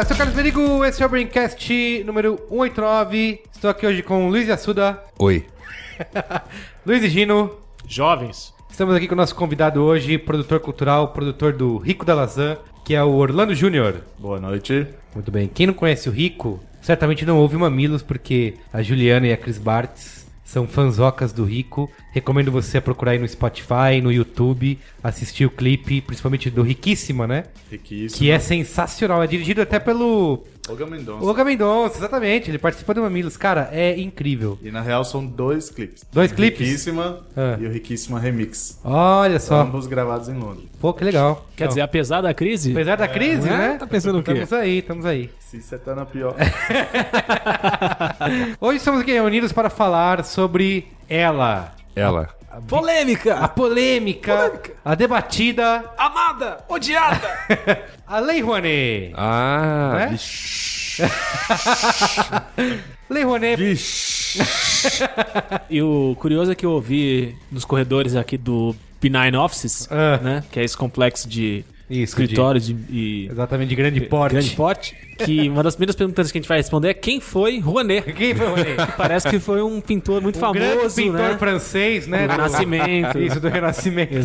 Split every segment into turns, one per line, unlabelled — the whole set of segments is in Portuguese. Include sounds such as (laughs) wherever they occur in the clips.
Eu sou o Carlos Merigo, esse é o Braincast número 189. Estou aqui hoje com o Luiz Assuda,
Oi.
(laughs) Luiz e Gino.
Jovens.
Estamos aqui com o nosso convidado hoje, produtor cultural, produtor do Rico da Lazan, que é o Orlando Júnior.
Boa noite.
Muito bem, quem não conhece o Rico, certamente não ouve o Mamilos, porque a Juliana e a Cris Bartz são fanzocas do Rico. Recomendo você a procurar aí no Spotify, no YouTube, assistir o clipe, principalmente do Riquíssima, né?
Riquíssimo.
Que é sensacional, é dirigido até pelo
Olga Mendonça.
Olga Mendonça, exatamente. Ele participa do Mamilos. Cara, é incrível.
E na real são dois clipes.
Dois clipes?
Riquíssima
Ah.
e o Riquíssima Remix.
Olha só.
Ambos gravados em Londres.
Pô, que legal.
Quer
Então,
dizer, apesar da crise,
apesar da crise,
É,
né?
tá pensando o quê?
Estamos aí, estamos aí.
Se você tá na pior.
É. Hoje estamos aqui reunidos para falar sobre ela.
Ela.
A polêmica, a debatida,
amada, odiada.
a Lei Rouanet.
Ah,
Né? Lei Rouanet,
(laughs) e o curioso é que eu ouvi nos corredores aqui do B9 Offices,
Ah.
né? Que é esse complexo de
Isso, de-
escritórios de- e
exatamente, de grande porte.
grande porte. Que uma das primeiras perguntas que a gente vai responder é quem foi Rouanet?
Quem foi o
(laughs)
Rouanet?
Parece que foi um pintor muito
(laughs) Um grande
famoso,
pintor
né?
francês, né?
Do Renascimento.
Isso, do Renascimento. Vamos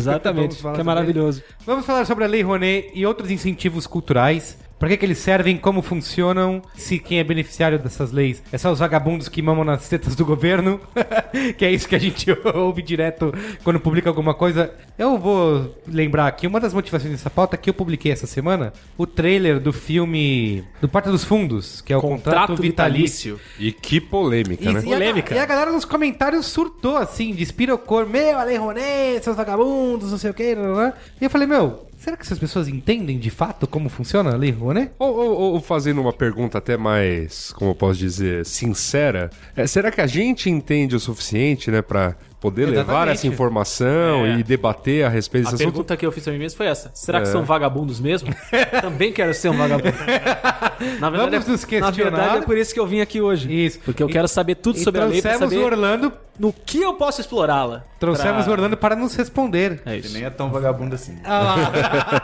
falar
Exatamente, que é
sobre ele.
maravilhoso.
Vamos falar sobre a Lei Rouanet e outros incentivos culturais. Pra que, que eles servem, como funcionam, se quem é beneficiário dessas leis é só os vagabundos que mamam nas tetas do governo, (laughs) que é isso que a gente (laughs) ouve direto quando publica alguma coisa. Eu vou lembrar aqui, uma das motivações dessa pauta que eu publiquei essa semana, o trailer do filme do Porta dos Fundos, que é o Contrato, Vitalício.
E que polêmica, né?
Isso, e a-
É Polêmica.
E a, galera nos comentários surtou, assim, de espirocor. Meu, Ale Roné, seus vagabundos, não sei o quê. blá, blá, blá. E eu falei, meu, será que essas pessoas entendem de fato como funciona a Lei Roné?
Ou, ou- ou fazendo uma pergunta até mais, como eu posso dizer, sincera, é, será que a gente entende o suficiente, né, para poder levar
Exatamente.
essa informação
É.
e debater a respeito
A
desse assunto?
pergunta que eu fiz pra mim mesmo foi essa. Será
É.
que são vagabundos
(laughs)
mesmo? Também quero ser um vagabundo. na verdade,
Vamos nos
é, na
questionar.
verdade, é por isso que eu vim aqui hoje.
Isso.
Porque eu
E-
quero saber tudo
E
sobre a lei pra
trouxemos o
saber
Orlando,
no que eu posso explorá-la.
trouxemos o
pra...
Orlando para nos responder.
É
Que
isso.
nem é tão vagabundo assim.
Ah,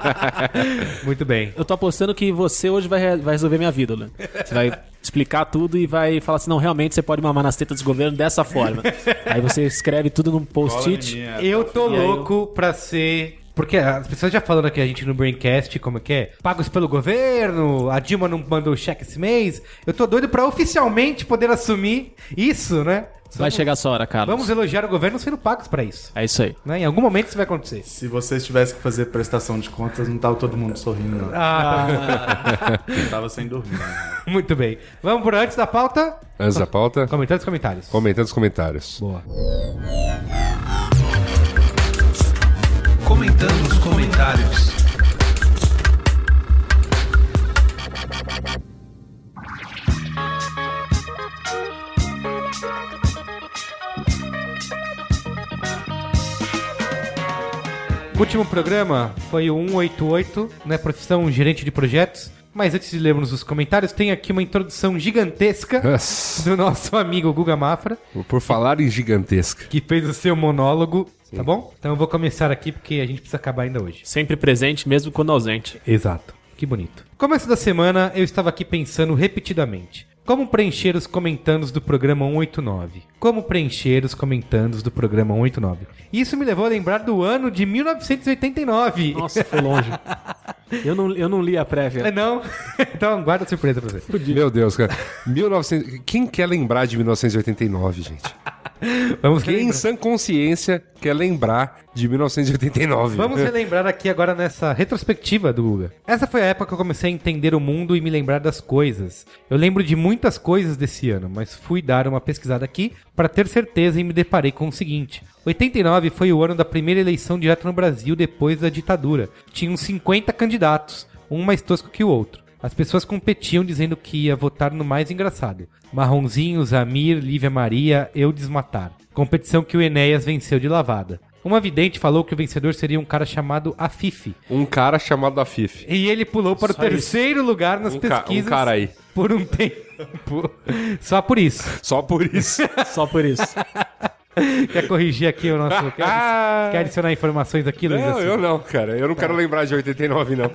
Muito bem.
Eu tô apostando que você hoje vai, re- vai resolver minha vida, Lula. Você vai explicar tudo e vai falar assim, não, realmente você pode mamar nas tetas do governo
(laughs)
dessa forma. Aí você escreve tudo num
Cola em
post-it.
mim, é.
Eu tô
então, E aí eu-
louco pra ser. Porque as pessoas já falando aqui, a gente no Braincast, como é que é? Pagos pelo governo, a Dilma não mandou cheque esse mês. Eu tô doido pra oficialmente poder assumir isso, né?
Vai chegar a sua hora, Carlos.
Vamos elogiar o governo sendo pagos pra isso.
É isso aí.
Né? Em algum momento isso vai acontecer.
Se vocês tivessem que fazer prestação de contas, não tava todo mundo sorrindo, não. Tava sem dormir. né?
Ah, tá. (laughs) Muito bem. Vamos por antes da pauta?
Antes da pauta,
Comentando os comentários.
comentando os comentários.
Boa.
Comentando os comentários.
O último programa foi o 188, né? Profissão gerente de projetos. Mas antes de lermos os comentários, tem aqui uma introdução
(laughs)
gigantesca
Nossa,
do nosso amigo Guga Mafra,
Por falar em gigantesca.
que fez o seu monólogo, tá bom? Então eu vou começar aqui porque a gente precisa acabar ainda hoje.
Sempre presente, mesmo quando ausente.
Exato. Que bonito. Começo da semana, eu estava aqui pensando repetidamente. Como preencher os comentandos do programa 189? Como preencher os comentandos do programa 189? Isso me levou a lembrar do ano de 1989.
Nossa, foi longe. Eu não, eu não li a prévia.
É, Não? (laughs) Então, guarda a surpresa pra você.
Meu Deus, cara. 1900... Quem quer lembrar de 1989, gente?
Vamos
Quem em
relembrar.
sã consciência quer lembrar de 1989?
Vamos relembrar aqui agora nessa retrospectiva do Guga. Essa foi a época que eu comecei a entender o mundo e me lembrar das coisas. Eu lembro de muitas coisas desse ano, mas fui dar uma pesquisada aqui para ter certeza e me deparei com o seguinte. 89 foi o ano da primeira eleição direta no Brasil depois da ditadura. Tinham 50 candidatos, um mais tosco que o outro. As pessoas competiam dizendo que ia votar no mais engraçado. Marronzinhos, Amir, Lívia Maria, eu desmatar. Competição que o Enéas venceu de lavada. Uma vidente falou que o vencedor seria um cara chamado Afife.
Um cara chamado Afif.
E ele pulou para o
Só
terceiro lugar nas
Um ca- um
pesquisas.
cara aí.
Por um tempo. (laughs) Só por isso.
Só por isso.
Só por isso.
Quer corrigir aqui o
(laughs)
nosso. Quer, quer adicionar informações aqui, Luiz?
não,
Assis?
eu não, cara. Eu não
Tá.
quero lembrar de 89, não.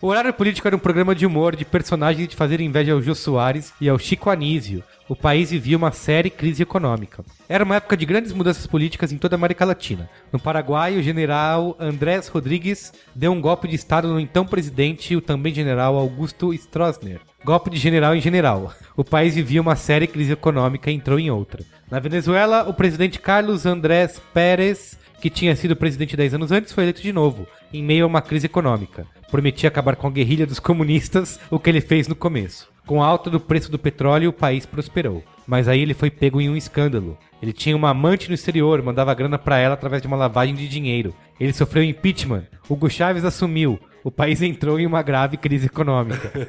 O Horário Político era um programa de humor, de personagens de fazer inveja ao Jô Soares e ao Chico Anísio. O país vivia uma séria crise econômica. Era uma época de grandes mudanças políticas em toda a América Latina. No Paraguai, o general Andrés Rodrigues deu um golpe de estado no então presidente, o também general Augusto Stroessner. Golpe de general em general. O país vivia uma séria crise econômica e entrou em outra. Na Venezuela, o presidente Carlos Andrés Pérez que tinha sido presidente 10 anos antes, foi eleito de novo, em meio a uma crise econômica. Prometia acabar com a guerrilha dos comunistas, o que ele fez no começo. Com a alta do preço do petróleo, o país prosperou. Mas aí ele foi pego em um escândalo. Ele tinha uma amante no exterior, mandava grana pra ela através de uma lavagem de dinheiro. Ele sofreu impeachment. Hugo Chávez assumiu. O país entrou em uma grave crise econômica.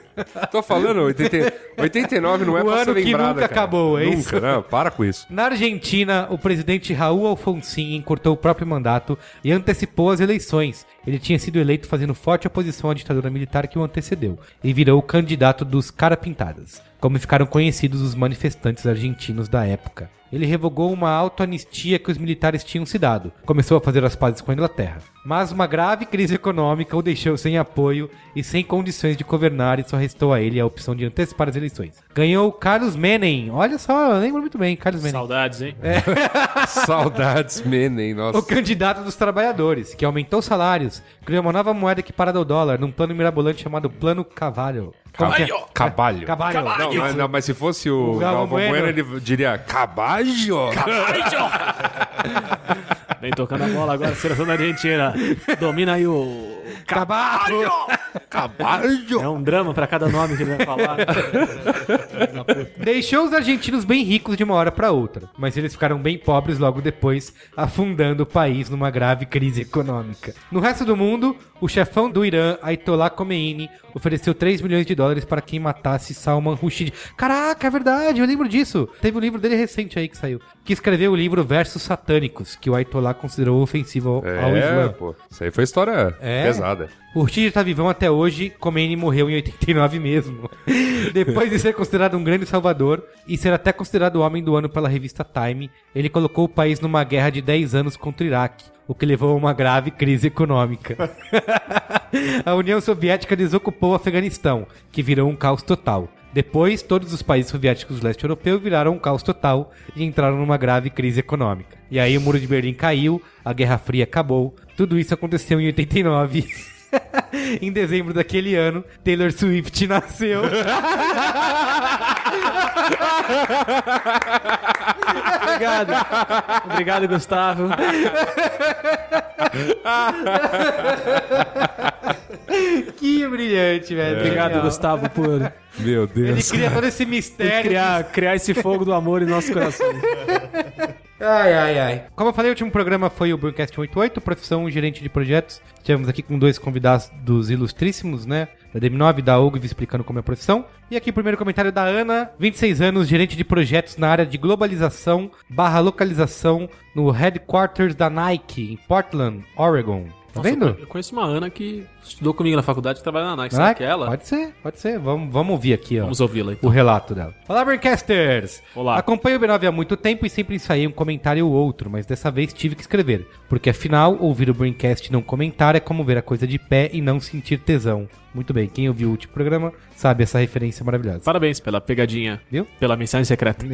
Tô falando, 80
(laughs)
89 não é
O
pra
ano
ser
que
lembrado,
nunca
cara.
acabou, é
nunca,
isso?
Não, para
(laughs)
com isso.
Na Argentina, o presidente Raul Alfonsín encurtou o próprio mandato e antecipou as eleições. Ele tinha sido eleito fazendo forte oposição à ditadura militar que o antecedeu e virou o candidato dos carapintadas, como ficaram conhecidos os manifestantes argentinos da época. Ele revogou uma autoanistia que os militares tinham se dado, começou a fazer as pazes com a Inglaterra. Mas uma grave crise econômica o deixou sem apoio e sem condições de governar e só restou a ele a opção de antecipar as eleições. Ganhou Carlos Menem. Olha só, eu lembro muito bem, Carlos Menem.
Saudades, hein?
Saudades, Menem, nossa.
O candidato dos trabalhadores, que aumentou salários, criou uma nova moeda que parada o dólar num plano mirabolante chamado Plano Cavalho. Como que é?
Cabalho.
Cabalho.
Não, mas, não, mas se fosse o,
O Galvão
Galvão Bueno,
Bueno,
ele diria caballo.
Vem tocando a bola agora, seleção da Argentina. Domina aí o.
(laughs) Cabalho!
Caballo.
É um drama pra cada nome que ele vai falar.
Deixou os argentinos bem ricos de uma hora pra outra, mas eles ficaram bem pobres logo depois, afundando o país numa grave crise econômica. No resto do mundo, o chefão do Irã, Ayatollah Khomeini, ofereceu 3 milhões de dólares para quem matasse Salman Rushdie. Caraca, é verdade, eu lembro disso. Teve um livro dele recente aí que saiu, que escreveu o livro Versos Satânicos, que o Ayatollah considerou ofensivo ao, ao
É,
Islã.
pô. Isso aí foi história
É?
pesada.
O Urtiz tá vivão até hoje, Khomeini morreu em 89 mesmo. (laughs) Depois de ser considerado um grande salvador e ser até considerado o homem do ano pela revista Time, ele colocou o país numa guerra de 10 anos contra o Iraque, o que levou a uma grave crise econômica. (laughs) a União Soviética desocupou o Afeganistão, que virou um caos total. Depois, todos os países soviéticos do leste europeu viraram um caos total e entraram numa grave crise econômica. E aí o Muro de Berlim caiu, a Guerra Fria acabou, tudo isso aconteceu em (laughs) 89. (laughs) em dezembro daquele ano, Taylor Swift nasceu.
Obrigado. Obrigado, Gustavo.
que brilhante, velho.
É. Obrigado,
Genial.
Gustavo, por
Meu
Ele
Deus.
cria todo esse mistério.
criar, criar esse fogo do amor em nosso coração.
Ai, ai, ai. Como eu falei, o último programa foi o Braincast 88, profissão gerente de projetos. Tivemos aqui com dois convidados dos ilustríssimos, né? Da DM9, da UGV, explicando como é a profissão. E aqui o primeiro comentário da Ana, 26 anos, gerente de projetos na área de globalização barra localização no headquarters da Nike, em Portland, Oregon. Tá
Nossa,
vendo?
Eu conheço uma Ana que estudou comigo na faculdade e trabalha na Nike. Será
Nike?
que é ela?
Pode ser, pode ser. Vamos, vamos ouvir aqui, ó.
Vamos ouvi-la
o
então.
relato dela. Olá, Braincasters!
Olá.
Acompanho o B9 há muito tempo e sempre ensaiei um comentário ou outro, mas dessa vez tive que escrever, porque afinal, ouvir o Braincast e não comentar é como ver a coisa de pé e não sentir tesão. Muito bem, quem ouviu o último programa sabe essa referência maravilhosa. (laughs)
Parabéns pela pegadinha.
Viu?
Pela mensagem secreta.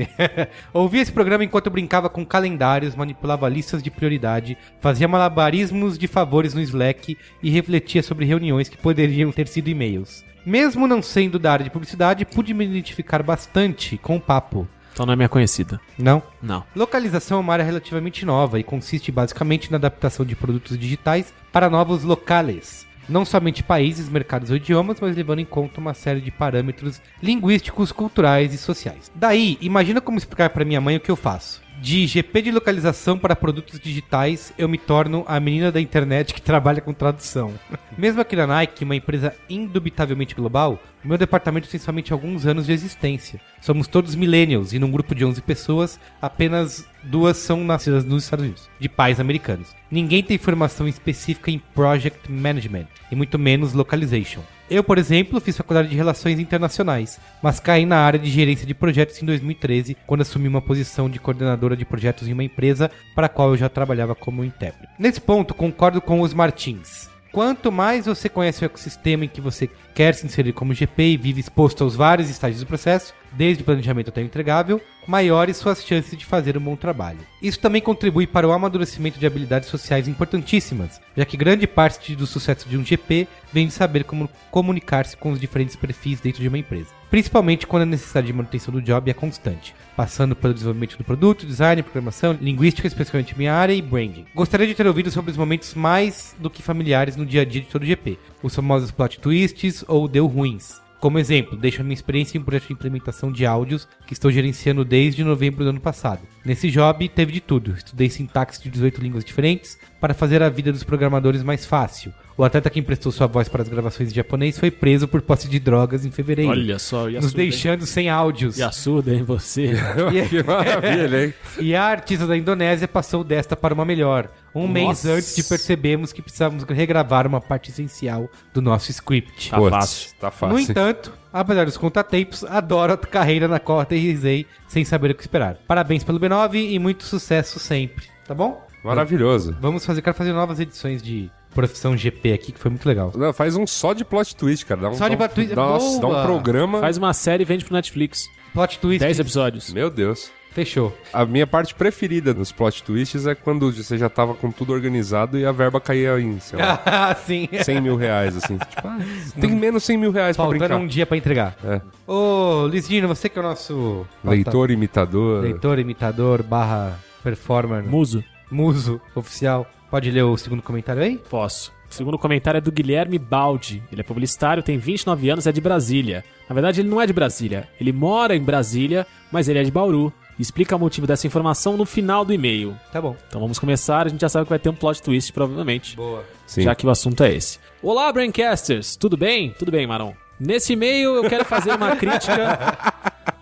Ouvi esse programa enquanto brincava com calendários, manipulava listas de prioridade, fazia malabarismos de favores no Slack e refletia sobre reuniões que poderiam ter sido e-mails. Mesmo não sendo da área de publicidade, pude me identificar bastante com o papo.
Então não é minha conhecida.
Não?
Não.
Localização é uma área relativamente nova e consiste basicamente na adaptação de produtos digitais para novos locais. Não somente países, mercados ou idiomas, mas levando em conta uma série de parâmetros linguísticos, culturais e sociais. Daí, imagina como explicar para minha mãe o que eu faço. de GP de localização para produtos digitais, eu me torno a menina da internet que trabalha com tradução. Mesmo aqui na Nike, uma empresa indubitavelmente global, o meu departamento tem somente alguns anos de existência. Somos todos millennials e num grupo de 11 pessoas, apenas duas são nascidas nos Estados Unidos, de pais americanos. Ninguém tem formação específica em project management e muito menos localization. Eu, por exemplo, fiz faculdade de Relações Internacionais, mas caí na área de gerência de projetos em 2013, quando assumi uma posição de coordenadora de projetos em uma empresa para a qual eu já trabalhava como intérprete. Nesse ponto, concordo com os Martins. Quanto mais você conhece o ecossistema em que você quer se inserir como GP e vive exposto aos vários estágios do processo, desde o planejamento até o entregável, maiores suas chances de fazer um bom trabalho. Isso também contribui para o amadurecimento de habilidades sociais importantíssimas, já que grande parte do sucesso de um GP vem de saber como comunicar-se com os diferentes perfis dentro de uma empresa, principalmente quando a necessidade de manutenção do job é constante, passando pelo desenvolvimento do produto, design, programação, linguística, especificamente minha área, e branding. Gostaria de ter ouvido sobre os momentos mais do que familiares no dia a dia de todo GP, os famosos plot twists ou deu ruins. Como exemplo, deixo a minha experiência em um projeto de implementação de áudios que estou gerenciando desde novembro do ano passado. Nesse job, teve de tudo. Estudei sintaxe de 18 línguas diferentes para fazer a vida dos programadores mais fácil. O atleta que emprestou sua voz para as gravações em japonês foi preso por posse de drogas em fevereiro,
Olha só,
nos
Yasuda. hein?
deixando sem áudios.
Yasuda, hein,
(laughs)
você?
(laughs) que maravilha, hein?
E a artista da Indonésia passou desta para uma melhor. Um mês
Nossa.
antes de percebemos que precisávamos regravar uma parte essencial do nosso script.
Tá
Putz,
fácil.
Tá
No
fácil.
entanto, apesar dos contatempos, adoro a carreira na qual aterrisei sem saber o que esperar. Parabéns pelo B9 e muito sucesso sempre, tá bom?
Maravilhoso.
Vamos fazer, quero fazer novas edições de Profissão GP aqui, que foi muito legal.
Não, faz um só de plot twist, cara. Dá um,
Só de
dá um-
plot twist,
Nossa,
boa.
dá um programa.
Faz uma série e vende pro Netflix.
Plot twist,
10 episódios.
Meu Deus.
fechou. (laughs)
A minha parte preferida nos plot twists é quando você já tava com tudo organizado e a verba caía em, sei
(laughs)
lá,
Ah, Sim,
100 mil reais, assim. Tipo, ah, tem menos 100 mil reais pra
faltando
brincar.
um dia pra entregar.
É.
Ô, Lisdino, você que é o nosso...
Leitor, imitador.
Leitor, imitador, barra performer,
Muso.
muso oficial. Pode ler o segundo comentário aí?
Posso. O segundo comentário é do Guilherme Baldi. Ele é publicitário, tem 29 anos, é de Brasília. Na verdade, ele não é de Brasília. Ele mora em Brasília, mas ele é de Bauru. Explica o motivo dessa informação no final do e-mail.
Tá bom.
Então vamos começar, a gente já sabe que vai ter um plot twist, provavelmente.
Boa.
Sim.
já que o assunto é esse. Olá, Braincasters! Tudo bem? Tudo bem, Maron. Nesse e-mail eu quero fazer uma crítica,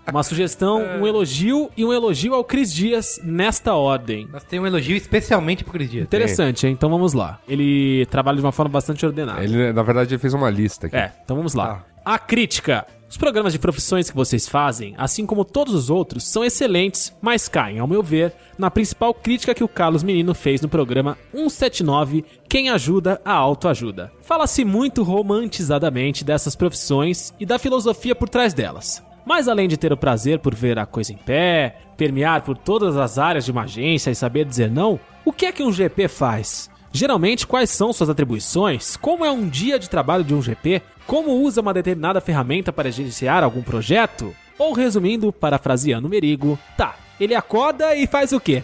uma sugestão, um elogio e um elogio ao Cris Dias nesta ordem.
Nós temos um elogio especialmente pro Cris Dias.
Interessante, hein? Então vamos lá. Ele trabalha de uma forma bastante ordenada.
Ele, na verdade, ele fez uma lista aqui.
É, então vamos lá. A crítica. Os programas de profissões que vocês fazem, assim como todos os outros, são excelentes, mas caem, ao meu ver, na principal crítica que o Carlos Menino fez no programa 179, Quem Ajuda, a Autoajuda. Fala-se muito romantizadamente dessas profissões e da filosofia por trás delas. Mas além de ter o prazer por ver a coisa em pé, permear por todas as áreas de uma agência e saber dizer não, o que é que um GP faz? Geralmente, quais são suas atribuições? Como é um dia de trabalho de um GP? Como usa uma determinada ferramenta para gerenciar algum projeto? Ou resumindo, parafraseando o Merigo, tá, ele acorda e faz o quê?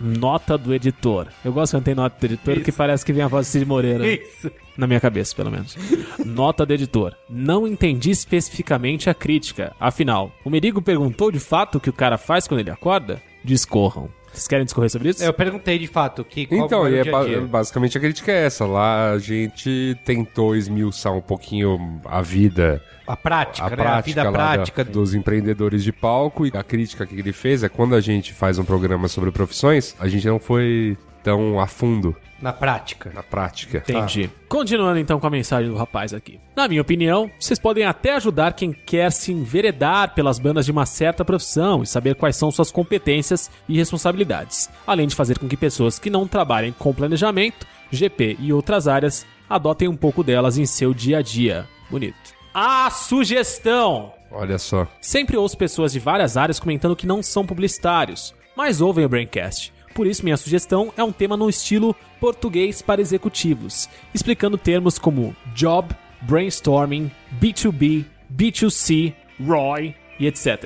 nota do editor. Eu gosto quando tem nota do editor, porque parece que vem a voz de Cid Moreira. né?
Isso.
Na minha cabeça,
(laughs)
pelo menos. Nota do editor. Não entendi especificamente a crítica. Afinal, o Merigo perguntou de fato o que o cara faz quando ele acorda? Discorram. Vocês querem discorrer sobre isso?
É. Eu perguntei de fato que qual
Então,
era
e
o
é
dia a
ba-
dia.
basicamente a crítica é essa. Lá a gente tentou esmiuçar um pouquinho a vida,
a prática,
a
né?
prática,
a vida
lá da-
prática do
dos empreendedores de palco. E a crítica que ele fez é quando a gente faz um programa sobre profissões, a gente não foi tão a fundo
na prática.
na prática.
Entendi. Continuando então com a mensagem do rapaz aqui. Na minha opinião, vocês podem até ajudar quem quer se enveredar pelas bandas de uma certa profissão e saber quais são suas competências e responsabilidades, além de fazer com que pessoas que não trabalhem com planejamento, GP e outras áreas adotem um pouco delas em seu dia a dia. Bonito. A sugestão!
Olha só.
Sempre ouço pessoas de várias áreas comentando que não são publicitários, mas ouvem o Braincast. Por isso, minha sugestão é um tema no estilo português para executivos, explicando termos como job, brainstorming, B2B, B2C, ROI e
É,
etc.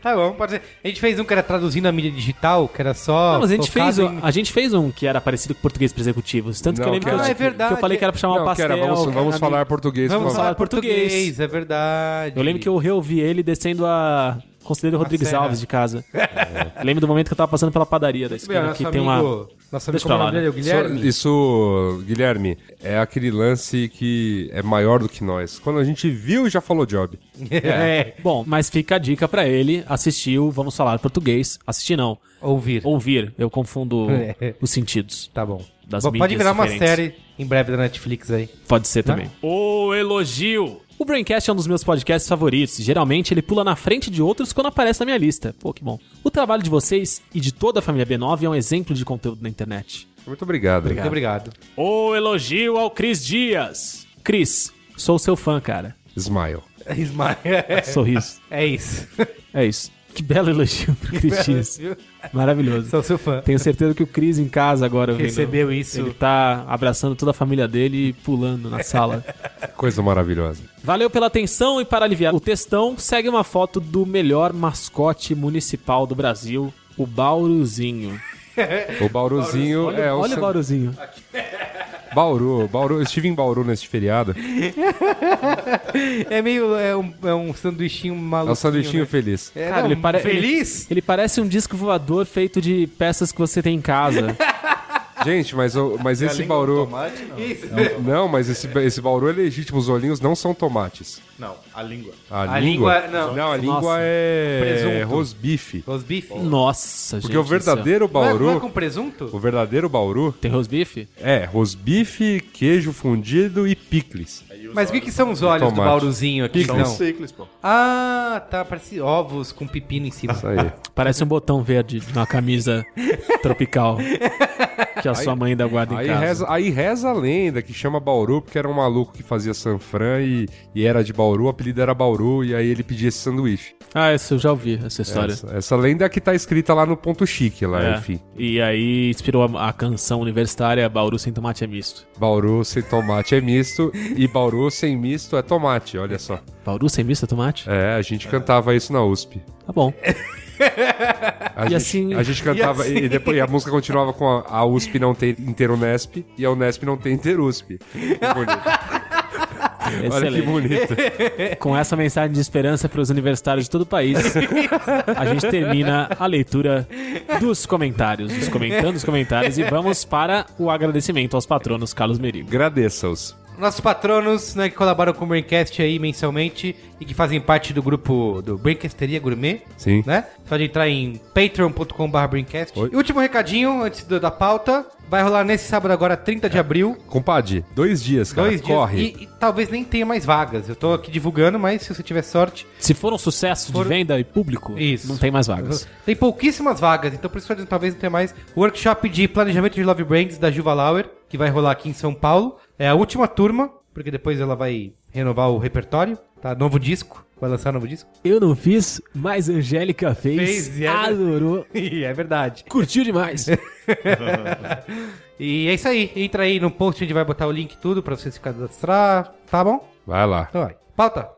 Tá bom, pode ser. A gente fez um que era traduzindo a mídia digital, que era só.
Não, mas a gente,
focado
fez, um-
em-
a gente fez um que era parecido com português para executivos. Tanto que eu
Não,
lembro
que
que, eu,
era- Ah, é
verdade.
que eu falei que era pra chamar o
Não, que
pastel.
era, vamos
cara,
vamos
amigo.
falar português.
Vamos
por favor.
falar
português.
português, é verdade.
Eu lembro que eu reouvi ele descendo a Conselheiro Rodrigues
serra.
Alves de
(laughs)
casa. Lembro do momento que eu tava passando pela padaria da
Meu,
esquina,
nosso
né, que
amigo,
tem uma...
nosso
Deixa
amigo
pra lá,
como é o nome dele?
né?
o Guilherme.
Só- Isso, Guilherme, é aquele lance que é maior do que nós. Quando a gente viu, já falou job.
(laughs)
É.
Bom, mas fica a dica pra ele assistir o Vamos Falar Português. Assistir não,
Ouvir.
ouvir. Eu confundo
É.
os sentidos.
Tá bom.
Das
Bom, pode
mídias
virar uma
diferentes.
série em breve da Netflix aí.
Pode ser também. O elogio! O Braincast é um dos meus podcasts favoritos. Geralmente ele pula na frente de outros quando aparece na minha lista. Pô, que bom. O trabalho de vocês e de toda a família B9 é um exemplo de conteúdo na internet.
Muito obrigado.
Muito obrigado.
O elogio ao Cris Dias! Cris, sou seu fã, cara.
Smile.
Ismael. (laughs) É,
Sorriso.
isso.
É isso. Que belo elogio pro Cris Dias.
(laughs)
Maravilhoso.
Sou seu fã.
Tenho certeza que o Cris em casa agora ouvindo,
Recebeu isso.
Ele tá abraçando toda a família dele e pulando na sala.
Coisa maravilhosa.
(laughs) Valeu pela atenção e para aliviar o textão, segue uma foto do melhor mascote municipal do Brasil, o Bauruzinho.
O Bauruzinho
Olha,
é um.
olha o Bauruzinho.
Bauru, Bauru. Eu estive em Bauru neste feriado.
É meio. É um, é um sanduichinho
É
maluco.
um sanduichinho feliz.
É,
Cara,
não,
ele pare-
Feliz?
Ele parece um disco voador feito de peças que você tem em
(laughs)
casa.
Gente, mas, o- mas
É a
esse
língua do
Bauru.
Tomate, não.
Isso.
Não, mas esse, esse Bauru é legítimo. Os olhinhos não são tomates.
não, a língua.
A,
A
língua.
língua- não.
a língua
Nossa.
é.
Presunto.
Rosbife.
Os um bife. é-
Nossa, gente.
Porque o
do céu.
verdadeiro
Não é- não é
Bauru.
com presunto?
O verdadeiro Bauru
Tem rosbife?
é rosbife, queijo fundido e picles.
Mas o que, que são os olhos do
Tomate.
Bauruzinho aqui?
São
não?
os ciclos, pô.
Ah, tá. Parece ovos com pepino em cima.
Isso aí.
Parece um botão verde de uma camisa
(laughs)
tropical que a sua mãe ainda guarda em
Aí
casa.
reza, aí reza a lenda que chama Bauru porque era um maluco que fazia sanfran e, e era de Bauru, o apelido era Bauru e aí ele pedia esse sanduíche.
Ah, isso eu já ouvi essa história.
Essa, essa lenda é a que tá escrita lá no ponto chique, lá,
É.
enfim.
E aí inspirou a, a canção universitária Bauru sem tomate é misto.
Bauru sem tomate é misto e Bauru sem misto é tomate, olha só.
Bauru sem misto é tomate?
É, a gente cantava isso na USP.
Tá bom.
(laughs) A
E
gente,
assim-
a gente cantava e, depois e a música continuava com a, a USP não tem interunesp e a Unesp não tem interusp. Que bonito. Olha que
Excelente.
bonito.
Com essa mensagem de esperança para os universitários de todo o país, a gente termina a leitura dos comentários, dos comentando os comentários, e vamos para o agradecimento aos patronos Carlos Merigo.
Agradeça-os.
Nossos patronos, né, que colaboram com o Braincast aí mensalmente e que fazem parte do grupo do Braincasteria Gourmet,
Sim.
né? Só de entrar em patreon.com.br Braincast.
Oi.
E último recadinho antes do- da pauta, vai rolar nesse sábado agora, 30 de abril,
Compadre, dois dias, cara.
dois
Corre.
dias. E, e talvez nem tenha mais vagas. Eu tô aqui divulgando, mas se você tiver sorte,
Se for um sucesso de
For-
venda e público,
Isso.
não tem mais vagas.
tem pouquíssimas vagas, então por isso que talvez não tenha mais. Workshop de planejamento de Love Brands da Juva Lauer, que vai rolar aqui em São Paulo. É a última turma, porque depois ela vai renovar o repertório, tá? Novo disco, vai lançar novo disco.
Eu não fiz, mas Angélica fez,
Fez, (laughs) e é-
adorou,
Ih, é verdade.
curtiu (laughs) demais.
E é isso aí. Entra aí no post, a gente vai botar o link e tudo pra você se cadastrar. Tá bom?
Vai lá.
Então vai. Pauta.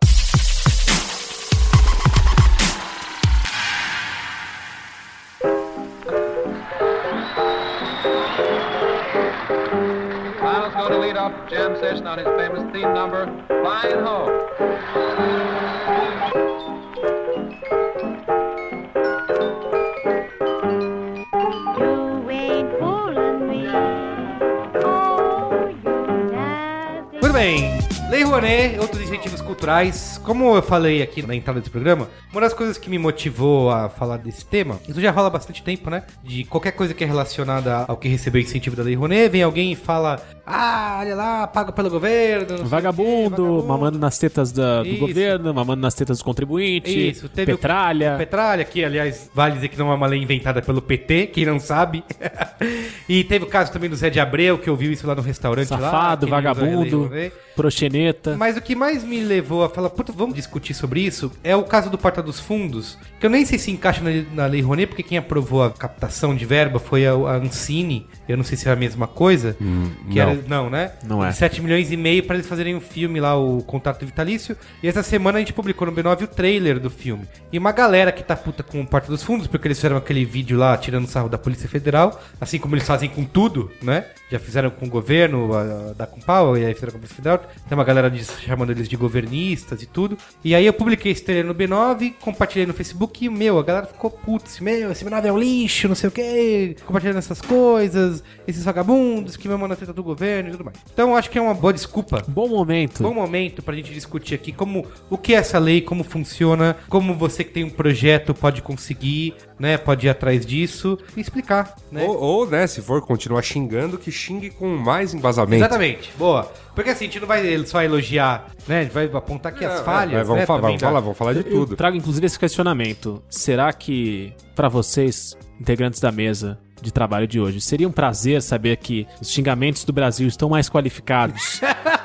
Miles going to lead off the jam session on his famous theme number, Flying Home.
You ain't fooling me. Oh, you never.
Muito bem. Lei Rouanet, outros incentivos culturais. Como eu falei aqui na entrada desse programa, uma das coisas que me motivou a falar desse tema, isso já rola há bastante tempo, né? De qualquer coisa que é relacionada ao que recebeu incentivo da Lei Rouanet, vem alguém e fala: Ah, olha lá, pago pelo governo. não sei o quê,
Vagabundo, mamando nas tetas da- do
Isso.
governo, mamando nas tetas do contribuinte,
Isso, teve o-
petralha.
Petralha, que aliás vale dizer que não é uma lei inventada pelo PT, quem não sabe. (laughs) e teve o caso também do Zé de Abreu, que ouviu isso lá no restaurante lá,
Safado,
que ele usa
vagabundo,
lei-
proxeneta.
Mas o que mais me levou a falar, puta, vamos discutir sobre isso, é o caso do Porta dos Fundos, que eu nem sei se encaixa na, na Lei Rouanet, porque quem aprovou a captação de verba foi a, a Ancine, eu não sei se é a mesma coisa. que
não.
Era, não, né?
Hum, Não é.
7 milhões e meio pra eles fazerem um filme lá, o Contato Vitalício. E essa semana a gente publicou no B9 o trailer do filme. E uma galera que tá puta com o Porta dos Fundos, porque eles fizeram aquele vídeo lá tirando sarro da Polícia Federal, assim como eles fazem com tudo, né? Já fizeram com o governo, a, a, da com pau, e aí fizeram com a Polícia Federal. Tem uma galera diz- chamando eles de governistas e tudo. E aí eu publiquei esse trailer no B9, compartilhei no Facebook e, meu, a galera ficou, putz, meu, esse B9 é um lixo, não sei o quê, compartilhando essas coisas, esses vagabundos que mamam na treta do governo e tudo mais. Então eu acho que é uma boa desculpa um
Bom momento.
Bom momento pra gente discutir aqui como o que é essa lei, como funciona, como você que tem um projeto pode conseguir, né? Pode ir atrás disso e explicar, né?
Ou, ou, né, se for continuar xingando, que xingue com mais embasamento.
Exatamente, boa. Porque assim, a gente não vai só elogiar, né? A gente vai apontar aqui as falhas.
É, vamos,
né,
falar,
também
vamos falar,
da-
vamos falar de
Eu
tudo.
trago inclusive esse questionamento. Será que, pra vocês, integrantes da mesa de trabalho de hoje, seria um prazer saber que os xingamentos do Brasil estão mais qualificados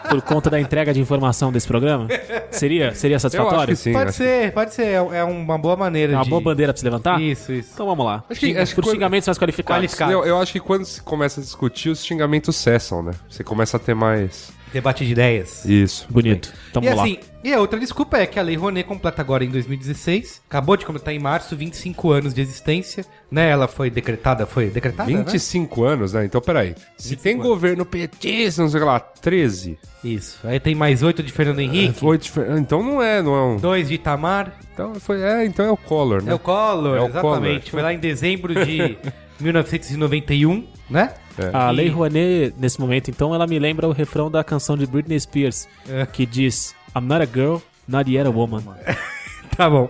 por conta da entrega de informação desse programa? Seria, seria
Eu acho
satisfatório?
que sim.
Pode
acho
ser, pode ser. É é uma boa maneira
É uma
de...
boa bandeira pra se levantar?
Isso, isso.
Então vamos lá.
Acho que-
Xinga-
acho que
por
quando-
xingamentos mais qualificados.
que-
Qualificado.
Eu, eu acho que quando se começa a discutir, os xingamentos cessam, né? Você começa a ter mais.
Debate de ideias.
Isso.
Bonito. Então
E
vamos
assim,
lá.
e a outra desculpa é que a Lei Rouanet completa agora em 2016, acabou de completar em março 25 anos de existência, né? Ela foi decretada, foi decretada, né?
25 anos, né? Então, peraí. Se tem governo petista, não sei o que lá, 13.
Isso. Aí tem mais oito de
É,
Fernando Henrique,
Oito de fer- Então não é, não é um.
dois de Itamar.
Então, foi, é, então é o Collor, né?
É o Collor,
É o
exatamente.
Collor.
Foi lá em dezembro
(laughs)
de 1991, né?
A
E-
Lei Rouanet, nesse momento, então, ela me lembra o refrão da canção de Britney Spears,
É.
que diz I'm not a girl, not yet a woman.
Tá
(laughs)
bom.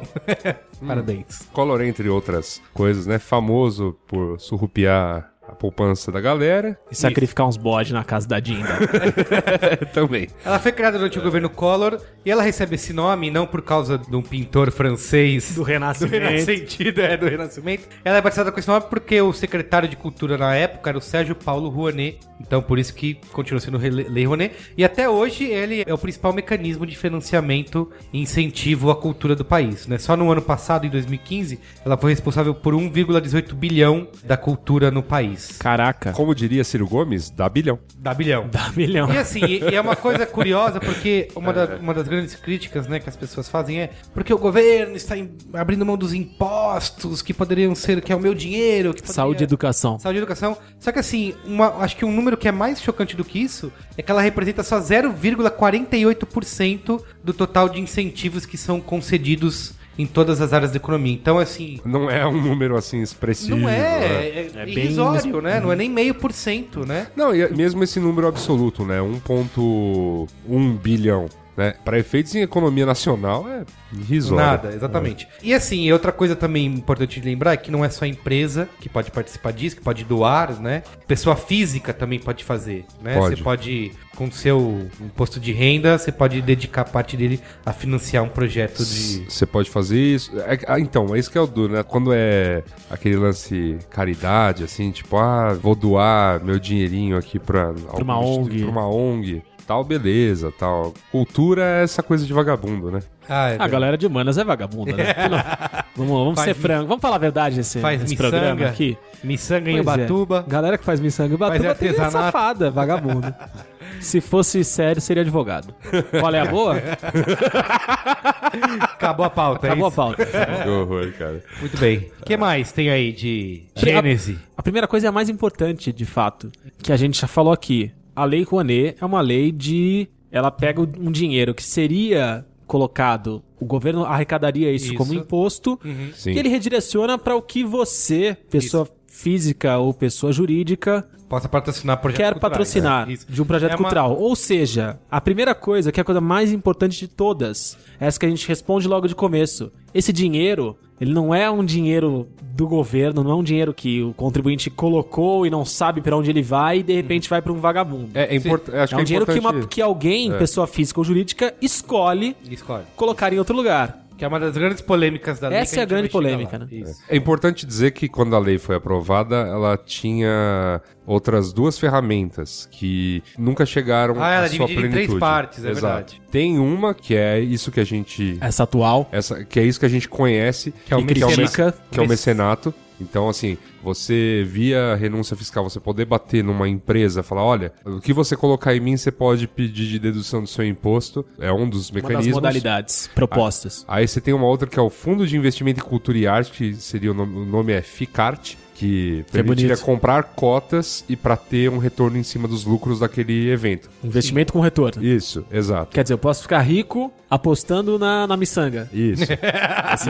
Parabéns.
Collor, entre outras coisas, né? Famoso por surrupiar a poupança da galera.
E sacrificar uns bodes na casa da Dinda.
Também.
Ela foi criada durante
É.
o governo Collor e ela recebe esse nome não por causa de um pintor francês
Do
(laughs) (laughs)
Renascimento.
Do Renascimento, é, do Renascimento. Ela é batizada com esse nome porque o secretário de cultura na época era o Sérgio Paulo Rouanet. Então, por isso que continua sendo Rele- Lei Rouanet. E até hoje ele é o principal mecanismo de financiamento e incentivo à cultura do país. Né? Só no ano passado, em 2015, ela foi responsável por 1,18 bilhão da cultura no país.
Caraca.
Como diria Ciro Gomes, dá bilhão.
Da bilhão.
Dá milhão.
E assim, e e é uma coisa curiosa, porque uma, da- uma das grandes críticas né, que as pessoas fazem é porque o governo está em- abrindo mão dos impostos que poderiam ser, que é o meu dinheiro. Que poderia-
Saúde e educação.
Saúde e educação. Só que assim, uma- acho que um número que é mais chocante do que isso é que ela representa só 0,48% do total de incentivos que são concedidos em todas as áreas da economia. Então, assim,
Não é um número assim expressivo.
não
né?
é, é,
É bem
irrisório, né? Não é nem meio por cento, né?
Não, e é mesmo esse número absoluto, né? 1,1 bilhão. Né? Para efeitos em economia nacional é irrisório.
Nada, exatamente. E assim, e outra coisa também importante de lembrar é que não é só a empresa que pode participar disso, que pode doar, né? Pessoa física também pode fazer, né?
Pode.
Você pode, com seu imposto de renda, você pode dedicar parte dele a financiar um projeto de...
Você pode fazer isso. É- ah, então, é isso que é o duro, né? Quando é aquele lance caridade, assim, tipo, ah, vou doar meu dinheirinho aqui pra,
uma
algum instituto-
ONG.
Pra uma ONG. Tal, beleza, tal. Cultura é essa coisa de vagabundo, né?
Ah, é
A galera de humanas é vagabunda, né? vamos vamos
Faz
ser
mi-
franco. Vamos falar a verdade nesse,
faz
nesse programa
miçanga.
aqui.
Miçanga em
Pois é. (laughs)
Ubatuba.
Galera que faz miçanga em Ubatuba
Faz
tem é
artesanato. (laughs)
safada, vagabunda. Se fosse sério, seria advogado. Qual é a boa?
Acabou a pauta, é
Acabou a
isso?
pauta.
Que horror, cara.
Muito bem. O que mais tem aí de Gênese?
A primeira coisa é a mais importante, de fato, que a gente já falou aqui. A lei Rouanet é uma lei de. Ela pega um dinheiro que seria colocado, o governo arrecadaria isso,
Isso.
como imposto,
Sim.
e ele redireciona para o que você, pessoa física ou pessoa jurídica,
Possa patrocinar projetos
quer
culturais,
patrocinar
né? Isso.
de um projeto
É uma-
cultural. Ou seja, a primeira coisa, que é a coisa mais importante de todas, é essa que a gente responde logo de começo. Esse dinheiro, ele não é um dinheiro do governo, não é um dinheiro que o contribuinte colocou e não sabe pra onde ele vai e de repente vai pra um vagabundo.
É, é importante.
É
Acho
um
que é
dinheiro que, uma-
importante- É.
que alguém, pessoa física ou jurídica, escolhe
Escolhe.
colocar em outro lugar.
Que é uma das grandes polêmicas da lei.
Essa
que
é a
gente
grande
vai chegar
polêmica,
lá.
né?
Isso.
É importante dizer que quando a lei foi aprovada, ela tinha outras duas ferramentas que nunca chegaram
Ah, ela
à sua
dividida em
plenitude.
três partes, é
Exato.
verdade.
Tem uma que é isso que a gente
Essa atual.
essa, que é isso que a gente conhece, que é o,
E
que é o mec-
critica.
que é o mecenato. Então, assim, Você via renúncia fiscal, você poder bater numa empresa, falar, olha, o que você colocar em mim, você pode pedir de dedução do seu imposto. É um dos
Uma das
mecanismos. Ah.
modalidades propostas.
Aí você tem uma outra que é o Fundo de Investimento em Cultura e Arte, que seria o nome, o nome é FICART, que é permitiria
bonito.
comprar cotas e para ter um retorno em cima dos lucros daquele evento.
Investimento com retorno.
Isso, exato.
Quer dizer, eu posso ficar rico apostando na, na miçanga.
Isso.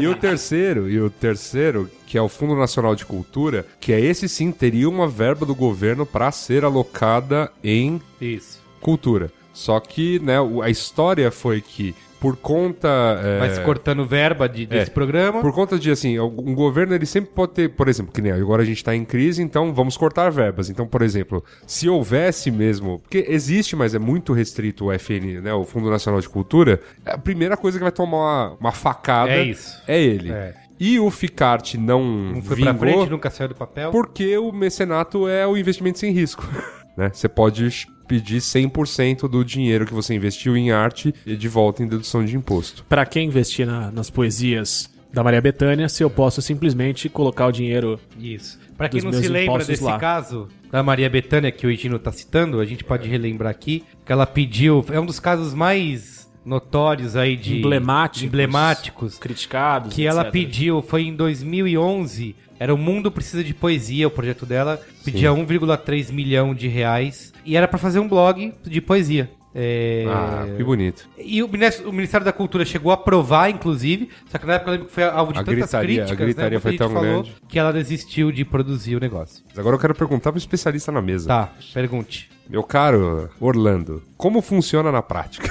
e o terceiro, e o terceiro, que é o Fundo Nacional de Cultura, que é esse sim teria uma verba do governo para ser alocada em
Isso.
cultura. Só que, né, o- a história foi que por conta é,
Vai se cortando verba de- desse programa.
Por conta de, assim, um governo ele sempre pode ter, por exemplo, que nem agora a gente tá em crise, então vamos cortar verbas. Então, por exemplo, se houvesse mesmo, porque existe, mas é muito restrito o FN, né, o Fundo Nacional de Cultura, a primeira coisa que vai tomar uma, uma facada
É isso.
é ele.
É.
E o Ficarte não,
Não um foi pra
vingou
frente, nunca saiu do papel.
porque o mecenato é o investimento sem risco, (laughs) né? Você pode pedir 100% do dinheiro que você investiu em arte e de volta em dedução de imposto.
Pra quem investir na- nas poesias da Maria Bethânia, se eu posso simplesmente colocar o dinheiro.
Isso. Pra quem
Dos
não
meus
se lembra
impostos
desse
lá.
caso da Maria Bethânia que o Egino tá citando, a gente pode relembrar aqui que ela pediu, é um dos casos mais notórios aí de
Emblemáticos.
emblemáticos
criticados.
que ela
etc. né?
pediu, foi em 2011, era o Mundo Precisa de Poesia, o projeto dela, pedia 1,3 milhão de reais e era pra fazer um blog de poesia. É,
Ah, que bonito.
E o Minis- o Ministério da Cultura chegou a aprovar, inclusive, só que na época eu lembro que foi alvo de
A
tantas
gritaria- a
críticas,
gritaria
né? muita
foi
gente
tão
falou
grande.
que ela desistiu de produzir o negócio.
Mas Agora eu quero perguntar pro especialista na mesa.
Tá, pergunte.
Meu caro Orlando, como funciona na prática?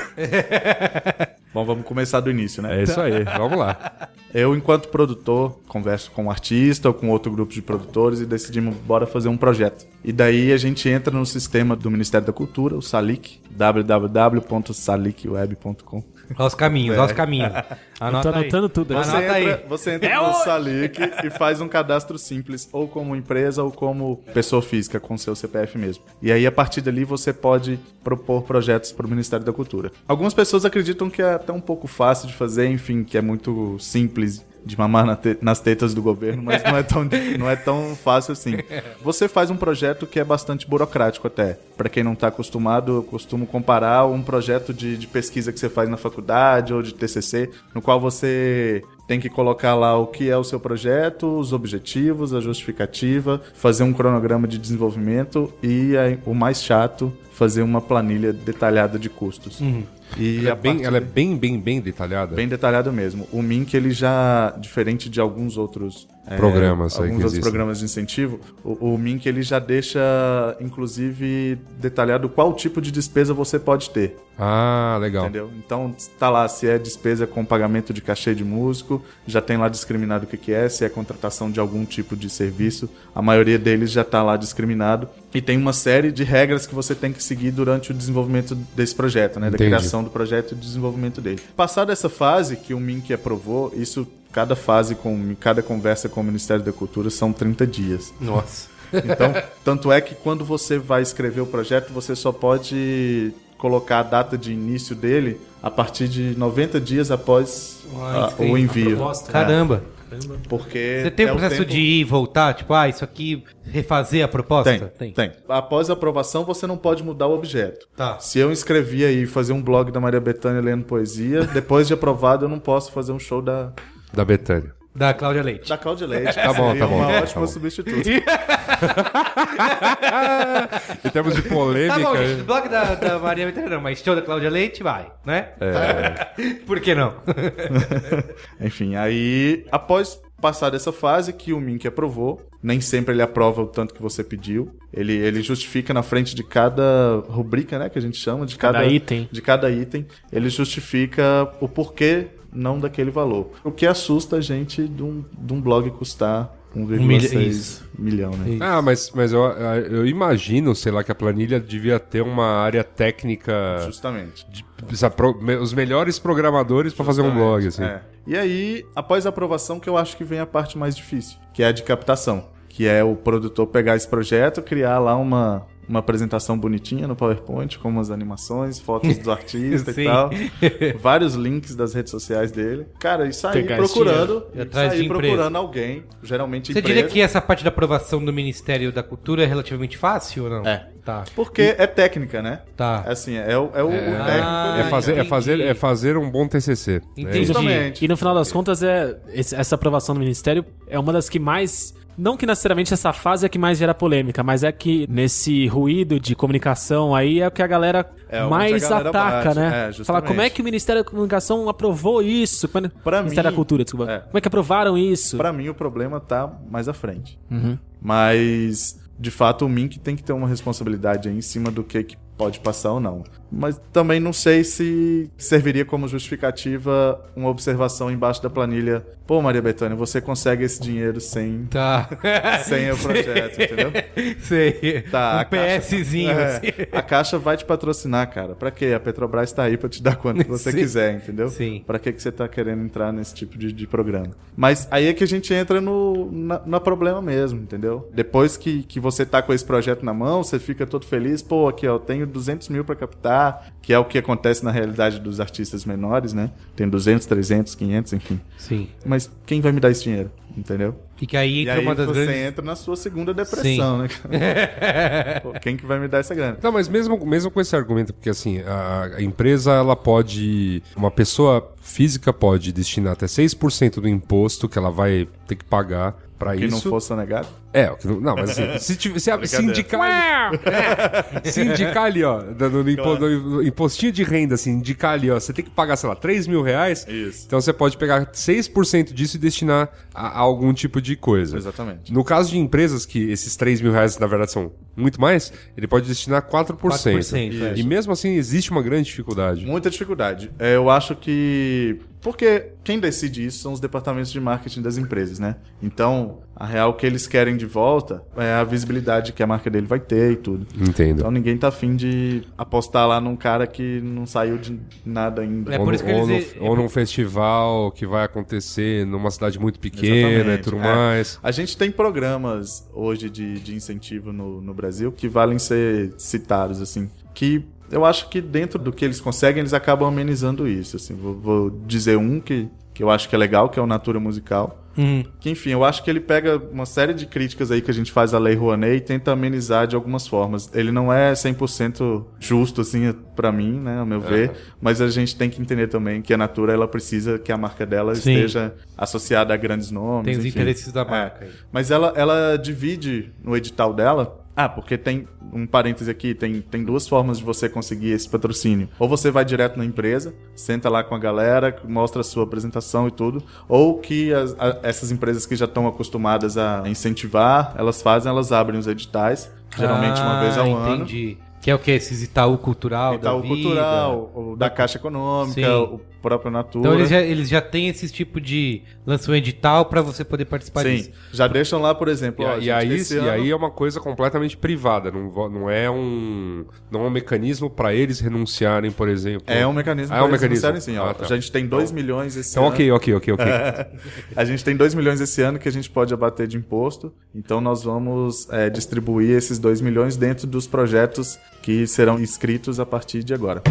Bom, vamos começar do início, né?
É isso aí, vamos lá.
Eu, enquanto produtor, converso com um artista ou com outro grupo de produtores e decidimos, bora fazer um projeto. E daí a gente entra no sistema do Ministério da Cultura, o SALIC, www.salicweb.com.
Olha os caminhos,
É.
olha os
(laughs)
caminhos. Anota
Tô anotando tudo
né?
aqui.
Anota
Você entra,
aí.
você entra no Salic e faz um cadastro simples, ou como empresa ou como pessoa física, com seu CPF mesmo. E aí, a partir dali, você pode propor projetos para o Ministério da Cultura. Algumas pessoas acreditam que é até um pouco fácil de fazer, enfim, que é muito simples de mamar na te- nas tetas do governo, mas não é, tão, não é tão fácil assim. Você faz um projeto que é bastante burocrático até. Para quem não está acostumado, eu costumo comparar um projeto de, de pesquisa que você faz na faculdade ou de TCC, no qual você tem que colocar lá o que é o seu projeto, os objetivos, a justificativa, fazer um cronograma de desenvolvimento e aí, o mais chato, fazer uma planilha detalhada de custos. E
Ela é
a
bem,
partir
ela é bem, bem, bem detalhada.
Bem detalhado mesmo. O Mink, ele já, diferente de alguns outros é,
Programas aí
alguns
que
outros
existem.
programas de incentivo, o, o Mink ele já deixa, inclusive, detalhado qual tipo de despesa você pode ter.
Ah, legal.
Entendeu? Então, tá lá se é despesa com pagamento de cachê de músico, já tem lá discriminado o que, que é, se é contratação de algum tipo de serviço, a maioria deles já tá lá discriminado. E tem uma série de regras que você tem que seguir durante o desenvolvimento desse projeto, né? Da
Entendi.
criação do projeto e do desenvolvimento dele. Passada essa fase que o Mink aprovou, isso. Cada fase, com cada conversa com o Ministério da Cultura são 30 dias.
Nossa.
Então, tanto é que quando você vai escrever o projeto, você só pode colocar a data de início dele a partir de 90 dias após ah, o envio.
Caramba.
Porque
né? Você tem
é
o processo
tempo-
de ir e voltar, tipo, ah, isso aqui, refazer a
tem,
proposta?
tem, Após a aprovação, você não pode mudar o objeto.
Tá.
Se eu inscrevi aí e fazer um blog da Maria Bethânia lendo poesia, depois de aprovado eu não posso fazer um show da,
Da Betânia.
Da Cláudia Leite.
da Cláudia Leite.
Tá bom,
Seria
tá bom,
Uma
tá bom, tá
ótima
bom.
substituta.
Em termos de
Tá
polêmica.
bom,
é.
gente, o blog da, da Maria Bethânia não, mas show da Cláudia Leite, vai, né?
É.
(laughs) Por que não?
Enfim, aí após passar dessa fase que o Mink aprovou, nem sempre ele aprova o tanto que você pediu. Ele, ele justifica na frente de cada rubrica, né, que a gente chama, de cada,
Cada item.
de cada item, ele justifica o porquê não daquele valor. O que assusta a gente de um, de um blog custar
milha-
1,6
isso.
milhão, né?
Ah, mas, mas eu, eu imagino, sei lá, que a planilha devia ter uma área técnica.
Justamente.
De, sabe, pro- me- os melhores programadores pra fazer um blog, assim.
É. E aí, após a aprovação, que eu acho que vem a parte mais difícil, que é a de captação. Que é o produtor pegar esse projeto, criar lá uma, uma apresentação bonitinha no PowerPoint, com umas animações, fotos
(laughs)
dos artistas
Sim.
e tal. Vários links das redes sociais dele. Cara, e sair
Pegar
procurando,
dinheiro. E
e
atrás de
sair
empresa.
procurando alguém, geralmente
Você
empresa.
diria que essa parte da aprovação do Ministério da Cultura é relativamente fácil ou não?
É.
Tá.
Porque é técnica, né?
Tá.
Assim, é o, é o, o
Ah,
É
técnico.
fazer, é,
entendi.
fazer, é fazer um bom TCC.
Entendi.
É isso.
Justamente.
E no final das contas, é, esse- essa aprovação do Ministério é uma das que mais. Não que necessariamente essa fase é a que mais gera polêmica, mas é que nesse ruído de comunicação aí é o que a galera
É, onde
mais
a galera
ataca,
bate. É,
né?
justamente.
Fala, como é que o Ministério da Comunicação aprovou isso? Quando-
Pra
Ministério
mim,
da Cultura, desculpa.
é.
Como é que aprovaram isso?
Pra mim, o problema tá mais à frente. Mas, de fato, o Mink tem que ter uma responsabilidade aí em cima do que, que pode passar ou não. Mas também não sei se serviria como justificativa uma observação embaixo da planilha. Pô, Maria Bethânia, você consegue esse dinheiro sem,
Tá.
(laughs) sem o projeto, entendeu?
(laughs) Sei.
Tá,
um
a caixa-
PSzinho.
É,
assim.
a Caixa vai te patrocinar, cara. Pra quê? A Petrobras tá aí pra te dar
(laughs)
quanto você
Sim.
quiser, entendeu?
Sim.
Pra que, que você tá querendo entrar nesse tipo de, de programa? Mas aí é que a gente entra no, na, na problema mesmo, entendeu? Depois que, que você tá com esse projeto na mão, você fica todo feliz. Pô, aqui, ó, eu tenho 200 mil pra captar, que é o que acontece na realidade dos artistas menores, né? Tem 200, 300, 500, enfim.
Sim.
Mas quem vai me dar esse dinheiro? Entendeu?
E que aí
e
entra
aí
uma das
você
grandes.
entra na sua segunda depressão, né?
(laughs)
cara? Pô, quem que vai me dar essa grana?
Não, mas mesmo, mesmo com esse argumento, porque assim, a, a empresa ela pode. Uma pessoa física pode destinar até 6% do imposto que ela vai ter que pagar pra
Que
isso.
não fosse negado?
É, o que não, não, mas assim, se, tive- se, a- se indicar. É, (laughs) se indicar ali, ó, no, no impo- no impostinho de renda, assim, indicar ali, ó, você tem que pagar, sei lá, 3 mil reais.
Isso.
Então você pode pegar 6% disso e destinar a, a algum tipo de coisa.
Exatamente.
No caso de empresas que esses 3 mil reais, na verdade, são muito mais, ele pode destinar 4%.
4%, é.
E mesmo assim, existe uma grande dificuldade.
Muita dificuldade. É, eu acho que. Porque quem decide isso são os departamentos de marketing das empresas, né? Então, a real que eles querem de volta é a visibilidade que a marca dele vai ter e tudo.
Entendo.
Então ninguém tá afim de apostar lá num cara que não saiu de nada ainda.
É
ou,
por
no-
isso que
ou
eles-
no- ou num festival que vai acontecer numa cidade muito pequena e
Exatamente,
tudo
é.
mais.
A gente tem programas hoje de, de incentivo no, no Brasil que valem ser citados, assim, que eu acho que dentro do que eles conseguem, eles acabam amenizando isso, assim. Vou, vou dizer um que, que eu acho que é legal, que é o Natura Musical.
Hum.
Que, enfim, eu acho que ele pega uma série de críticas aí que a gente faz à Lei Rouanet e tenta amenizar de algumas formas. Ele não é 100% justo, assim, pra mim, né, ao meu ver, mas a gente tem que entender também que a Natura, ela precisa que a marca dela
Sim.
esteja associada a grandes nomes.
Tem os
enfim.
interesses da
É.
marca. aí.
Mas ela, ela divide no edital dela. Ah, porque tem um parêntese aqui, tem, tem duas formas de você conseguir esse patrocínio. Ou você vai direto na empresa, senta lá com a galera, mostra a sua apresentação e tudo. Ou que as- a- essas empresas que já estão acostumadas a incentivar, elas fazem, elas abrem os editais, geralmente uma
Ah,
vez ao ano.
entendi. Que é o que? Esses Itaú Cultural
Edital
da vida.
cultural, o da Caixa Econômica,
Sim.
o próprio Natura.
Então eles já, eles já têm esse tipo de... Lançam um edital pra você poder participar
Sim,
disso.
já deixam lá, por exemplo.
E,
ó,
a- e
gente,
aí,
esse
e
ano-
aí é uma coisa completamente privada, não, vo- não é um não é um mecanismo pra eles renunciarem, por exemplo.
É um mecanismo
Ah, é um
pra eles
mecanismo.
anunciarem, sim, ó.
Ah, tá.
A gente tem 2 milhões esse
Então,
ano.
ok, ok, ok, ok.
a gente tem 2 milhões esse ano que a gente pode abater de imposto. Então nós vamos é, distribuir esses 2 milhões dentro dos projetos que serão inscritos a partir de agora.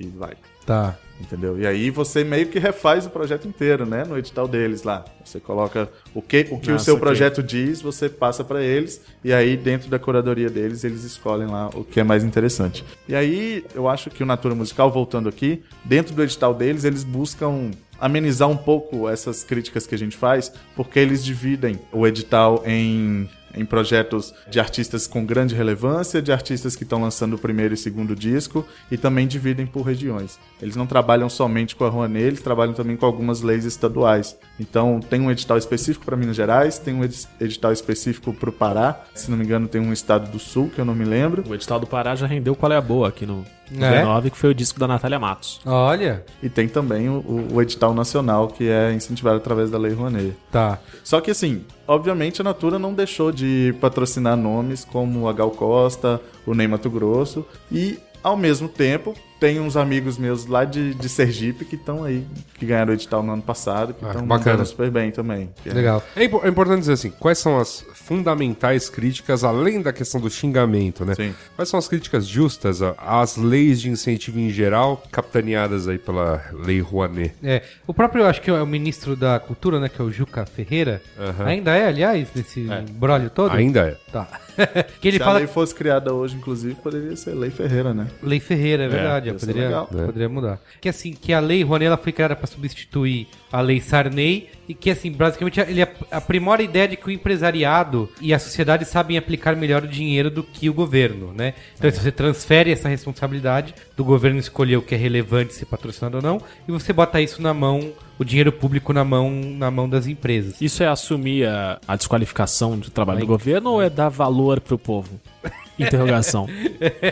E vai.
Tá.
Entendeu? E aí você meio que refaz o projeto inteiro, né? No edital deles lá. Você coloca o que o, que o
Nossa,
seu
ok.
projeto diz, você passa pra eles, e aí dentro da curadoria deles, eles escolhem lá o que é mais interessante. E aí eu acho que o Natura Musical, voltando aqui, dentro do edital deles, eles buscam amenizar um pouco essas críticas que a gente faz, porque eles dividem o edital em em projetos de artistas com grande relevância, de artistas que estão lançando o primeiro e segundo disco, e também dividem por regiões. Eles não trabalham somente com a Rouanet, eles trabalham também com algumas leis estaduais. Então, tem um edital específico para Minas Gerais, tem um edi- edital específico para o Pará, se não me engano, tem um estado do Sul, que eu não me lembro.
O edital do Pará já rendeu Qual é a Boa aqui no no
É?
19, que foi o disco da Natália Matos.
Olha.
E tem também o, o- o edital nacional, que é incentivado através da Lei Rouanet.
Tá.
Só que assim, obviamente a Natura não deixou de patrocinar nomes como a Gal Costa, o Ney Mato Grosso e ao mesmo tempo Tem uns amigos meus lá de, de Sergipe que estão aí, que ganharam o edital no ano passado, que
Ah,
estão
bacana.
mandando super bem também. Que é-
Legal.
É, impo- é importante dizer assim, quais são as fundamentais críticas, além da questão do xingamento, né?
Sim.
Quais são as críticas justas a- às leis de incentivo em geral, capitaneadas aí pela Lei Rouanet?
É, o próprio, acho que é o ministro da Cultura, né, que é o Juca Ferreira. Ainda é, aliás, nesse brolho todo?
Ainda é.
Tá. (laughs) que ele
Se
fala
a lei fosse criada hoje, inclusive, poderia ser Lei Ferreira, né?
Lei Ferreira, é verdade.
ia ser
poderia,
legal.
É. poderia mudar. Que assim, que a Lei Rouanet ela foi criada para substituir a Lei Sarney e que assim, basicamente ele ap- aprimora a ideia de que o empresariado e a sociedade sabem aplicar melhor o dinheiro do que o governo, né? Então se você transfere essa responsabilidade do governo escolher o que é relevante ser patrocinado ou não e você bota isso na mão, o dinheiro público na mão, na mão das empresas.
Isso é assumir a, a desqualificação do trabalho do governo ou é dar valor pro povo?
(laughs)
Interrogação.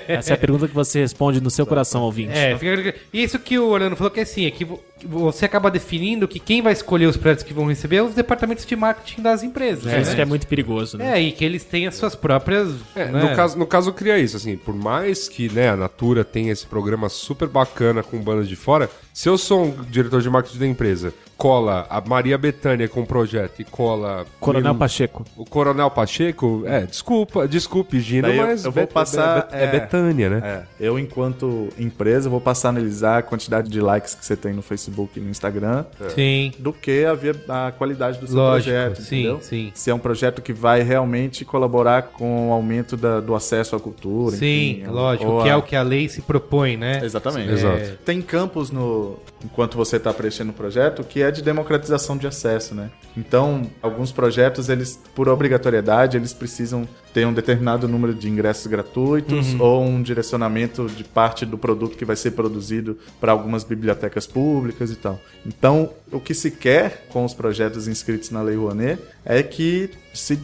Essa é a pergunta que você responde no seu coração, ouvinte.
É, fica- isso que o Orlando falou que é assim, é que vo- que você acaba definindo que quem vai escolher os projetos que vão receber é os departamentos de marketing das empresas.
É,
né?
Isso que é muito perigoso, né?
É, e que eles têm as suas próprias.
É,
né?
no, caso, no caso cria isso, assim, por mais que né, a Natura tenha esse programa super bacana com bandas de fora, se eu sou um diretor de marketing da empresa, cola a Maria Bethânia com o projeto e cola
Coronel
Pacheco.
Pacheco.
o Coronel Pacheco, é, desculpa, desculpe, Gino,
Daí eu-
mas
eu vou passar,
é, é,
é.
Betânia, né?
É, eu, enquanto empresa, vou passar a analisar a quantidade de likes que você tem no Facebook e no Instagram
Sim.
do que a, via- a qualidade do seu
Lógico,
projeto.
sim,
entendeu?
sim.
Se é um projeto que vai realmente colaborar com o aumento da- do acesso à cultura.
Sim,
enfim, um
lógico,
ou
que
a-
é o que a lei se propõe, né?
Exatamente.
Exato.
É. Tem campos no enquanto você está preenchendo o projeto que é de democratização de acesso, né? Então, alguns projetos eles por obrigatoriedade, eles precisam ter um determinado número de ingressos gratuitos ou um direcionamento de parte do produto que vai ser produzido para algumas bibliotecas públicas e tal. Então, o que se quer com os projetos inscritos na Lei Rouanet é que se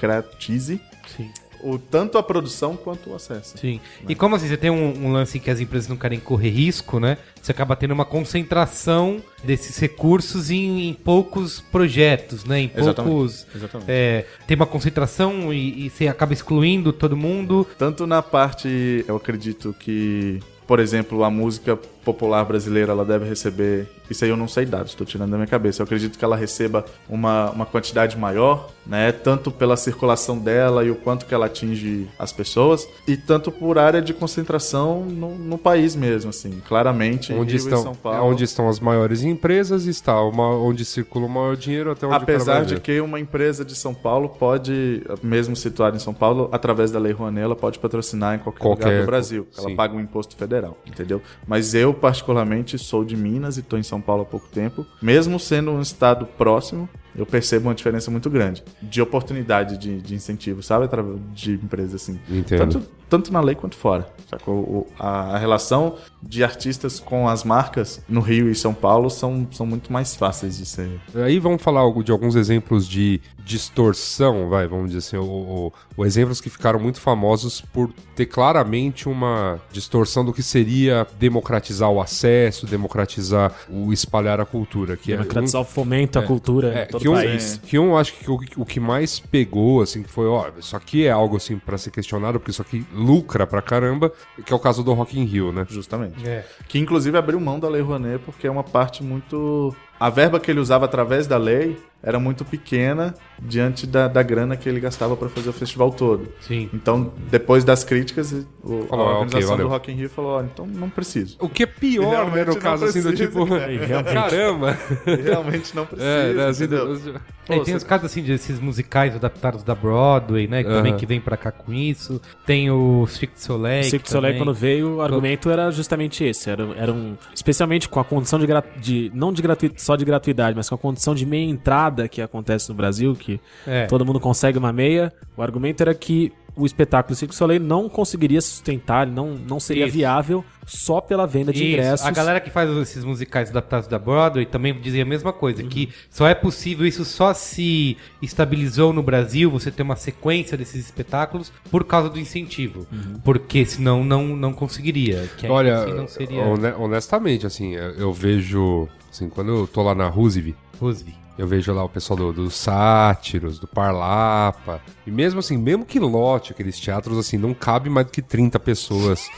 democratize
Sim.
o tanto a produção quanto o acesso.
Sim. E como assim, você tem um, um lance em que as empresas não querem correr risco, né? Você acaba tendo uma concentração desses recursos em, em poucos projetos, né? Em
Exatamente,
poucos.
exatamente.
é, tem uma concentração e, e você acaba excluindo todo mundo.
Tanto na parte, eu acredito que, por exemplo, a música popular brasileira, ela deve receber. Isso aí eu não sei dados, estou tirando da minha cabeça. Eu acredito que ela receba uma, uma quantidade maior, né? Tanto pela circulação dela e o quanto que ela atinge as pessoas, e tanto por área de concentração no, no país mesmo, assim. Claramente, Rio
Onde
e
estão,
São
é
Paulo.
onde estão as maiores empresas, está uma, onde circula o maior dinheiro até onde o cara
Apesar
vai
de
ver.
que uma empresa de São Paulo pode, mesmo situada em São Paulo, através da Lei Rouanet, ela pode patrocinar em qualquer, lugar
Qualquer-
do Brasil. Ela
sim.
paga um imposto federal, entendeu? Mas eu, particularmente, sou de Minas e estou em São Paulo há pouco tempo. Mesmo sendo um estado próximo, eu percebo uma diferença muito grande de oportunidade de, de incentivo, sabe? Através de empresa assim.
Entendo.
Tanto, tanto na lei quanto fora. Sacou? O- a, a relação de artistas com as marcas no Rio e São Paulo são, são muito mais fáceis de ser
Aí vamos falar algo de alguns exemplos de distorção, vai, vamos dizer assim, ou, exemplos que ficaram muito famosos por ter claramente uma distorção do que seria democratizar o acesso, democratizar o espalhar a cultura, que é um-
Democratizar o fomento à cultura
É,
em todo
que
o
um,
país.
que um acho que o, o que mais pegou, assim, que foi, ó, isso aqui é algo, assim, pra ser questionado, porque isso aqui lucra pra caramba, que é o caso do Rock in Rio, né?
Justamente.
É.
Que inclusive abriu mão da Lei Rouanet, porque é uma parte muito. A verba que ele usava através da lei era muito pequena diante da, da grana que ele gastava para fazer o festival todo.
Sim.
Então, depois das críticas, o,
Falou,
a
"Ah, ok,
organização
valeu."
do Rock in Rio falou: ó, então não preciso.
O que é pior, né,
Realmente
no
não
caso, assim, do
precisa,
tipo,
é um
caramba.
(laughs) Realmente não precisa.
É, né, assim,
entendeu?
do-
É, tem os casos assim desses musicais adaptados da Broadway, né? Que Também
Aham.
que vem pra cá com isso. Tem o Cirque du Soleil.
O Cirque
que
du Soleil,
também-
quando veio, o argumento era justamente esse. Era, era um, especialmente com a condição de, gra- de- não de gratu, só de gratuidade, mas com a condição de meia entrada que acontece no Brasil, que
É.
todo mundo consegue uma meia. O argumento era que o espetáculo do Cirque du Soleil não conseguiria se sustentar, ele não, não seria
Isso.
viável só pela venda de
Isso,
ingressos.
A galera que faz esses musicais adaptados da Broadway também dizia a mesma coisa, que só é possível, isso só se estabilizou no Brasil, você ter uma sequência desses espetáculos por causa do incentivo. Porque senão não, não conseguiria. que ainda
Olha,
assim não seria
hone- honestamente, assim, eu eu vejo, assim, quando eu tô lá na Roosevelt,
Roosevelt.
Eu vejo lá o pessoal do, do Sátiros, do Parlapa. E mesmo assim, mesmo que lote aqueles teatros, assim, não cabe mais do que 30 pessoas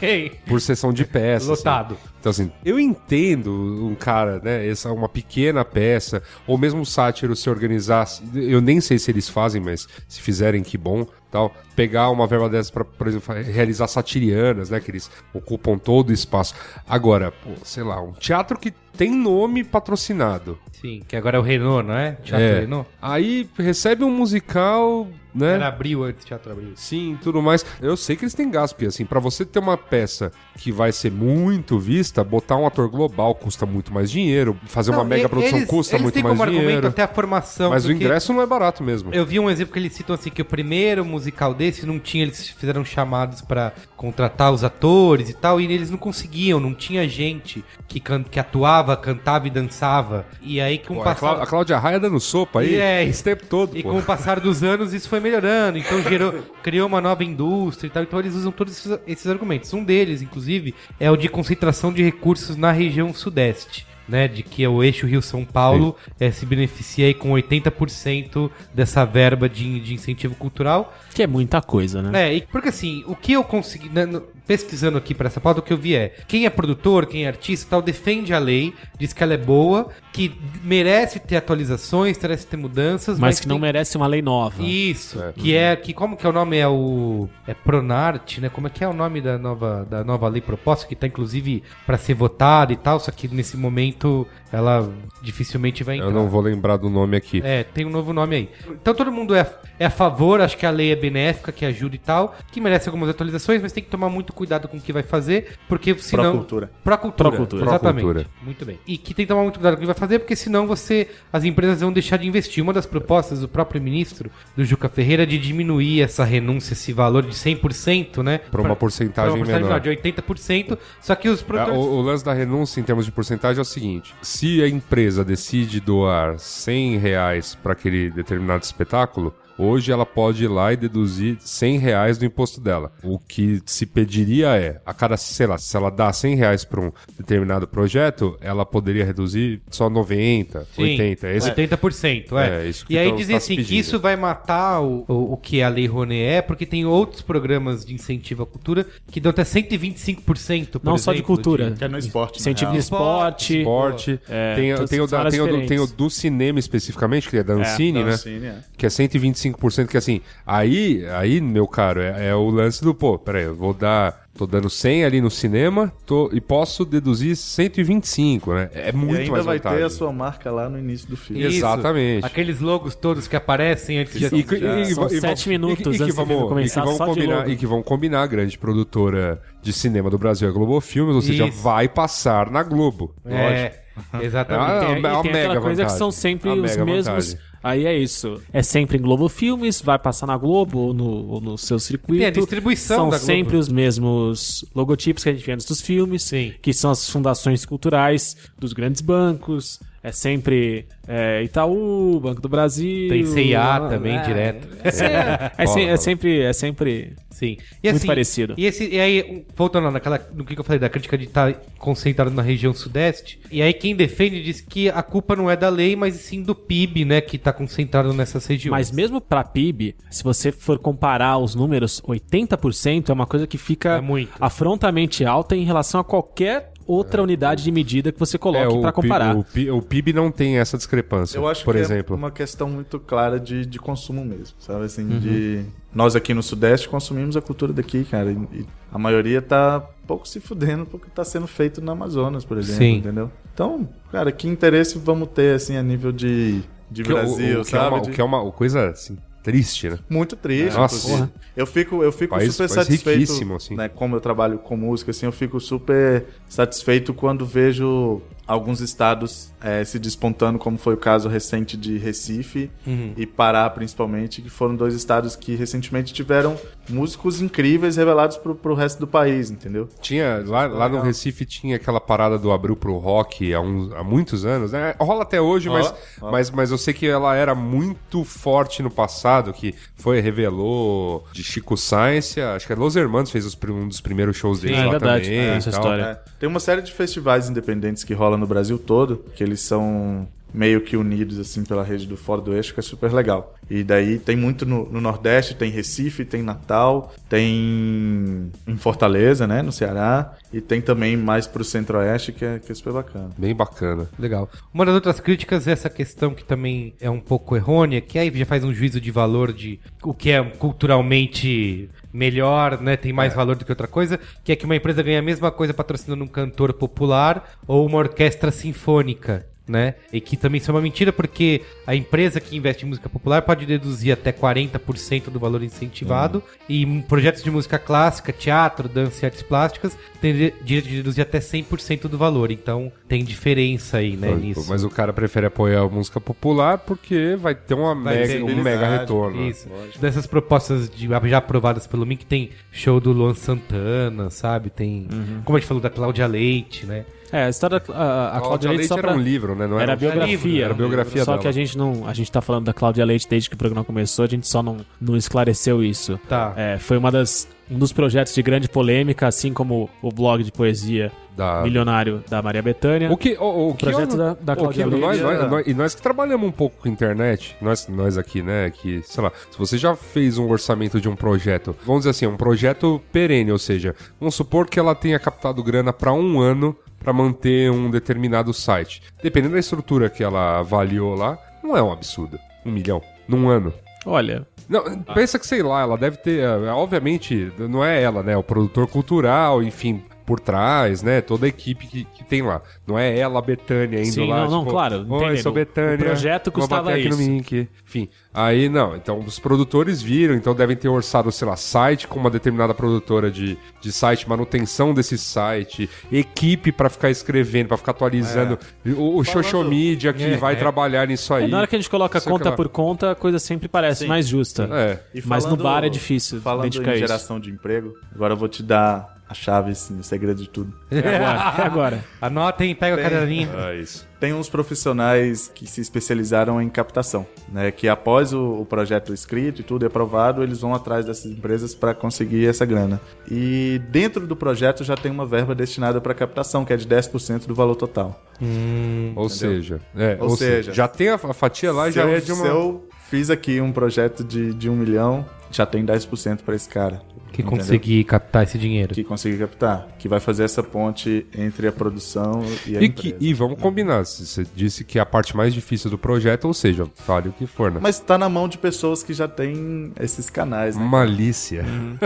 por sessão de peça. assim.
Lotado.
Então, assim, eu entendo um cara, né? Essa, uma pequena peça, ou mesmo o sátiro se organizar. Eu nem sei se eles fazem, mas se fizerem, que bom. Tal, pegar uma verba dessa pra, por exemplo, realizar satirianas, né? Que eles ocupam todo o espaço. Agora, pô, sei lá, um teatro que tem nome patrocinado.
Sim, que agora é o Renault, não é? Teatro
É.
Renault?
Aí recebe um musical, né?
Era abril antes, teatro abril.
Sim, tudo mais. Eu sei que eles têm gasto, porque assim, pra você ter uma peça que vai ser muito vista, botar um ator global custa muito mais dinheiro, fazer uma
Não,
mega
e-
produção
eles-
custa
eles
muito
têm
mais
como argumento
dinheiro.
até a formação.
Mas o
porque
ingresso não é barato mesmo.
Eu vi um exemplo que eles citam assim, que o primeiro musical desse não tinha, eles fizeram chamados pra contratar os atores e tal, e eles não conseguiam, não tinha gente que, can- que atuava, cantava e dançava. E aí com o
Pô, é a,
passar...
Clá a Cláudia Raia dando sopa aí
E é,
esse tempo todo,
E
pô.
com o passar dos anos isso foi melhorando, então
(laughs)
gerou, criou uma nova indústria e tal. Então eles usam todos esses, esses argumentos. Um deles, inclusive, é o de concentração de recursos na região sudeste. Né, de que o eixo Rio-São Paulo eh, se beneficia aí com 80% dessa verba de, de incentivo cultural.
Que é muita coisa, né?
É, e porque assim, o que eu consegui. né, no- pesquisando aqui pra essa pauta, o que eu vi é: quem é produtor, quem é artista e tal, defende a lei, diz que ela é boa, que merece ter atualizações, merece ter mudanças,
Mas que não
tem-
merece uma lei nova.
isso, que é que como que é o nome é o é Pronart, né? Como é que é o nome da nova da nova lei proposta que tá inclusive pra ser votada e tal, só que nesse momento ela dificilmente vai entrar.
Eu não vou lembrar do nome aqui.
É, tem um novo nome aí. Então todo mundo é, é a favor, acho que a lei é benéfica, que ajuda e tal, que merece algumas atualizações, mas tem que tomar muito cuidado com o que vai fazer, porque senão.
cultura.
Pra cultura.
Pra cultura.
Exatamente.
Pra cultura.
Muito bem. E que tem que tomar muito cuidado com o que vai fazer, porque senão você. As empresas vão deixar de investir. Uma das propostas do próprio ministro, do Juca Ferreira, é de diminuir essa renúncia, esse valor de 100%, né?
Pra uma
pra
porcentagem
uma
menor.
menor, de 80%. Só que os
Ah,
produtores.
O, o lance da renúncia em termos de porcentagem é o seguinte: se a empresa decide doar 100 reais para aquele determinado espetáculo, hoje ela pode ir lá e deduzir 100 reais do imposto dela. O que se pediria é, a cada, sei lá, se ela dá 100 reais para um determinado projeto, ela poderia reduzir só 90,
Sim, É.
80. Esse,
80%, é.
É, isso que
e aí
tão-
dizem
tá se
assim, que
pedindo.
isso vai matar o, o, o que a Lei Rouanet é, porque tem outros programas de incentivo à cultura que dão até 125%, por
não só de
exemplo,
cultura.
Que é no esporte, né?
Incentivo de esporte.
Esporte,
É,
tem,
todas
tem o da-
áreas
tem o do,
diferentes.
tem o do cinema especificamente, que é da Ancine, né?
Ancine, é.
que é 125%, que assim, aí, aí meu caro, é, é o lance do, pô, peraí, eu vou dar, tô dando 100 ali no cinema tô, e posso deduzir 125, né? É
E
muito
ainda
mais
vai
vantagem.
ter a sua marca lá no início do filme.
Isso.
Exatamente.
Aqueles logos todos que aparecem antes de...
E, que- e- e-
São
e- e-
sete
e-
minutos
e,
antes
que
do
vamos-
filme começar,
e que vão
só de
combinar
logo.
e que vão combinar a grande produtora de cinema do Brasil é Globo Filmes, ou seja,
Isso.
vai passar na Globo. Lógico.
É,
Ah,
exatamente.
é
Tem,
uma-
e
uma
tem
mega
aquela coisa
vantagem.
que
é
são sempre
Uma
os
mega
mesmos.
vantagem.
Aí é isso. É sempre em Globo Filmes, vai passar na Globo ou no, ou no seu circuito.
Tem a distribuição
São
da Globo.
sempre os mesmos logotipos que a gente vê antes dos filmes,
Sim.
que são as fundações culturais dos grandes bancos. É sempre é, Itaú, Banco do Brasil.
Tem C&A
é,
também, direto.
É, se- é, se- é sempre. É sempre
Sim. E assim,
Muito parecido.
E, esse, e aí, um, voltando naquela, no que eu falei, da crítica de estar concentrado na região sudeste, e aí quem defende diz que a culpa não é da lei, mas sim do PIB, né, que tá concentrado nessas regiões.
Mas mesmo pra PIB, se você for comparar os números, 80% é uma coisa que fica
É muito.
afrontamente alta em relação a qualquer outra unidade de medida que você
É,
coloque
o
pra comparar.
Pi- o, Pi- o PIB não tem essa discrepância,
Eu acho
por
que
exemplo.
é uma questão muito clara de, de consumo mesmo, sabe? Assim,
Uhum.
de... Nós aqui no Sudeste consumimos a cultura daqui, cara. E, e a maioria tá pouco se fudendo porque tá sendo feito no Amazonas, por exemplo,
Sim.
entendeu? Então, cara, que interesse vamos ter, assim, a nível de, de
Que é o-
Brasil,
o que é
sabe?
uma-
De-
o que é uma coisa assim, triste, né?
Muito triste.
Nossa.
inclusive.
Porra.
Eu fico, eu fico
País-
super
país
satisfeito.
riquíssimo, assim.
né, como eu trabalho com música, assim, eu fico super satisfeito quando vejo alguns estados eh, se despontando, como foi o caso recente de Recife
Uhum.
e Pará, principalmente, que foram dois estados que recentemente tiveram músicos incríveis revelados pro, pro resto do país, entendeu?
Tinha,
é
lá, lá no Recife tinha aquela parada do abril pro rock há, uns- há muitos anos, né? Rola até hoje, mas, Mas, mas eu sei que ela era muito forte no passado, que foi, revelou de Chico Science, acho que é Los Hermanos fez os prim- um dos primeiros shows deles
é
lá
verdade,
também.
tem
e
essa
tal.
história.
É. Tem uma série de festivais independentes que rola no Brasil todo, que eles são meio que unidos assim pela rede do Fora do Eixo, que é super legal. E daí tem muito no, no Nordeste, tem Recife, tem Natal, tem em Fortaleza, né, no Ceará, e tem também mais pro Centro-Oeste, que é, que é super bacana.
Bem bacana.
Legal. Uma das outras críticas é essa questão que também é um pouco errônea, que aí já faz um juízo de valor de o que é culturalmente melhor, né? Tem mais valor do que outra coisa, que é que uma empresa ganha a mesma coisa patrocinando um cantor popular ou uma orquestra sinfônica. Né? E que também isso é uma mentira, porque a empresa que investe em música popular pode deduzir até 40% do valor incentivado,
Hum.
e em projetos de música clássica, teatro, dança e artes plásticas tem dire- direito de deduzir até 100% do valor. Então tem diferença aí,
É
né, nisso.
Mas o cara prefere apoiar a música popular porque vai ter uma
Vai
mega-
ter
um mega
visibilidade,
retorno.
Isso. Dessas propostas de- já aprovadas pelo MIC, tem show do Luan Santana, sabe? Tem. Como a gente falou da Cláudia Leite, né?
É, a história da a, a
A
Cláudia Leite só
era
pra...
um livro, né? Não
Era
era,
a
um-
biografia.
Era a biografia
Só
dela.
que a gente não. A gente tá falando da Cláudia Leite desde que o programa começou, a gente só não, não esclareceu isso.
Tá.
É, foi uma das, um dos projetos de grande polêmica, assim como o blog de poesia
Da-
Milionário da Maria Bethânia.
O que, o, o que
Projeto
eu-
da- da
o
Cláudia
que
Leite.
nós, nós- nós- E nós que trabalhamos um pouco com internet, nós, nós aqui, né? Que, sei lá, se você já fez um orçamento de um projeto, vamos dizer assim, um projeto perene, ou seja, vamos supor que ela tenha captado grana para um ano para manter um determinado site. Dependendo da estrutura que ela avaliou lá, não é um absurdo. Um milhão. Num ano.
Olha,
Não, pensa que, sei lá, ela deve ter. eh, Obviamente, não é ela, né? O produtor cultural, enfim, por trás, né? Toda a equipe que, que tem lá. Não é ela, a Betânia, indo
Sim,
lá. tipo,
não, não, claro,
Oi,
entenderam.
sou Betânia.
O projeto
vou
custava
bater aqui
isso."
No Mink. Enfim. Aí, não. Então, os produtores viram, então devem ter orçado, sei lá, site com uma determinada produtora de, de site, manutenção desse site, equipe pra ficar escrevendo, pra ficar atualizando. O, o social media que vai trabalhar nisso aí.
É, na hora que a gente coloca
sei o que
conta
lá.
por conta, a coisa sempre parece mais justa.
É.
E
Mas no
falando-
bar é difícil
Falando
identificar
em
isso.
geração de emprego, agora eu vou te dar a chave, assim, o segredo de tudo.
É agora. É
(laughs)
agora.
Anotem, pega a caderninha.
É isso.
Tem uns profissionais que se especializaram em captação, né? Que após o, o projeto escrito e tudo e aprovado, eles vão atrás dessas empresas para conseguir essa grana. E dentro do projeto já tem uma verba destinada para captação, que é de 10% do valor total.
Ou seja, é,
Ou
ou seja,
seja,
já tem a a fatia lá, já
Se eu-
é de uma.
Se eu fiz aqui um projeto de, de um milhão, já tem 10% para esse cara.
Que
Entendeu?
consegui captar esse dinheiro.
Que conseguir captar. Que vai fazer essa ponte entre a produção e a
E, que,
empresa.
e vamos combinar, se você disse que é a parte mais difícil do projeto, ou seja, fale o que for, né?
Mas tá na mão de pessoas que já têm esses canais, né?
Malícia. Uhum.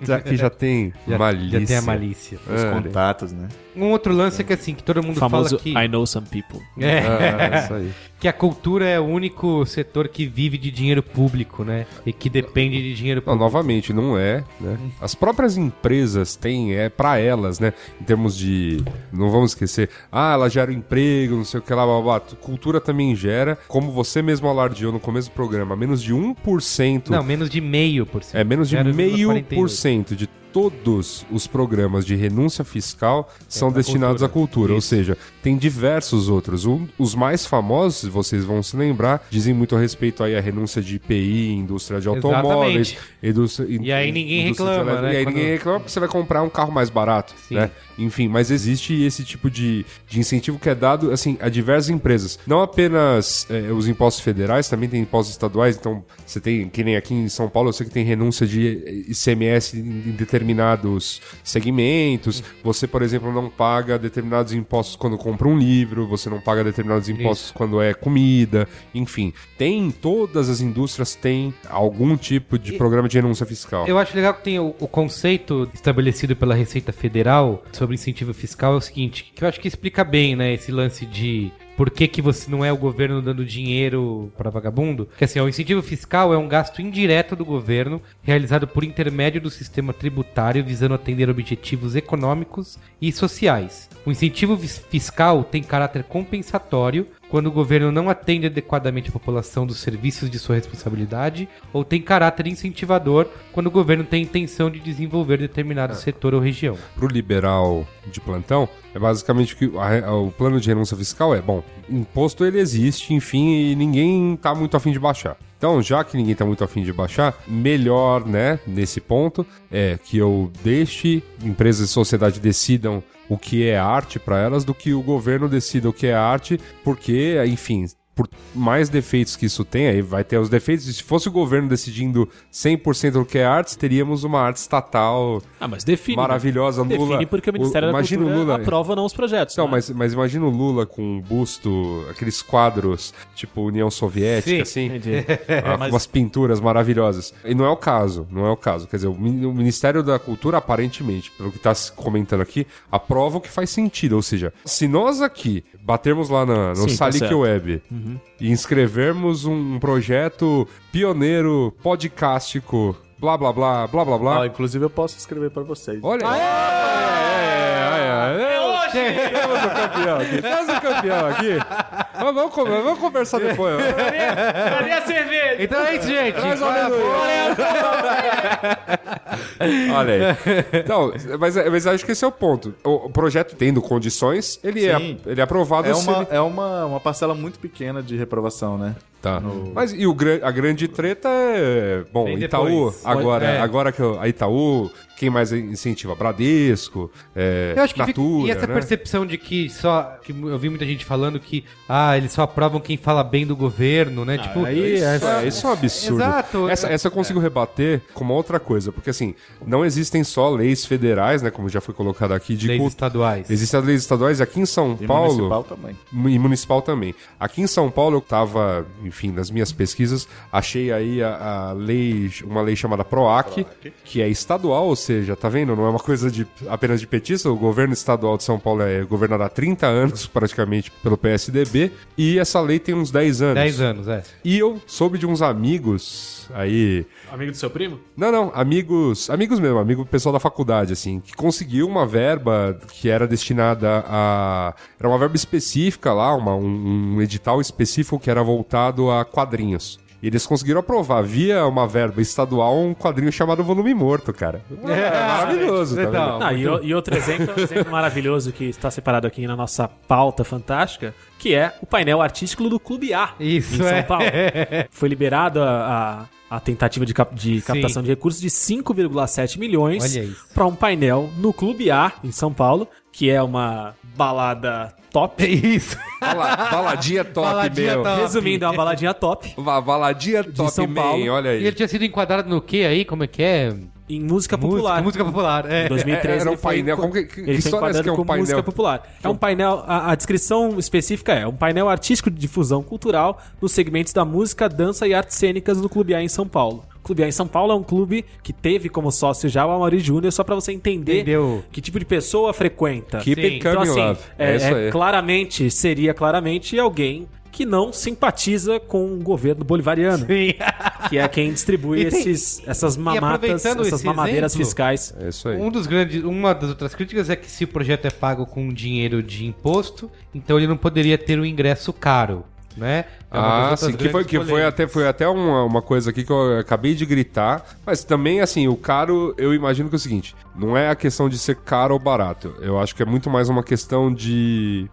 (laughs) Já que já tem malícia. É.
Já tem a malícia.
Os contatos, né?
Um outro lance é que assim, que todo mundo
O famoso
fala que.
I know some people.
É,
É, isso aí.
que a cultura é o único setor que vive de dinheiro público, né? E que depende de dinheiro
Não,
público.
novamente, não é, né? As próprias empresas têm, é pra elas, né? Em termos de. Não vamos esquecer. Ah, ela gera emprego, não sei o que lá, blá, blá. blá. Cultura também gera. Como você mesmo alardeou no começo do programa, menos de 1%
Não, menos de meio por cento.
É menos de
0,48.
0,48% de todos os programas de renúncia fiscal são
pra
destinados à cultura, ou
É Isso.
seja, tem diversos outros. Um- os mais famosos, vocês vão se lembrar, dizem muito a respeito aí a renúncia de IPI, indústria de automóveis,
Exatamente.
indústria,
E aí ninguém
indústria de
reclama,
elétrica.
né,
E aí
quando-
ninguém reclama porque você vai comprar um carro mais barato,
Sim.
né? Enfim, mas existe esse tipo de, de incentivo que é dado assim a diversas empresas. Não apenas eh, os impostos federais, também tem impostos estaduais. Então, você tem, que nem aqui em São Paulo, eu sei que tem renúncia de eh, ICMS em em determinados segmentos. Você, por exemplo, não paga determinados impostos quando compra um livro, você não paga determinados impostos quando é comida. Enfim, tem, todas as indústrias têm algum tipo de programa de renúncia fiscal.
Eu acho legal que tem o, o conceito estabelecido pela Receita Federal sobre incentivo fiscal é o seguinte, que eu acho que explica bem, né, esse lance de por que, que você não é o governo dando dinheiro para vagabundo? Que assim, ó, o incentivo fiscal é um gasto indireto do governo realizado por intermédio do sistema tributário visando atender objetivos econômicos e sociais. O incentivo vis- fiscal tem caráter compensatório quando o governo não atende adequadamente a população dos serviços de sua responsabilidade ou tem caráter incentivador quando o governo tem intenção de desenvolver
Ah.
determinado setor ou região.
pro liberal de plantão, é basicamente que o- a- o plano de renúncia fiscal é, bom, imposto ele existe, enfim, e ninguém tá muito afim de baixar. Então, já que ninguém tá muito afim de baixar, melhor, né, nesse ponto, é que eu deixe empresas e sociedade decidam o que é arte para elas do que o governo decida o que é arte, porque, enfim, por mais defeitos que isso tenha, aí vai ter os defeitos. E se fosse o governo decidindo 100% do que é arte, teríamos uma arte estatal
Ah, mas define. né?
maravilhosa.
Define
Lula,
porque o Ministério da
imagina o
Cultura
Lula-
aprova ou não os projetos.
então,
né?
mas, mas imagina o Lula com um busto, aqueles quadros, tipo União Soviética,
(laughs)
assim.
(laughs) É
É,
Ah, com umas pinturas maravilhosas. E não é o caso, não é o caso. Quer dizer, o Min- o Ministério da Cultura, aparentemente, pelo que está se comentando aqui, aprova o que faz sentido. Ou seja, se nós aqui batermos lá na, no
Sim, tá
Salic
certo. Uhum.
Web e inscrevermos um projeto pioneiro, podcástico, blá blá blá, blá blá blá.
Ó, inclusive eu posso escrever pra vocês.
Olha aí. É hoje! Temos o campeão aqui. Temos o campeão aqui. Mas vamos, con- vamos conversar depois.
Cadê a cerveja?
Então é isso, gente.
Traz o aleluia. Olha aí. Então, mas, mas acho que esse é o ponto. O o projeto tendo condições, ele, é,
Sim.
ele é aprovado
É,
se
uma,
ele-
é uma, uma parcela muito pequena de reprovação, né?
Tá. Mas e o, gran- a grande treta é. Bom,
Vem
Itaú,
depois.
agora,
É.
agora que eu- a Itaú, quem mais incentiva? Bradesco, é,
Eu acho que fica-
Natura.
e essa
né?
percepção de que só que eu vi muita gente falando que ah, eles só aprovam quem fala bem do governo, né? tipo,
Aí,
é,
essa- isso é um absurdo.
Exato.
Essa, essa eu consigo rebater com uma outra coisa, porque assim, não existem só leis federais, né, como já foi colocado aqui, de
leis
cultura.
estaduais.
Existem as leis estaduais aqui em São
E
Paulo
municipal também.
e municipal também. Aqui em São Paulo eu tava, enfim, nas minhas pesquisas, achei aí a, a lei, uma lei chamada PROAC, que é estadual, ou seja, tá vendo? Não é uma coisa de apenas de petista, o governo estadual de São Paulo é governado há 30 anos, praticamente, pelo PSDB, e essa lei tem uns 10 anos.
10 anos, é.
E eu soube de uns amigos aí
Amigo do seu primo?
não, não, amigos, amigos mesmo, amigo pessoal da faculdade, assim, que conseguiu uma verba que era destinada a. Era uma verba específica lá, uma- um, um edital específico que era voltado a quadrinhos. E eles conseguiram aprovar via uma verba estadual um quadrinho chamado Volume Morto, cara. É, maravilhoso, tá
legal.
vendo?
Não, e, o- e outro exemplo, um exemplo maravilhoso que está separado aqui na nossa pauta fantástica, que é o painel artístico do Clube A
Isso,
em São
é. (laughs)
Paulo. Foi liberada a, a tentativa de, cap- de captação de recursos de 5,7 milhões
Olha isso.
para um painel no Clube A em São Paulo, que é uma balada
(laughs)
top.
Isso.
Bala- baladinha top,
Baladinha
meu.
top.
Resumindo, é uma baladinha top
Va- Baladinha top,
São
man,
Paulo.
olha
E
aí.
ele tinha sido enquadrado no quê aí? Como é que é?
em música
Música,
popular.
música popular, é.
Em 2013
Era um
ele foi
painel,
enqu-
como que- que
ele foi
história é essa que é um
enquadrado como música
painel?
popular. É um painel, a, a descrição específica é um painel artístico de difusão cultural nos segmentos da música, dança e artes cênicas no Clube A em São Paulo. O Clube A em São Paulo é um clube que teve como sócio já o Amaury Júnior, só pra você entender
Entendeu?
que tipo de pessoa frequenta.
Keep it
Então,
coming,
assim,
love. É
é,
isso
é
aí.
claramente, seria claramente alguém que não simpatiza com o governo bolivariano,
Sim. (laughs)
que é quem
(laughs)
distribui
E tem-
esses, essas mamatas,
aproveitando
essas
esse
mamadeiras
exemplo,
fiscais.
É isso aí.
Um dos grandes, uma das outras críticas é que se o projeto é pago com dinheiro de imposto, então ele não poderia ter um ingresso caro, né? É uma das
Ah,
outras
sim, que foi,
grandes
que foi
polêmicas.
até, foi até uma, uma coisa aqui que eu acabei de gritar. Mas também, assim, o caro, eu imagino que é o seguinte: não é a questão de ser caro ou barato. Eu acho que é muito mais uma questão de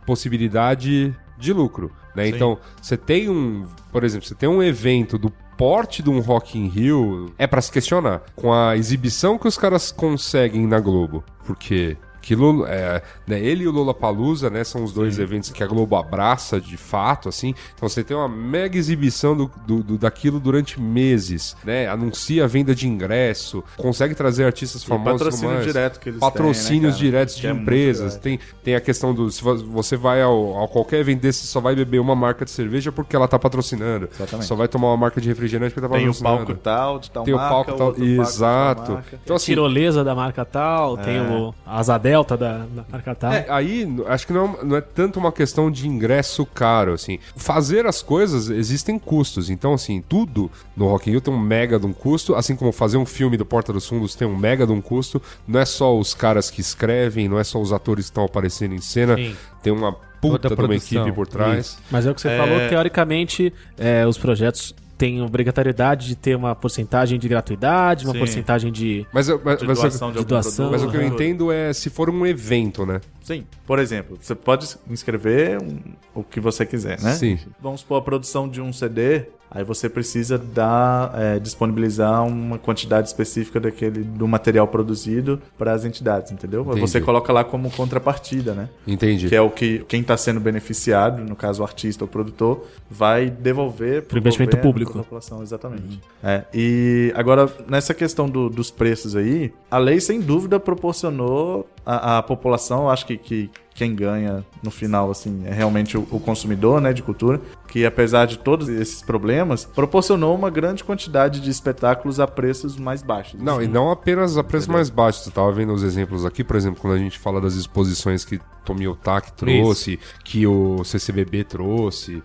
possibilidade de lucro. Né? Então, você tem um, por exemplo, você tem um evento do porte de um Rock in Rio, é pra se questionar. Com a exibição que os caras conseguem na Globo. Porque que Lula, é, né, ele e o Lula Palusa, né, são os dois eventos que a Globo abraça de fato, assim. Então você tem uma mega exibição do, do- do- daquilo durante meses, né? Anuncia a venda de ingresso, consegue trazer artistas famosos,
patrocínio
mais,
direto que eles têm, né,
patrocínios
cara?
diretos
Que
de
é muito
empresas.
legal.
Tem, tem a questão do se vo- você vai ao, a qualquer evento desse, você só vai beber uma marca de cerveja porque ela tá patrocinando.
Exatamente.
Só vai tomar uma marca de refrigerante porque tá
Tem o
patrocinando.
palco tal, de tal
tem o
marca,
palco tal.
outro palco de tal
Exato.
marca.
Então assim,
É tirolesa da marca tal, tem o a asa delta da, da marca tal.
É, aí n- acho que não, não é tanto uma questão de ingresso caro, assim. Fazer as coisas existem custos. Então, assim, tudo no Rock in Rio tem um mega de um custo, assim como fazer um filme do Porta dos Fundos tem um mega de um custo. Não é só os caras que escrevem, não é só os atores que estão aparecendo em cena.
Sim.
Tem uma puta
Toda a
de uma
produção.
equipe por trás.
Mas é o que você falou, teoricamente, é, os projetos têm obrigatoriedade de ter uma porcentagem de gratuidade, uma
Sim.
porcentagem de.
Mas, eu- mas,
De
mas, eu-
doação de
de
algum
doação.
mas o que eu
Uhum.
entendo é se for um evento, né?
Sim. Por exemplo, você pode inscrever um- o que você quiser, né?
Sim.
Vamos supor a produção de um CD Aí você precisa dar, é, disponibilizar uma quantidade específica daquele do material produzido para as entidades, entendeu? Você coloca lá como contrapartida, né?
Entendi.
Que é o que quem está sendo beneficiado, no caso o artista ou o produtor, vai devolver
Pro investimento
governo,
público.
pra população, exatamente. É, e agora, nessa questão do- dos preços aí, a lei sem dúvida proporcionou à à população, eu acho que, que quem ganha no final, assim, é realmente o, o consumidor, né, de cultura, que apesar de todos esses problemas, proporcionou uma grande quantidade de espetáculos a preços mais baixos.
Não, e não apenas a preços mais baixos. Eu tava vendo os exemplos aqui, por exemplo, quando a gente fala das exposições que Tomi Otaki trouxe, que o CCBB trouxe,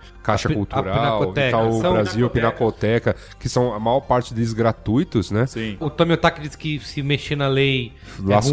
A
Caixa
pi- a
Cultural,
Pinacoteca.
Itaú
São
Brasil,
Pinacoteca.
Pinacoteca, que são a maior parte deles gratuitos, né?
Sim.
O Tommy Otaki diz que se mexer na lei
Lascou-se.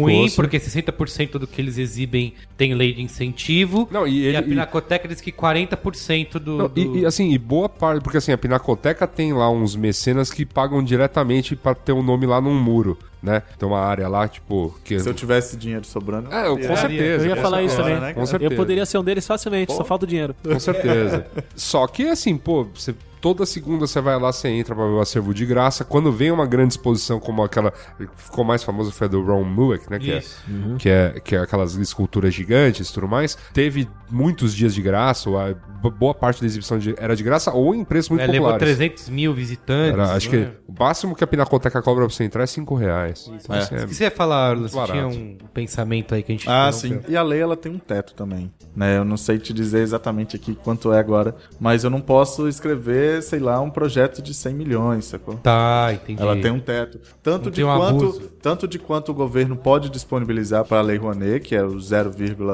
é ruim, porque 60% do que eles exibem tem lei de incentivo.
Não, e ele-
a Pinacoteca diz que 40% do.
Não,
do-
e, e, assim, e boa parte, porque assim, a Pinacoteca tem lá uns mecenas que pagam diretamente pra ter o nome lá num muro, né? Tem uma área lá, tipo, que
Se eu tivesse dinheiro sobrando...
É, eu- com certeza.
Eu ia falar isso também.
né,
Com certeza.
Eu poderia ser um deles facilmente, só falta o dinheiro.
Com certeza. Só que assim, pô, você- toda segunda você vai lá, você entra pra ver o acervo de graça. Quando vem uma grande exposição como aquela, ficou mais famosa foi a do Ron Mueck, né? Que é,
Isso.
que, é, que é aquelas esculturas gigantes e tudo mais. Teve muitos dias de graça, ou a bo- boa parte da exibição de- era de graça, ou em preço muito
é,
popular.
levou 300 mil visitantes.
Era, acho
né?
que o máximo que a Pinacoteca cobra pra você entrar é 5 reais. Então, assim,
O
é-
que você ia falar, Lula? Você
Barato.
tinha um pensamento aí que a gente.
Ah,
não
sim.
deu.
E a lei ela tem um teto também, né? Eu não sei te dizer exatamente aqui quanto é agora, mas eu não posso escrever, sei lá, um projeto de 100 milhões, sacou?
Tá, entendi.
Ela tem um teto. Tanto
Não
de,
tem um
quanto,
abuso.
tanto de quanto o governo pode disponibilizar para a Lei Rouanet, que é o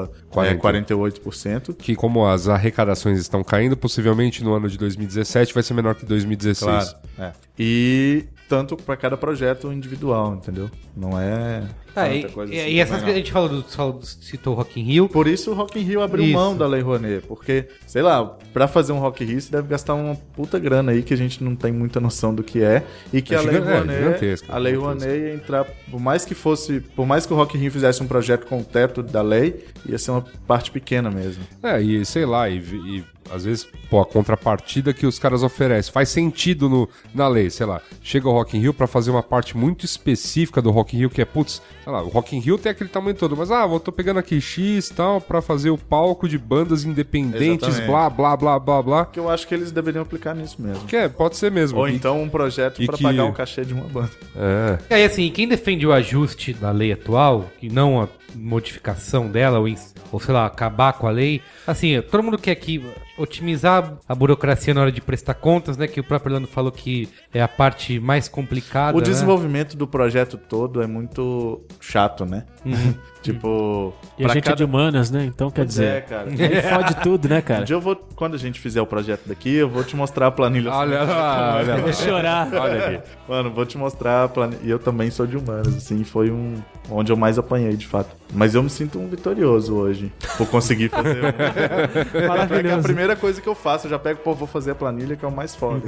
é, 0,48%.
que como as arrecadações estão caindo, possivelmente no ano de 2017 vai ser menor que 2016.
É. E tanto para cada projeto individual, entendeu? Não é
Tá, e,
tanta coisa
e-
assim
e essas que
também,
a
não.
gente falou, do, falou do- citou o Rock in Rio.
Por isso o Rock in Rio abriu
Isso.
mão da Lei Rouanet, porque, sei lá, pra fazer um Rock in Rio você deve gastar uma puta grana aí que a gente não tem muita noção do que é e que
É
a Lei
gigan- é,
Rouanet,
gigantesca,
a Lei
gigantesca.
Rouanet ia entrar, por mais que fosse, por mais que o Rock in Rio fizesse um projeto com o teto da lei, ia ser uma parte pequena mesmo.
É, e sei lá, e, e às vezes, pô, a contrapartida que os caras oferecem faz sentido no, na lei, sei lá. Chega o Rock in Rio pra fazer uma parte muito específica do Rock in Rio, que é, putz, sei lá, o Rock in Rio tem aquele tamanho todo, mas ah, vou tô pegando aqui X e tal pra fazer o palco de bandas independentes,
Exatamente.
blá, blá, blá, blá, blá.
Que eu acho que eles deveriam aplicar nisso mesmo.
Que é, pode ser mesmo.
Ou
E-
então um projeto
e
pra
que-
pagar o cachê de uma banda.
É,
E aí, assim, quem defende o ajuste da lei atual, e não a modificação dela, ou, ins- ou, sei lá, acabar com a lei, assim, todo mundo quer aqui otimizar a burocracia na hora de prestar contas, né? Que o próprio Orlando falou que é a parte mais complicada.
O
né?
desenvolvimento do projeto todo é muito chato, né? (laughs) tipo,
E a gente é de humanas, né? Então quer
é,
dizer.
cara.
(laughs) Ele fode tudo, né,
Um
cara?
dia eu vou, quando a gente fizer o projeto daqui, eu vou te mostrar a planilha.
(laughs) Olha lá, olha
Vou
(laughs)
É chorar.
Olha aqui.
Mano, vou te mostrar a planilha. E eu também sou de humanas, assim, foi um onde eu mais apanhei, de fato. Mas eu me sinto um vitorioso hoje. Vou conseguir fazer um. Porque a
(laughs) Maravilhoso.
primeira coisa que eu faço, eu já pego, pô, vou fazer a planilha, que é o mais foda.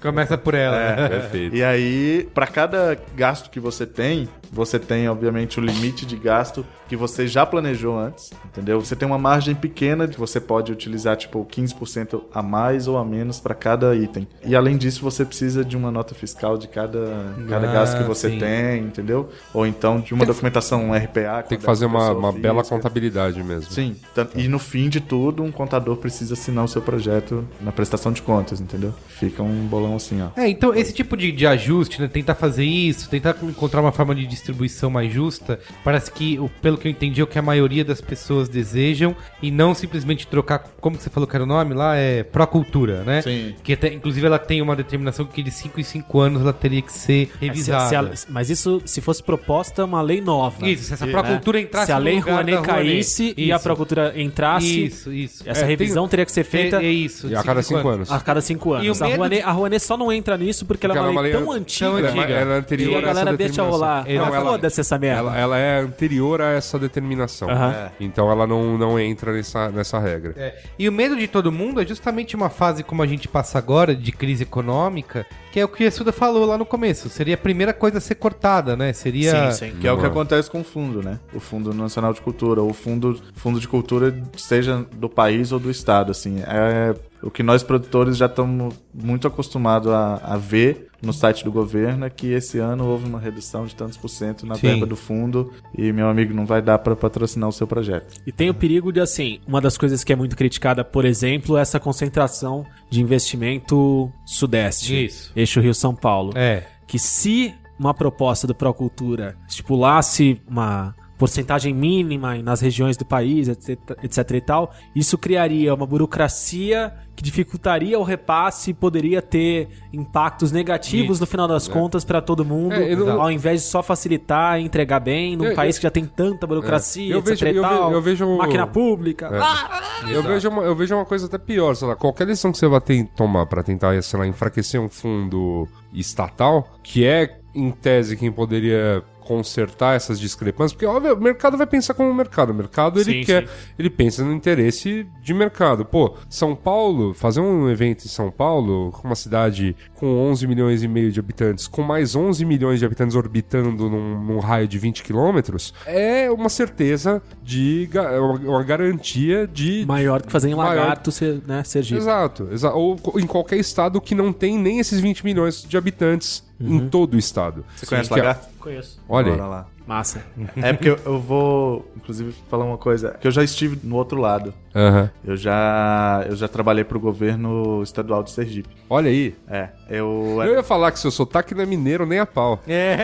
Começa por ela.
É,
né?
Perfeito.
E aí, pra cada gasto que você tem, você tem, obviamente, o limite de gasto que você já planejou antes, entendeu? Você tem uma margem pequena que você pode utilizar, tipo, 15% a mais ou a menos pra cada item. E além disso, você precisa de uma nota fiscal de cada, cada
Ah,
gasto que você
sim.
tem, entendeu? Ou então de uma documentação um RPA. quando
Tem que
é
fazer uma,
pessoa
uma bela
física.
contabilidade mesmo.
Sim, tan- e no fim de tudo, um contador precisa assinar o seu projeto na prestação de contas, entendeu? Fica um bolão assim, ó.
É, então esse tipo de, de ajuste, né? Tentar fazer isso, tentar encontrar uma forma de distribuição mais justa, parece que, o- pelo que eu entendi, é o que a maioria das pessoas desejam e não simplesmente trocar, como que você falou que era o nome lá? É Procultura, né?
Sim.
Que até, inclusive ela tem uma determinação que de 5 em 5 anos ela teria que ser
É, Se- se
revisada.
a- mas isso, se fosse proposta, é uma lei nova.
Isso, se essa
né?
procultura entrasse
Se a
no
lei
lugar
Rouanet
da
caísse
Rouanet.
e a
Isso.
procultura entrasse,
Isso, isso.
essa
É,
revisão teria que ser
tem-
feita
é, é isso.
E
de
a cada
cinco em
cinco anos.
a cada cinco
E o
anos. A
medo
Rouanet,
de-
a Rouanet só não entra nisso porque ela é uma lei tão antiga.
Ela, é uma-
antiga.
ela é
E
anterior
a
a
galera
essa
deixa
determinação.
rolar.
Não,
Ah,
ela-
Foda-se essa merda.
Ela, ela é anterior a essa determinação.
Aham.
É. Então ela não, não entra nessa, nessa regra.
É, E o medo de todo mundo é justamente uma fase como a gente passa agora, de crise econômica, que é o que a Suda falou lá no começo. Seria a primeira coisa a ser cortada, né? Seria.
Sim, sim.
Que é o que
Boa.
acontece com o fundo, né? O Fundo Nacional de Cultura, ou o fundo, fundo de Cultura, seja do país ou do estado, assim. É O que nós produtores já estamos muito acostumados a, a ver no site do governo é que esse ano houve uma redução de tantos por cento na
Sim.
verba do fundo e, meu amigo, não vai dar para patrocinar o seu projeto.
E tem o perigo de, assim, uma das coisas que é muito criticada, por exemplo, é essa concentração de investimento sudeste.
Isso.
Eixo Rio-São Paulo.
É.
que se uma proposta do Procultura estipulasse uma porcentagem mínima nas regiões do país, etc, etc e tal, isso criaria uma burocracia que dificultaria o repasse e poderia ter impactos negativos no final das contas para todo mundo,
É, eu não- É,
ao invés de só facilitar e entregar bem num
Eu-
país que já tem tanta burocracia,
É. Eu
etc
vejo-
e
eu ve-
tal,
eu vejo-
máquina pública. Ah!
Eu vejo, uma, eu vejo uma coisa até pior, sei lá, qualquer decisão que você vai ten- tomar pra tentar, sei lá, enfraquecer um fundo estatal, que é, em tese, quem poderia consertar essas discrepâncias, porque, óbvio, o mercado vai pensar como o mercado, o mercado, ele
Sim,
quer,
sim.
ele pensa no interesse de mercado. Pô, São Paulo, fazer um evento em São Paulo, uma cidade com 11 milhões e meio de habitantes, com mais 11 milhões de habitantes orbitando num, num raio de 20 quilômetros, é uma certeza de, ga- é uma, uma garantia de
(laughs) Maior que fazer em
É. Maior-
lagarto, ser, né, Sergipe.
Exato, exa- Ou co- em qualquer estado que não tem nem esses 20 milhões de habitantes em todo o estado.
Uhum. Você conhece
Que é-
Lagarto?
Conheço.
Olha,
Bora
aí.
lá.
Massa.
É porque eu, eu vou, inclusive, falar uma coisa. Que eu já estive no outro lado.
Aham.
Eu já, eu já trabalhei para o governo estadual de Sergipe.
olha aí.
É, eu...
Eu ia falar que seu sotaque não é mineiro nem a pau. (laughs)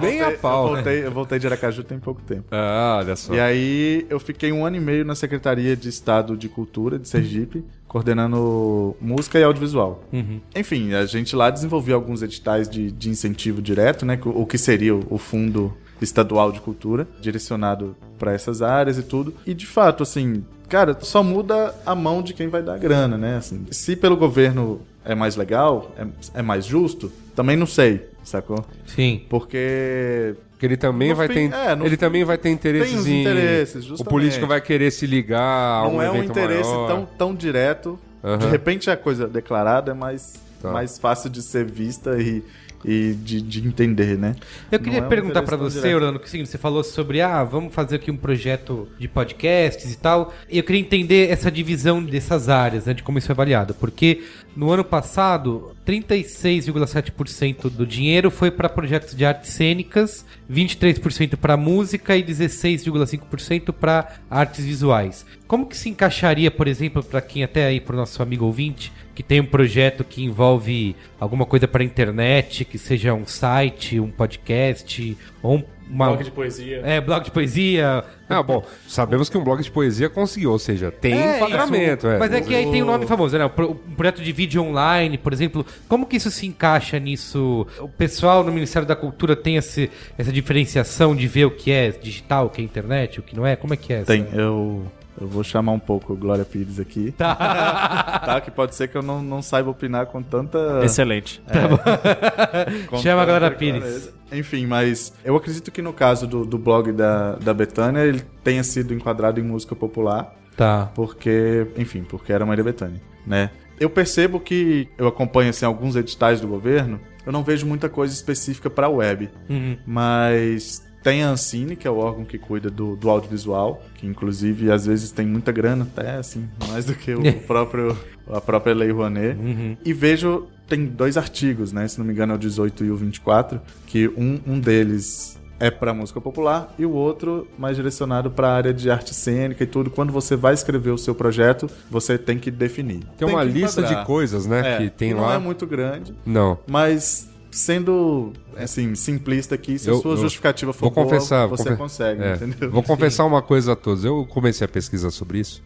nem a pau.
É. Eu voltei, eu voltei de Aracaju tem pouco tempo.
Ah, olha só.
E aí eu fiquei um ano e meio na Secretaria de Estado de Cultura de Sergipe, coordenando música e audiovisual.
Uhum.
Enfim, a gente lá desenvolveu alguns editais de, de incentivo direto, né? que- O que seria o o fundo estadual de cultura, direcionado para essas áreas e tudo. E de fato, assim, cara, só muda a mão de quem vai dar grana, né? Assim, se pelo governo é mais legal, é, é mais justo, também não sei, sacou?
Sim.
Porque
Porque ele também
No
vai
fim-
ter.
é, no
ele
fim-
também vai ter interesses
tem os
em.
interesses,
o
justamente.
político vai querer se ligar a um
não é um
evento
interesse
maior.
tão, tão direto.
Aham.
De repente a coisa declarada é mais,
Tá.
mais fácil de ser vista e, e de, de entender, né?
Eu queria
Não é um
perguntar
interesse
pra
tão
você,
direto.
Orlando, que é o seguinte, você falou sobre, ah, vamos fazer aqui um projeto de podcasts e tal. E eu queria entender essa divisão dessas áreas, né, de como isso é avaliado. Porque no ano passado, 36,7% do dinheiro foi para projetos de artes cênicas, 23% para música e 16,5% para artes visuais. Como que se encaixaria, por exemplo, para quem até aí, para o nosso amigo ouvinte, que tem um projeto que envolve alguma coisa para internet, que seja um site, um podcast, ou um- uma...
Blog de poesia.
É, blog de poesia.
Ah, bom, sabemos que um blog de poesia conseguiu, ou seja, tem
É,
enquadramento.
isso.
é.
Mas é que aí tem um nome famoso, né? O pro- Um projeto de vídeo online, por exemplo. Como que isso se encaixa nisso? O pessoal no Ministério da Cultura tem esse, essa diferenciação de ver o que é digital, o que é internet, o que não é? Como é que é? essa? (laughs)
Tem, eu, eu vou chamar um pouco o Glória Pires aqui. Tá. Que pode ser que eu não, não saiba opinar com tanta.
Excelente.
é-
com
Chama a
tanta
Glória Pires.
clareza. Enfim, mas eu acredito que no caso do, do blog da, da Betânia, ele tenha sido enquadrado em música popular.
Tá.
porque, enfim, porque era Maria Bethânia, né? Eu percebo que eu acompanho assim, alguns editais do governo, eu não vejo muita coisa específica para web, mas tem a Ancine, que é o órgão que cuida do, do audiovisual, que inclusive às vezes tem muita grana, até assim, mais do que o próprio a própria Lei Rouanet. E vejo tem dois artigos, né? Se não me engano é o 18 e o 24, que um, um deles é para música popular e o outro mais direcionado para a área de arte cênica e tudo. Quando você vai escrever o seu projeto, você tem que definir.
Tem uma
que
lista
enquadrar.
de coisas, né?
É,
que tem
não
lá.
é muito grande,
Não.
mas sendo assim simplista aqui, se
Eu-
a sua
eu
justificativa for
Vou
boa,
confessar. vou
você
confe-
consegue,
é.
entendeu? (laughs)
Vou confessar uma coisa a todos. Eu comecei a pesquisar sobre isso.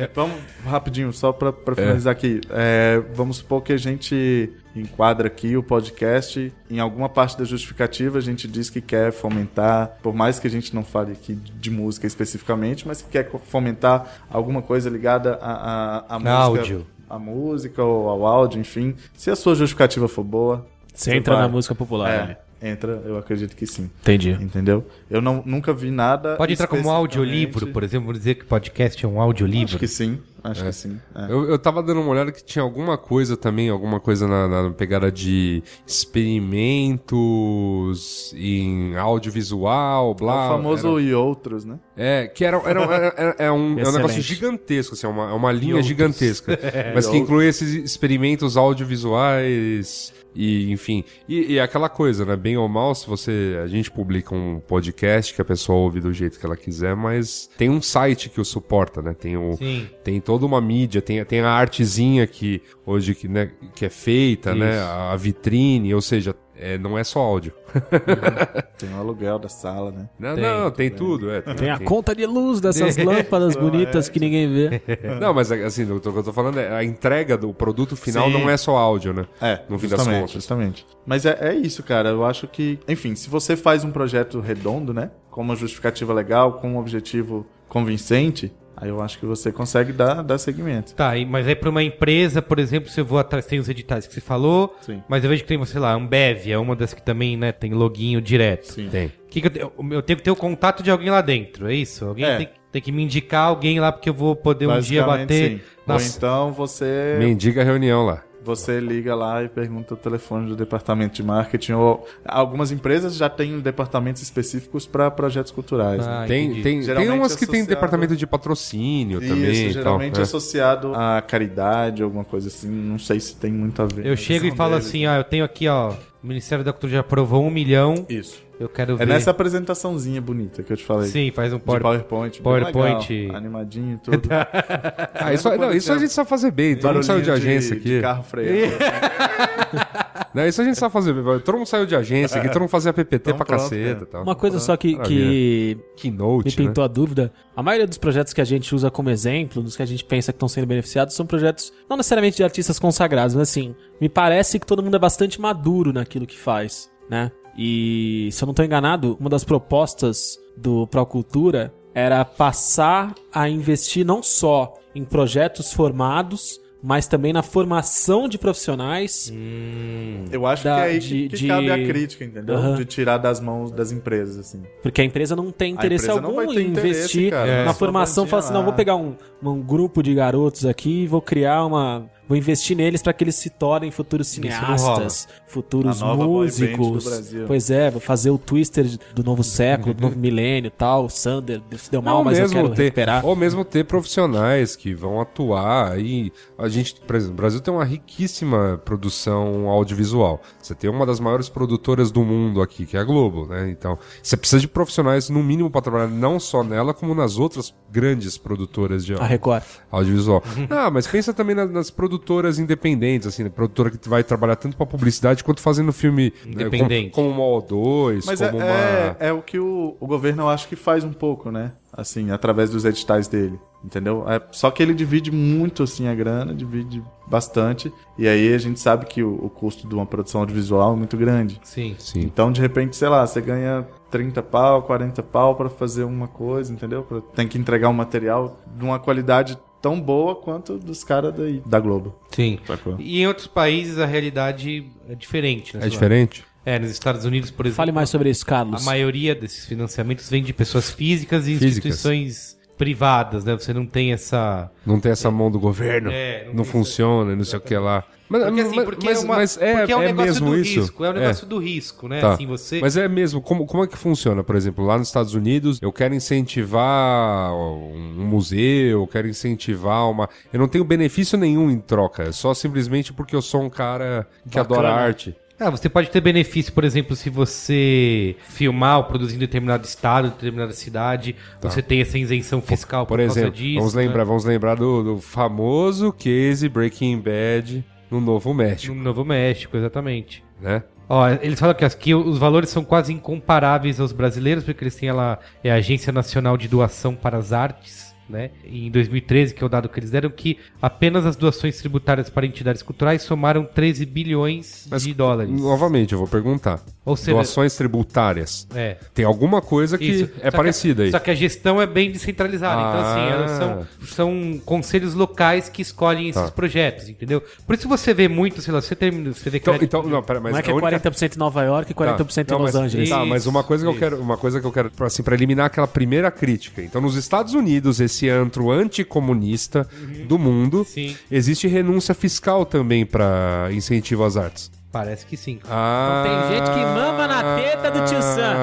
É, Vamos rapidinho, só pra, pra finalizar aqui. É, vamos supor que a gente enquadra aqui o podcast. Em alguma parte da justificativa, a gente diz que quer fomentar, por mais que a gente não fale aqui de música especificamente, mas que quer co- fomentar alguma coisa ligada à a, música.
Áudio.
À música ou ao áudio, enfim. Se a sua justificativa for boa.
Você entra
vai.
na música popular. né?
É, entra, eu acredito que sim.
Entendi.
Entendeu? Eu não, nunca vi nada.
Pode entrar como
especificamente-
audiolivro, por exemplo. Vamos dizer que podcast é um audiolivro.
Acho que sim. Acho que sim. É.
Eu, eu tava dando uma olhada que tinha alguma coisa também, alguma coisa na, na pegada de experimentos em audiovisual,
É
blá.
o famoso e outros, né?
É, que era, era, era- era- é um, é um negócio
Excelente.
gigantesco, assim, é uma, é uma
(laughs)
linha gigantesca.
É,
mas que inclui esses experimentos audiovisuais e, enfim. E, e aquela coisa, né? Bem ou mal, se você. A gente publica um podcast que a pessoa ouve do jeito que ela quiser, mas tem um site que o suporta, né? Tem o.
Sim.
Tem toda uma mídia, tem, tem a artezinha que hoje que, né, que é feita, né?
Isso.
A, a vitrine, ou seja, é, não é só áudio.
Tem o aluguel da sala, né?
Não,
Tem,
não, tem tudo. É,
Tem a conta de luz dessas lâmpadas bonitas que ninguém vê.
É.
Não, mas assim, o que eu tô falando é a entrega do produto final
Sim.
não é só áudio, né?
É,
No fim das
justamente,
contas.
justamente. Mas é, é isso, cara. Eu acho que, enfim, se você faz um projeto redondo, né? Com uma justificativa legal, com um objetivo convincente, aí eu acho que você consegue dar, dar seguimento.
Tá, e- mas aí pra uma empresa, por exemplo, se eu vou atrás, tem os editais que você falou,
Sim.
mas eu vejo que tem, sei lá, Ambev, é uma das que também, né, tem loginho direto.
Sim.
Tem.
Que que eu, te- eu- eu tenho que ter o contato de alguém lá dentro, é isso? Alguém
É.
tem, tem que me indicar alguém lá, porque eu vou poder um dia bater.
sim. Ou
nas-
então você,
Mendiga a reunião lá.
você liga lá e pergunta o telefone do departamento de marketing. Ou algumas empresas já têm departamentos específicos para projetos culturais. né?
Ah,
tem,
entendi.
tem, tem
Geralmente
umas que tem
associado-
departamento de patrocínio
Isso,
também. e tal,
é.
geralmente
né?
associado à caridade, alguma coisa assim. Não sei se tem muito a ver.
Eu chego e
São
falo
deles.
assim, ah, eu tenho aqui, ó, o Ministério da Cultura já aprovou um milhão,
Isso.
eu quero ver.
É nessa apresentaçãozinha bonita que eu te falei.
Sim, faz um
De
PowerPoint.
PowerPoint. bem
PowerPoint. Tá,
legal, animadinho e
(laughs)
tudo.
Ah, isso, não, isso a gente sabe fazer bem. Todo mundo
Barulhinho
saiu de agência
De
aqui.
carro freio.
(laughs)
Não, isso a gente sabe fazer bem. Todo mundo saiu de agência aqui. Todo mundo fazia PPT
Então
pra
pronto,
caceta
né?
e tal.
Uma coisa só que, que me
Keynote, né?
pintou a dúvida: a maioria dos projetos que a gente usa como exemplo, dos que a gente pensa que estão sendo beneficiados, são projetos não necessariamente de artistas consagrados, mas assim, me parece que todo mundo é bastante maduro naquilo que faz, né? E se eu não tô enganado, uma das propostas do Procultura era passar a investir não só em projetos formados, mas também na formação de profissionais.
Eu acho
Da-
que é aí
de-
que, que
de-
cabe a crítica, entendeu?
Aham.
De tirar das mãos das empresas, assim.
Porque a empresa não tem
A
interesse
empresa não
algum
vai ter
em
interesse,
investir
cara. É.
na
Só
formação.
bandinha
Falar assim, não,
lá.
vou pegar um, um grupo de garotos aqui e vou criar uma... Vou investir neles para que eles se tornem futuros
não
cineastas, futuros
A nova boy band do
músicos.
Brasil.
Pois é, vou fazer o Twister do novo século, do novo milênio e tal. Sander se deu mal,
Não,
mas eu quero
ter,
recuperar.
Ou mesmo ter profissionais que vão atuar aí. A gente, por exemplo, o Brasil tem uma riquíssima produção audiovisual. Você tem uma das maiores produtoras do mundo aqui, que é a Globo, né? Então, você precisa de profissionais, no mínimo, para trabalhar não só nela, como nas outras grandes produtoras de
A Record.
audiovisual.
Uhum.
Ah, mas pensa também na- nas produtoras independentes, assim, né? produtora que vai trabalhar tanto pra publicidade quanto fazendo filme né,
Independente.
como, como uma O2,
Mas é,
como
é-
uma.
é o que o, o governo, eu acho que faz um pouco, né? Assim, através dos editais dele, entendeu? É, só que ele divide muito, assim, a grana, divide bastante. E aí a gente sabe que o, o custo de uma produção audiovisual é muito grande.
Sim.
Sim.
Então, de repente, sei lá, você ganha 30 pau, 40 pau pra fazer uma coisa, entendeu? Pra- Tem que entregar um material de uma qualidade tão boa quanto dos caras daí- da Globo.
Sim.
Sacou?
E em outros países a realidade é diferente, né? Sei
É
lá.
diferente?
É, nos Estados Unidos, por exemplo.
Fale mais sobre isso,
A
Carlos.
maioria desses financiamentos vem de pessoas físicas e
Físicas.
instituições privadas, né? Você não tem essa.
Não tem essa mão do governo.
É, não
não
tem
funciona, não sei o que lá. Mas,
Porque assim,
mas-
porque,
mas-
é, uma-
mas é,
porque é um
é
negócio
mesmo
do
isso.
risco. É um negócio do risco, né?
Tá.
Assim, você.
Mas é mesmo, como, como é que funciona? Por exemplo, lá nos Estados Unidos, eu quero incentivar um museu, eu quero incentivar uma. Eu não tenho benefício nenhum em troca, é só simplesmente porque eu sou um cara que adora arte.
Ah, você pode ter benefício, por exemplo, se você filmar ou produzir em determinado estado, determinada cidade, você tem essa isenção fiscal
Tá. Por exemplo,
né?
vamos lembrar, vamos lembrar do, do famoso case Breaking Bad no Novo México,
No Novo México, exatamente.
né?
Ó, eles falam que aqui os valores são quase incomparáveis aos brasileiros, porque eles têm ela é a Agência Nacional de Doação para as Artes, né? Em 2013, que é o dado que eles deram, que apenas as doações tributárias para entidades culturais somaram 13 bilhões
Mas,
de dólares.
Novamente, eu vou perguntar.
Ou seja-
Doações tributárias.
É.
Tem alguma coisa que
Isso. Só
é parecida aí.
Só que a gestão é bem descentralizada. Então,
Ah.
assim, elas são, são conselhos locais que escolhem esses
Tá.
projetos, entendeu? Por isso você vê muito, sei lá, você termina, você vê
Então,
crédito-
então, não, pera, mas
Não é que
a
é
única-
40% em Nova York e 40%
Tá,
em
não,
Los
mas-
Angeles.
Tá, mas uma coisa que eu
Isso.
quero, uma coisa que eu quero, assim, para eliminar aquela primeira crítica. Então, nos Estados Unidos, esse esse antro anticomunista
Uhum.
do mundo,
Sim.
existe renúncia fiscal também para incentivo às artes.
Parece que sim.
Ah,
Então tem gente que mama na teta do tio Sam.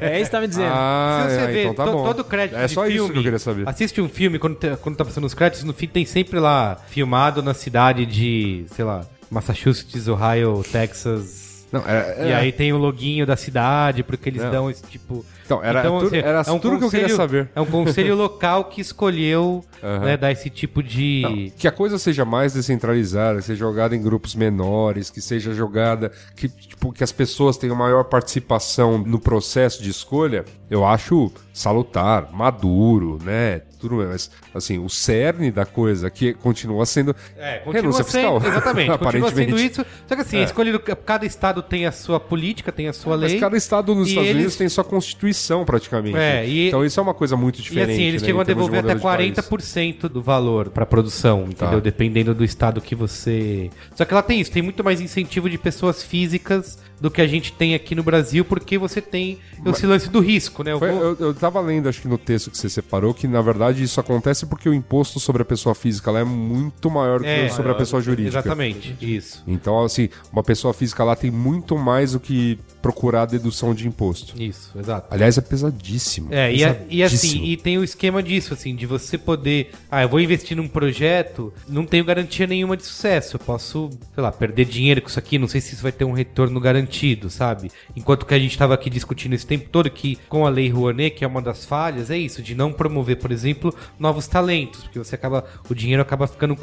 É isso que tá me dizendo.
Ah,
Se você
é,
vê
então tá
to-
bom.
todo crédito
É
de
só
filme,
isso que eu queria saber.
Assiste um filme, quando, te- quando tá passando os créditos, no fim tem sempre lá, filmado na cidade de, sei lá, Massachusetts, Ohio, Texas.
Não, é, era-
E
era-
aí tem o loginho da cidade, porque eles
É.
dão esse tipo...
Então, era tudo- era tudo que eu queria saber.
É um conselho local que escolheu
Aham.
né, dar esse tipo de...
que a coisa seja mais descentralizada, que seja jogada em grupos menores, que seja jogada que tipo que as pessoas tenham maior participação no processo de escolha, eu acho salutar, maduro, né? Tudo bem, mas assim, o cerne da coisa que continua sendo
É, continua
renúncia
sendo,
fiscal. (laughs)
Exatamente, continua
aparentemente. É.
sendo isso. Só que assim, escolhido, cada estado tem a sua política, tem a sua lei.
Mas cada estado nos
E
Estados
eles-
Unidos tem sua constituição praticamente.
É, e-
Então isso é uma coisa muito
E
diferente.
assim, eles
né,
chegam
em
a
termos de
devolver até
modelo de país.
40% do valor pra produção,
Tá.
entendeu? Dependendo do estado que você. Só que ela tem isso, tem muito mais incentivo de pessoas físicas do que a gente tem aqui no Brasil, porque você tem esse lance do risco, né? Eu
Foi-
vou-
eu, eu tava lendo, acho que no texto que você separou, que na verdade isso acontece porque o imposto sobre a pessoa física lá é muito maior do
É,
que sobre a pessoa jurídica.
Exatamente, isso.
Então, assim, uma pessoa física lá tem muito mais do que procurar a dedução de imposto.
Isso, exato.
Aliás, é pesadíssimo.
É, e, a- e assim,
pesadíssimo.
e tem o esquema disso, assim, de você poder. Ah, eu vou investir num projeto, não tenho garantia nenhuma de sucesso. Eu posso, sei lá, perder dinheiro com isso aqui, não sei se isso vai ter um retorno garantido, sabe? Enquanto que a gente tava aqui discutindo esse tempo todo, que com a Lei Rouanet, que é uma das falhas, é isso, de não promover, por exemplo, novos talentos, porque você acaba. O dinheiro acaba ficando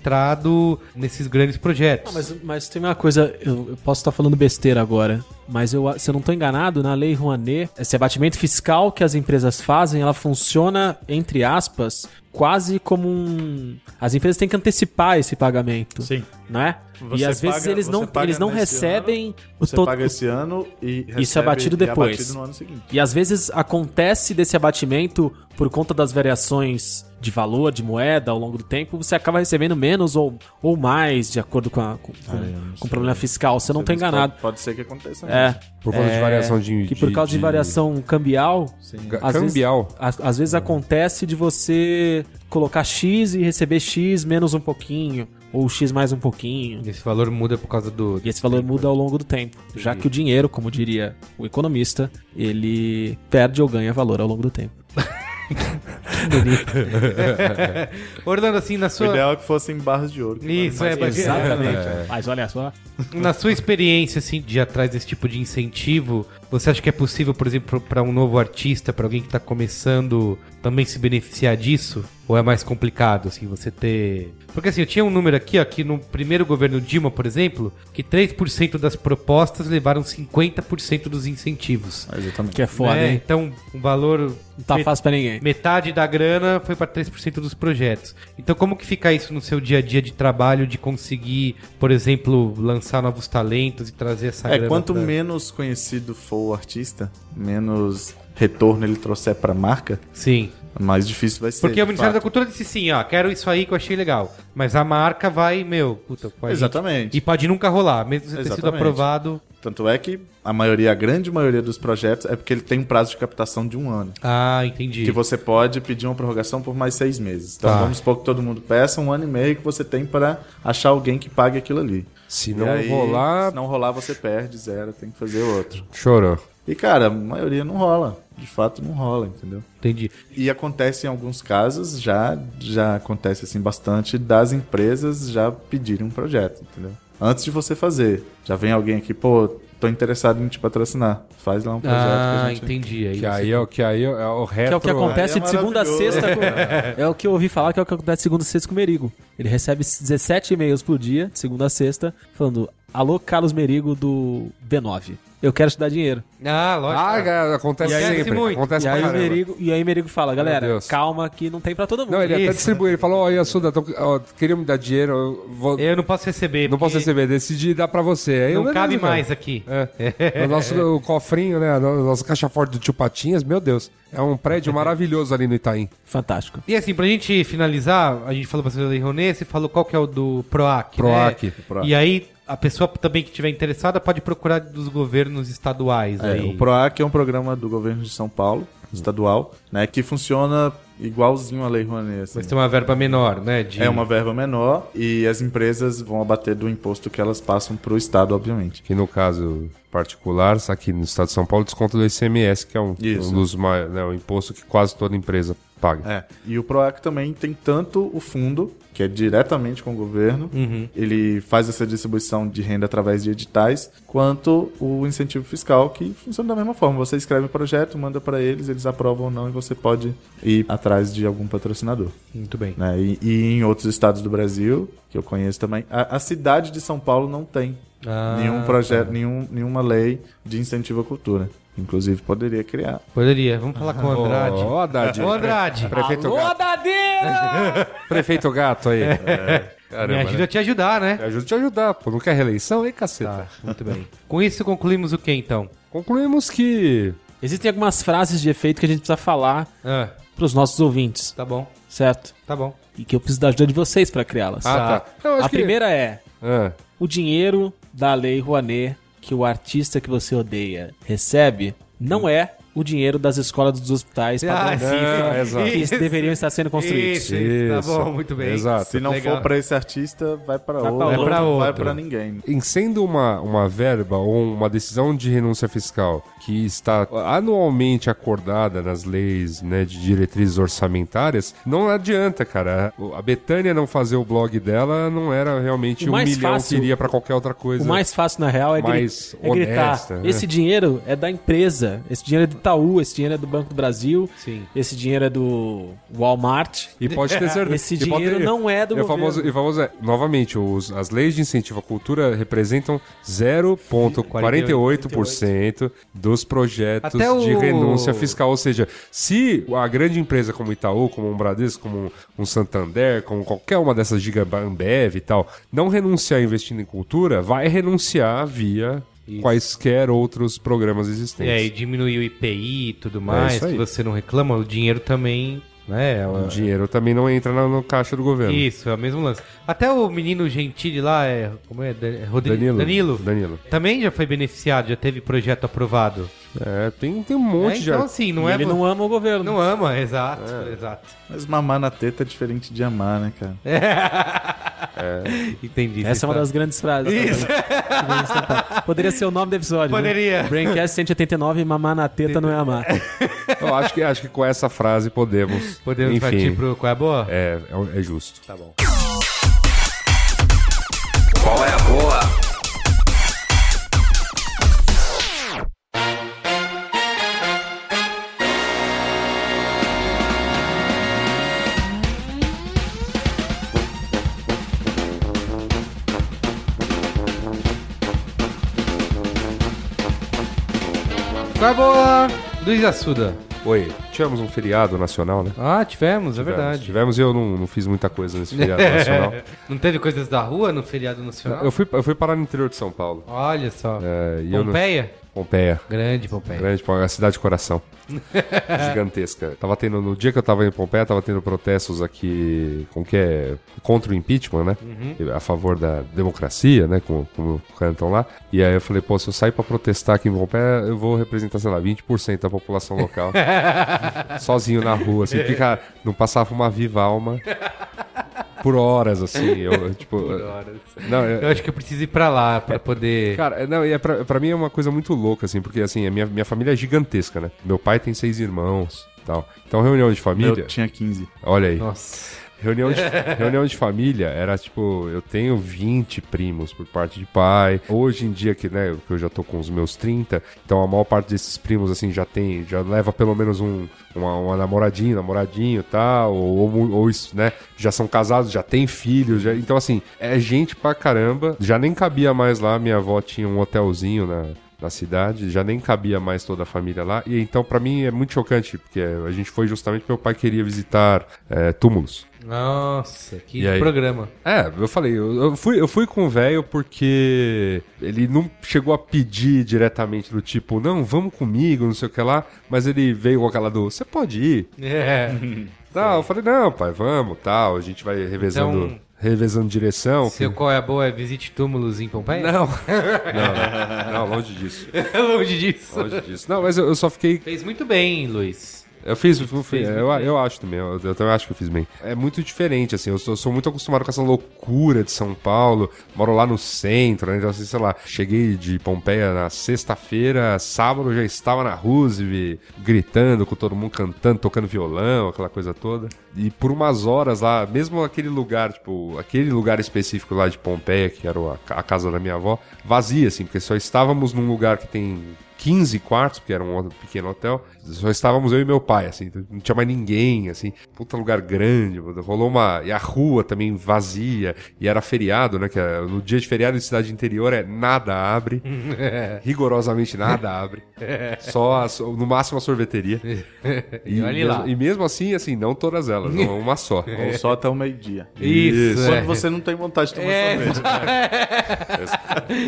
concentrado nesses grandes projetos.
Não, Ah, mas, mas tem uma coisa, eu, eu posso estar falando besteira agora, mas eu, se eu não estou enganado, na Lei Rouanet, esse abatimento fiscal que as empresas fazem, ela funciona, entre aspas, quase como um. As empresas têm que antecipar esse pagamento.
Sim.
Né?
Você
e às vezes
paga-
eles não,
você paga
eles não
nesse
recebem o
Você
todo.
paga esse ano e recebe,
Isso é
e
batido depois.
abatido no ano seguinte.
E às vezes acontece desse abatimento por conta das variações de valor, de moeda ao longo do tempo, você acaba recebendo menos ou, ou mais, de acordo com, a- com,
Ah,
com- com o problema fiscal. Você não está
Pode-
enganado.
Pode ser que aconteça. né?
É.
mesmo.
Por causa de
É,
variação de.
Que por causa de, variação cambial.
Sim.
Ga-
às vezes-
Cambial.
Às, às vezes acontece de você colocar X e receber X menos um pouquinho, ou X mais um pouquinho.
Esse valor muda por causa
(laughs)
do.
E esse valor muda ao longo do tempo, já que o dinheiro, como diria o economista, ele perde ou ganha valor ao longo do tempo.
Orlando, assim, na
O
sua.
ideal é que fossem barras de ouro. que
Isso,
valem
é,
mais que-
Exatamente. Mas olha só.
Na sua experiência, assim, de ir atrás desse tipo de incentivo, você acha que é possível, por exemplo, para um novo artista, para alguém que tá começando, também se beneficiar disso? Ou é mais complicado, assim, você ter. Porque, assim, eu tinha um número aqui, ó, que no primeiro governo Dilma, por exemplo, que 3% das propostas levaram 50% dos incentivos.
Ah, Exatamente.
Que é foda,
né?
hein?
Então, um valor
Não tá fácil pra ninguém.
Metade da grana foi para 3% dos projetos. Então, como que fica isso no seu dia a dia de trabalho, de conseguir, por exemplo, lançar novos talentos e trazer essa grana?
É, quanto
pra-
menos conhecido for o artista, menos retorno ele trouxer pra marca,
Sim.
mais difícil vai ser.
Porque
de
é o Ministério da
fato.
Cultura disse sim, ó, quero isso aí que eu achei legal. Mas a marca vai, meu, puta, com a gente-
Exatamente.
E pode nunca rolar, mesmo você ter sido
Exatamente.
aprovado.
Tanto é que a maioria, a grande maioria dos projetos é porque ele tem um prazo de captação de um ano.
Ah, entendi.
Que você pode pedir uma prorrogação por mais seis meses. Então
Tá.
vamos supor que todo mundo peça um ano e meio que você tem pra achar alguém que pague aquilo ali.
Se
E
não
aí,
rolar,
Se não rolar, você perde zero, tem que fazer outro.
chorou.
E, cara, a maioria não rola. De fato, não rola, entendeu?
Entendi.
E acontece em alguns casos, já, já acontece assim bastante, das empresas já pedirem um projeto, entendeu? Antes de você fazer. Já vem alguém aqui, pô, tô interessado em te patrocinar. Faz lá um projeto que
Ah,
a gente...
entendi. Aí
Que
você-
aí é o que aí é o
Que
reto.
é o que acontece
Aí é
de segunda a
maravilhoso.
sexta. com- (laughs) É o que eu ouvi falar que é o que acontece de segunda a sexta com o Merigo. Ele recebe 17 e-mails por dia, de segunda a sexta, falando: Alô, Carlos Merigo do B9. Eu quero te dar dinheiro.
Ah, lógico.
Ah, cara, acontece
E aí- assim,
sempre.
muito.
Acontece
E
pra
aí, o
caramba.
Merigo, e aí o Merigo fala: Galera,
Deus.
calma que não tem pra todo mundo.
Não, ele é até
Isso.
distribuiu. Ele falou: Ó, Yasuda, tô- ó, queria me dar dinheiro, eu vou-
Eu não posso receber.
não posso
porque
receber, decidi dar pra você. Aí eu,
Não
beleza,
cabe
cara.
mais aqui.
É. O nosso o cofrinho, né? A no- nossa caixa forte do Tio Patinhas, meu Deus. É
(laughs)
um prédio maravilhoso ali no Itaim.
Fantástico.
E assim, pra gente finalizar, a gente falou bastante da Lei Rouanet, você falou qual que é o do PROAC, né?
Proac.
Proac.
E aí, a pessoa também que estiver interessada pode procurar dos governos estaduais
É,
aí.
o PROAC é um programa do governo de São Paulo, estadual, né, que funciona igualzinho a Lei Rouanet. assim.
Mas tem uma verba menor, né? de-
É uma verba menor e as empresas vão abater do imposto que elas passam pro Estado, obviamente.
Que no caso particular, aqui no estado de São Paulo, desconta do ICMS, que é um,
Isso.
um dos mai- né, o imposto que quase toda empresa paga.
É. E o PROAC também tem tanto o fundo, que é diretamente com o governo, ele faz essa distribuição de renda através de editais, quanto o incentivo fiscal, que funciona da mesma forma. Você escreve o projeto, manda para eles, eles aprovam ou não, e você pode ir atrás de algum patrocinador.
Muito bem.
né? E, e em outros estados do Brasil, que eu conheço também, a, a cidade de São Paulo não tem
Ah,
nenhum projeto, nenhum, nenhuma lei de incentivo à cultura. Inclusive, poderia criar.
Poderia. Vamos falar com o Andrade.
Ó, Haddad.
Ô, Andrade,
Prefeito
Alô,
Gato.
Dadeira!
Prefeito Gato aí.
É. me
Caramba,
ajuda a
né?
te ajudar, né?
Me ajuda a te ajudar, pô. Não quer reeleição aí, caceta?
Tá, muito bem. Com isso concluímos o que então?
Concluímos que
Existem algumas frases de efeito que a gente precisa falar
Ah,
pros nossos ouvintes,
tá bom,
certo?
tá bom.
E que eu preciso da ajuda de vocês pra criá-las.
Ah, tá. Não, acho
a
que-
primeira é:
Ah,
o dinheiro da Lei Rouanet que o artista que você odeia recebe não é o dinheiro das escolas dos hospitais padrão
sim.
(laughs)
é, exato.
que
Ah, Isso,
deveriam estar sendo construídos.
Isso, isso, tá
Isso.
bom, muito bem.
Exato.
Se não
Tá Legal.
for para esse artista, vai para
pra
outro, vai pra
Vai
outro.
pra
vai
outro.
para ninguém.
em sendo uma, uma verba ou uma decisão de renúncia fiscal que está anualmente acordada nas leis né, de diretrizes orçamentárias, não adianta, cara. A Betânia não fazer o blog dela não era realmente
O
um
mais
milhão
fácil-
que iria para qualquer outra coisa.
O mais fácil, na real, é, gri-
Mais
é gritar.
honesta, né?
Esse dinheiro é da empresa. Esse dinheiro é do Itaú, esse dinheiro é do Banco do Brasil,
Sim.
esse dinheiro é do Walmart.
E pode
(laughs)
ter certeza.
Esse
e pode
dinheiro
ter-
não é do
e
governo.
o famoso, e o famoso é, novamente, os- as leis de incentivo à cultura representam 0,48% dos projetos
Até o-
de renúncia fiscal. Ou seja, se a grande empresa como Itaú, como um Bradesco, como um, um Santander, como qualquer uma dessas giga Ambev e tal, não renunciar investindo em cultura, vai renunciar via quaisquer outros programas
É, E
existentes.
aí, diminuiu o IPI e tudo mais,
É isso aí.
que você não reclama, o dinheiro também, né? é
O
uma-
dinheiro também não entra na- no caixa do governo.
Isso, é o mesmo lance. Até o menino Gentili lá, é, como é? Dan- é Rodrigo,
Danilo.
Danilo.
Danilo.
Também já foi beneficiado, já teve projeto aprovado.
É, tem, tem um monte É.
É,
de
então, assim, não
E
é...
ele
vo-
não ama o governo.
não ama, exato, exato.
Mas mamar na teta é diferente de amar, né, cara?
É.
(laughs) Entendi.
Essa é uma das grandes frases.
Isso.
também, que vem estampada. (laughs) Poderia ser o nome do episódio. né?
Poderia.
Braincast 189, mamar na teta não é amar.
Eu acho que, acho que com essa frase podemos.
(laughs) Podemos
Enfim,
partir pro Qual é a Boa?
É, é, é justo. Tá bom.
Qual é a boa?
Qual é a Boa? Luiz Assuda.
Oi, tivemos um feriado nacional, né?
Ah, tivemos, é
Tivemos,
verdade.
Tivemos e eu não, não fiz muita coisa
(laughs)
nesse feriado nacional.
Não teve coisas da rua no feriado nacional?
Eu fui, eu fui parar no interior de São Paulo.
Olha só.
É, e eu não-
Pompeia?
Pompeia.
Grande Pompeia.
Grande, Pompeia, É tipo, a cidade de (laughs) coração. Gigantesca. Tava tendo, no dia que eu tava em Pompeia, tava tendo protestos aqui, com que é, contra o impeachment, né? A favor da democracia, né? Como, como cantam lá. E aí eu falei, pô, se eu sair pra protestar aqui em Pompeia, eu vou representar, sei lá, 20% da população (laughs) local. sozinho na rua, assim, fica, não passava uma viva (laughs) alma. Por horas, assim, eu, tipo... Por horas. Não, eu,
Eu acho que eu preciso ir pra lá pra poder.
Cara, é, não, e é pra, pra mim é uma coisa muito louca, assim, porque assim, a minha, minha família é gigantesca, né? Meu pai tem seis irmãos tal. Então, reunião de
É.
família.
Eu tinha 15.
Olha aí.
Nossa.
Reunião de, reunião de família era tipo, eu tenho 20 primos por parte de pai. Hoje em dia, que, né, que eu já tô com os meus 30, então a maior parte desses primos, assim, já tem, já leva pelo menos um, uma, uma namoradinha, um namoradinho e tal, ou, ou, mu- ou isso, né, já são casados, já tem filhos, já- então assim, é gente pra caramba. Já nem cabia mais lá, minha avó tinha um hotelzinho na, na cidade, já nem cabia mais toda a família lá. E então, pra mim, é muito chocante, porque a gente foi justamente porque meu pai queria visitar eh, túmulos.
Nossa, que
E aí?
programa.
É, eu falei, eu, eu fui, eu fui com o velho porque ele não chegou a pedir diretamente do tipo, não, vamos comigo, não sei o que lá, mas ele veio com aquela do, você pode ir?
É.
Tal, eu falei, não, pai, vamos, tal, a gente vai revezando,
Então,
revezando direção.
(laughs) Seu qual é a boa é visite túmulos em Pompeia?
Não. não, não, longe disso,
Não, (laughs) longe disso.
longe disso. Não, mas eu, eu só fiquei
Fez muito bem, Luiz.
Eu fiz, eu, fiz, é, eu, eu acho também, eu, eu também acho que eu fiz bem. É muito diferente, assim, eu sou, sou muito acostumado com essa loucura de São Paulo, moro lá no centro, né, então assim, sei lá, cheguei de Pompeia na sexta-feira, sábado eu já estava na Roosevelt, gritando com todo mundo, cantando, tocando violão, aquela coisa toda. E por umas horas lá, mesmo aquele lugar, tipo, aquele lugar específico lá de Pompeia, que era a, ca- a casa da minha avó, vazia, assim, porque só estávamos num lugar que tem 15 quartos, porque era um outro pequeno hotel. Só estávamos eu e meu pai, assim, não tinha mais ninguém, assim. Puta lugar grande, mano. rolou uma. E a rua também vazia, e era feriado, né? Que é- no dia de feriado de cidade interior é nada abre, rigorosamente nada abre. Só, a- so- no máximo a sorveteria. E,
olhe
mesmo,
lá.
e mesmo assim, assim, não todas elas, não, uma só.
Ou só até o meio-dia.
É. Isso,
Quando
é.
você não tem vontade de tomar sorvete.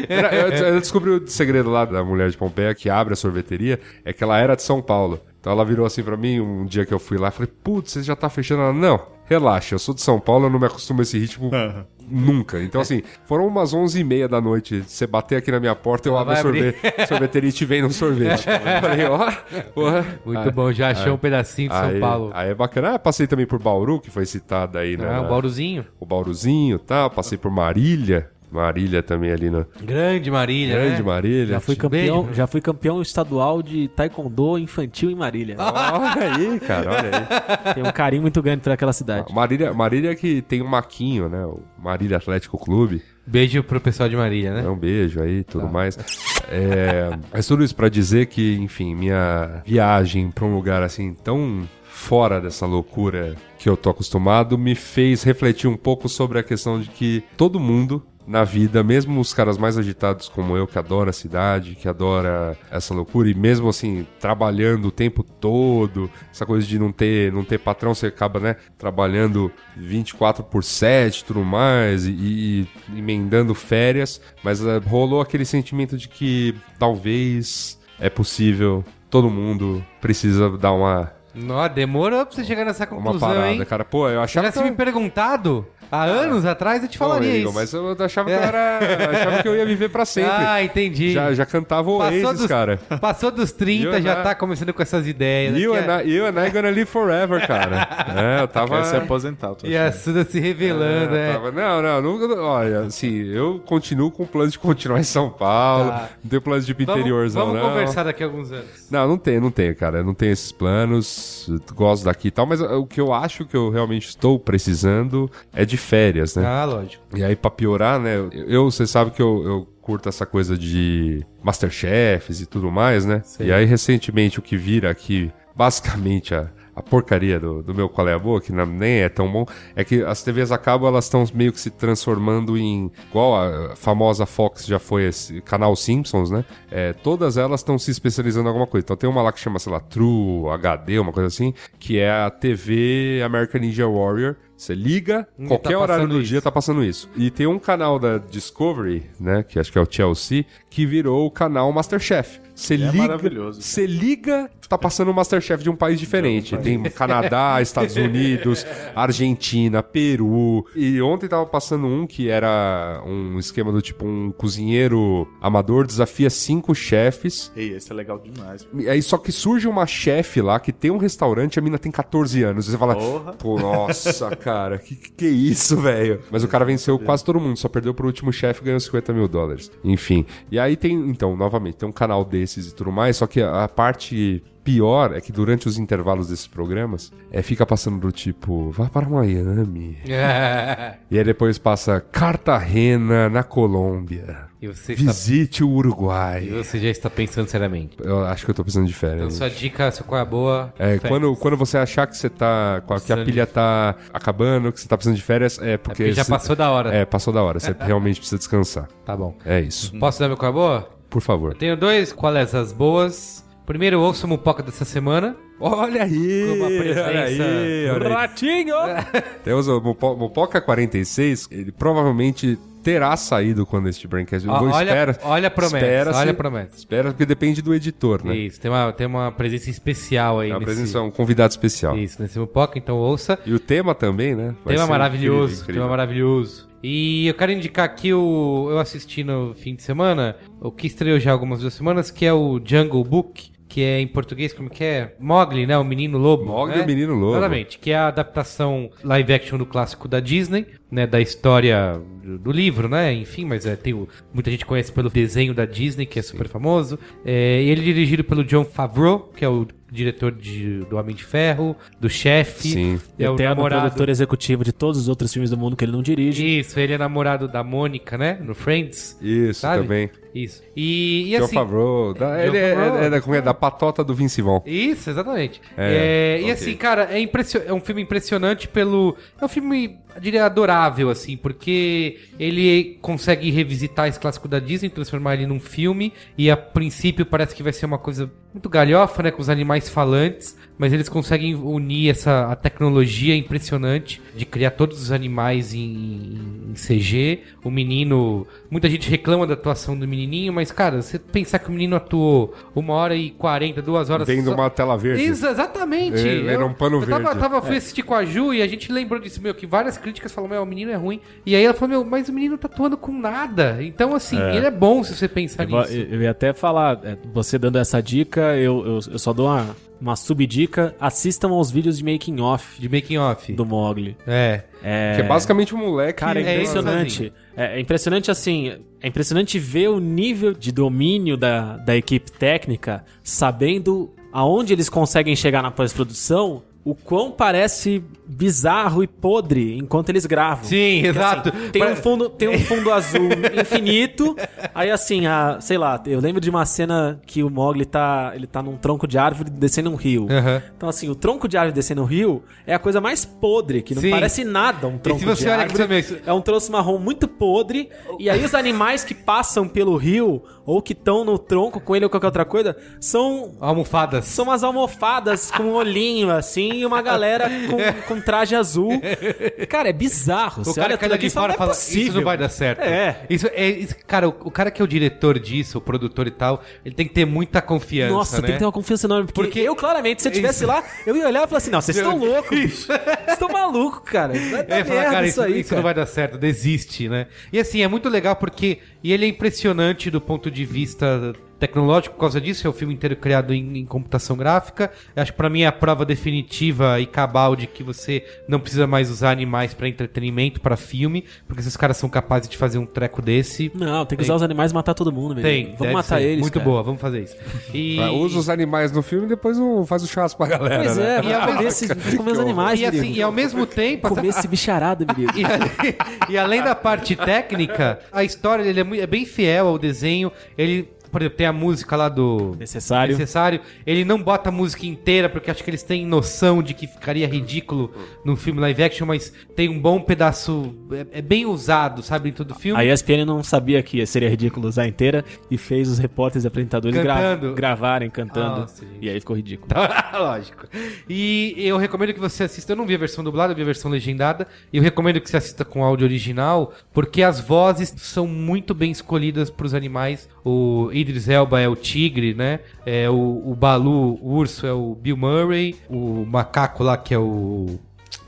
Era- eu, eu descobri o segredo lá da mulher de Pompeia que abre a sorveteria, é que ela era de São Paulo. Então ela virou assim pra mim um dia que eu fui lá, falei, putz, você já tá fechando? Ela, não, relaxa, eu sou de São Paulo, eu não me acostumo a esse ritmo nunca. Então assim, foram umas 11 e meia da noite, você bater aqui na minha porta, eu abro
vai
a
abrir. É. (laughs)
sorvete, sorveteria e te vendo um sorvete. Eu falei, ó, porra.
Muito bom, já achou um pedacinho de São
Aí-
Paulo.
Aí é bacana. Ah, passei também por Bauru, que foi citado aí, né?
Ah, o Bauruzinho.
o Bauruzinho e tal, passei por Marília. Marília também ali na
Grande Marília, né?
Grande Marília.
Já fui campeão, já fui campeão estadual de taekwondo infantil em Marília.
Olha aí, cara, olha
Ah.
Tenho um carinho muito grande por aquela cidade.
aí. (laughs) Marília, Marília que tem o Maquinho, né? O Marília Atlético Clube.
Beijo pro pessoal de Marília, né?
É um beijo aí e tudo mais. É, mas tudo isso pra dizer que, enfim, minha viagem pra um lugar assim tão fora dessa loucura que eu tô acostumado me fez refletir um pouco sobre a questão de que todo mundo na vida, mesmo os caras mais agitados como eu, que adora a cidade, que adora essa loucura, e mesmo assim, trabalhando o tempo todo, essa coisa de não ter, não ter patrão, você acaba, né, trabalhando 24 por 7 tudo mais, e, e emendando férias, mas eh, rolou aquele sentimento de que talvez é possível, todo mundo precisa dar uma,
Nó, demorou pra você chegar nessa
um- uma
conclusão,
parada,
hein?
cara. Pô, eu
Se
achava
tivesse me perguntado há anos atrás, eu te
Pô,
falaria isso.
Igor,
É.
Mas eu achava que eu era. achava que eu ia viver
(laughs)
pra sempre.
Ah, entendi.
Já, já cantava o
Passou
Oasis,
dos, (laughs)
cara.
passou dos 30,
You're
já
not-
tá começando com essas ideias. né?
You
Que
and, I, you and I gonna live
(laughs)
forever, cara. É, eu tava.
Quer se aposentar, eu tô
a, e a Suda se revelando,
É,
é.
tava- Não, não, nunca. Olha, assim, eu continuo com o plano de continuar em São Paulo.
Tá.
Não tenho plano de ir pro
Vamos,
interiorzão, né?
vamos
não.
conversar daqui a alguns anos.
Não, não tenho, não tenho, cara. Eu não tenho esses planos. eu Gosto daqui e tal, mas o que eu acho que eu realmente estou precisando é de férias, né?
Ah,
(laughs)
lógico.
E aí, pra piorar, né? eu- Eu, você sabe que eu, eu curto essa coisa de Masterchefs e tudo mais, né? E aí, recentemente, o que vira aqui, basicamente, a, a porcaria do, do meu Qual é a Boa, que não- nem é tão bom, é que as TVs a cabo, elas estão meio que se transformando em... Igual a famosa Fox já foi esse canal Simpsons, né? É, todas elas estão se especializando em alguma coisa. Então, tem uma lá que chama, sei lá, True, HD, uma coisa assim, que é a TV American Ninja Warrior. Você liga,
Ainda
qualquer
tá
horário
passando
do
isso.
dia tá passando isso. E tem um canal da Discovery, né, que acho que é o Chelsea, que virou o canal Masterchef. Você liga,
maravilhoso.
Você liga, tá passando o Masterchef de um país diferente. Tem (laughs) Canadá, Estados Unidos, Argentina, Peru. E ontem tava passando um que era um esquema do tipo um cozinheiro amador desafia cinco chefes
Ei, esse é legal demais.
e Aí só que surge uma chefe lá que tem um restaurante, a mina tem 14 anos. E você fala,
Porra.
pô,
(laughs)
nossa, cara, que que que é isso, velho? Mas o cara venceu quase todo mundo, só perdeu pro último chefe e ganhou 50 mil dólares. Enfim. E aí tem, então, novamente, tem um canal desses e tudo mais, só que a a parte pior é que durante os intervalos desses programas, é, fica passando do tipo, vá para Miami. E aí depois passa Cartagena, na Colômbia.
e, você tá está-
Visite o
e
Uruguai.
você já está pensando seriamente.
Eu acho que eu tô precisando de férias.
Então, sua dica, sua qual é a boa?
É,
Fé.
quando, quando você achar que você tá. que a
Precisando
pilha tá acabando, que você tá precisando de férias, é porque.
Porque já
você-
passou da hora.
É, passou da
(laughs)
hora. Você realmente precisa descansar.
Tá bom.
É isso.
Posso dar meu qual é a boa?
Por favor.
Tenho dois qual é as boas. Primeiro, ouço o Mupoca dessa semana.
Olha aí!
Com uma
Olha
presença
aí! Olha aí. É.
Ratinho!
(laughs) Temos o Mopo- Mopoca 46, ele provavelmente terá saído quando este Braincast. Eu
Ó,
vou-
olha-
espera,
olha a promessa,
espera-se-
olha a promessa.
Espera, porque depende do editor, né?
Isso, tem uma, tem uma presença especial aí
É uma
nesse,
presença, um convidado especial.
Isso, nesse Mupoca, então ouça.
E o tema também, né? Vai
tema
ser
maravilhoso,
incrível, incrível.
tema maravilhoso. E eu quero indicar aqui o. Eu assisti no fim de semana, o que estreou já há algumas duas semanas, que é o Jungle Book, que é em português, como que é? Mogli, né? O Menino Lobo.
Mowgli,
né?
o Menino Lobo.
Exatamente, que é a adaptação live action do clássico da Disney, né? Da história do, do livro, né? Enfim, mas é, tem o- muita gente conhece pelo desenho da Disney, que é super famoso. É, ele é dirigido pelo John Favreau, que é o diretor de, do Homem de Ferro, do Chefe.
Sim.
É o
Eterno
namorado
produtor executivo de todos os outros filmes do mundo que ele não dirige.
isso, ele é namorado da Mônica, né? No Friends.
Isso,
sabe?
também.
Isso. E, e
John
assim.
Favreau. da-
John
ele é,
Favreau.
é- é da, como é, da patota do Vince Vaughn.
Isso, exatamente.
É,
É,
ok.
E assim, cara, é, impressio- é um filme impressionante pelo. É um filme, eu diria, adorável, assim, porque ele consegue revisitar esse clássico da Disney, transformar ele num filme, e a princípio parece que vai ser uma coisa muito galhofa, né, com os animais falantes, mas eles conseguem unir essa a tecnologia impressionante de criar todos os animais em, em- em CG. O menino. Muita gente reclama da atuação do menininho, mas, cara, você pensar que o menino atuou uma hora e quarenta, duas horas
Vendo
só-
uma tela verde.
isso, exatamente.
Ele era um pano
eu Tava,
verde.
tava, fui assistir com a Ju e a gente lembrou disso, meu, que várias críticas falam, meu, o menino é ruim. E aí ela falou, meu, mas o menino não tá atuando com nada. Então, assim, ele é bom se você pensar
Eu,
nisso.
eu ia até falar, é, você dando essa dica, eu, eu, eu só dou uma, uma subdica. Assistam aos vídeos de making off
De making off.
do Mogli.
É.
Que é basicamente um moleque.
Cara,
é
é impressionante.
sozinho.
É, é impressionante, assim, é impressionante ver o nível de domínio da, da equipe técnica, sabendo aonde eles conseguem chegar na pós-produção, o quão parece bizarro e podre enquanto eles gravam.
Sim,
Porque, assim,
exato.
tem, um
Pare-
fundo, tem um fundo
(laughs)
azul infinito. Aí, assim, a, sei lá, eu lembro de uma cena que o Mogli tá, ele tá num tronco de árvore descendo um rio.
Aham.
Então, assim, o tronco de árvore descendo um rio é a coisa mais podre, que não
Sim.
parece nada um tronco
se você
de
olha aqui
árvore.
também, isso-
É um troço marrom muito podre. E aí os animais que passam pelo rio, ou que estão no tronco com ele ou qualquer outra coisa, são
Almofadas.
são umas almofadas com um olhinho, assim, e uma galera com, com traje azul. Cara, é bizarro.
O
Você
cara
olha
que olha
tudo
de
aqui e fala,
fora
não é
fala,
possível.
isso não vai dar certo.
É.
Isso, é isso- cara, o, o cara que é o diretor disso, o produtor e tal, ele tem que ter muita confiança,
Nossa,
né?
tem que ter uma confiança enorme. Porque,
Porque-
eu, claramente, se eu estivesse
Isso.
lá, eu ia olhar e falar assim, não, vocês estão loucos. bicho.
Isso.
Vocês estão malucos, cara. Vai dar
É, falar,
Tá merda
cara,
isso
isso,
aí,
isso
cara.
não vai dar certo, desiste, né? E assim, é muito legal porque. E ele é impressionante do ponto de vista tecnológico por causa disso. É o filme inteiro criado em, em computação gráfica. Eu acho que pra mim é a prova definitiva e cabal de que você não precisa mais usar animais pra entretenimento, pra filme, porque esses caras são capazes de fazer um treco desse.
Não, tem que usar os animais e matar todo mundo, menino.
Tem,
Vamos
deve
matar
ser.
eles,
Muito
cara.
boa, vamos fazer isso. E-
Vai, Usa os animais no filme e depois o- faz o churrasco pra galera.
Pois (laughs)
né?
é,
E
vamos
ao
comer,
mesmo-
esses, vamos comer os animais,
e, assim,
menino.
e ao mesmo tempo,
Comer esse bicharada,
(laughs)
menino.
E além, e além da parte técnica, a história ele é, mui- é bem fiel ao desenho. Ele, por exemplo, tem a música lá do
Necessário.
necessário. Ele não bota a música inteira porque acho que eles têm noção de que ficaria ridículo num filme live action, mas tem um bom pedaço é, é bem usado, sabe, em todo o filme.
A ESPN não sabia que seria ridículo usar inteira e fez os repórteres e apresentadores gra-
Cantando.
gravarem cantando.
Nossa, gente.
e aí ficou ridículo.
Então, (laughs) Lógico. E eu recomendo que você assista. Eu não vi a versão dublada, eu vi a versão legendada. E eu recomendo que você assista com áudio original, porque as vozes são muito bem escolhidas pros animais. O Idris Elba é o tigre, né? É o, o Balu, o urso, é o Bill Murray. O macaco lá, que é o,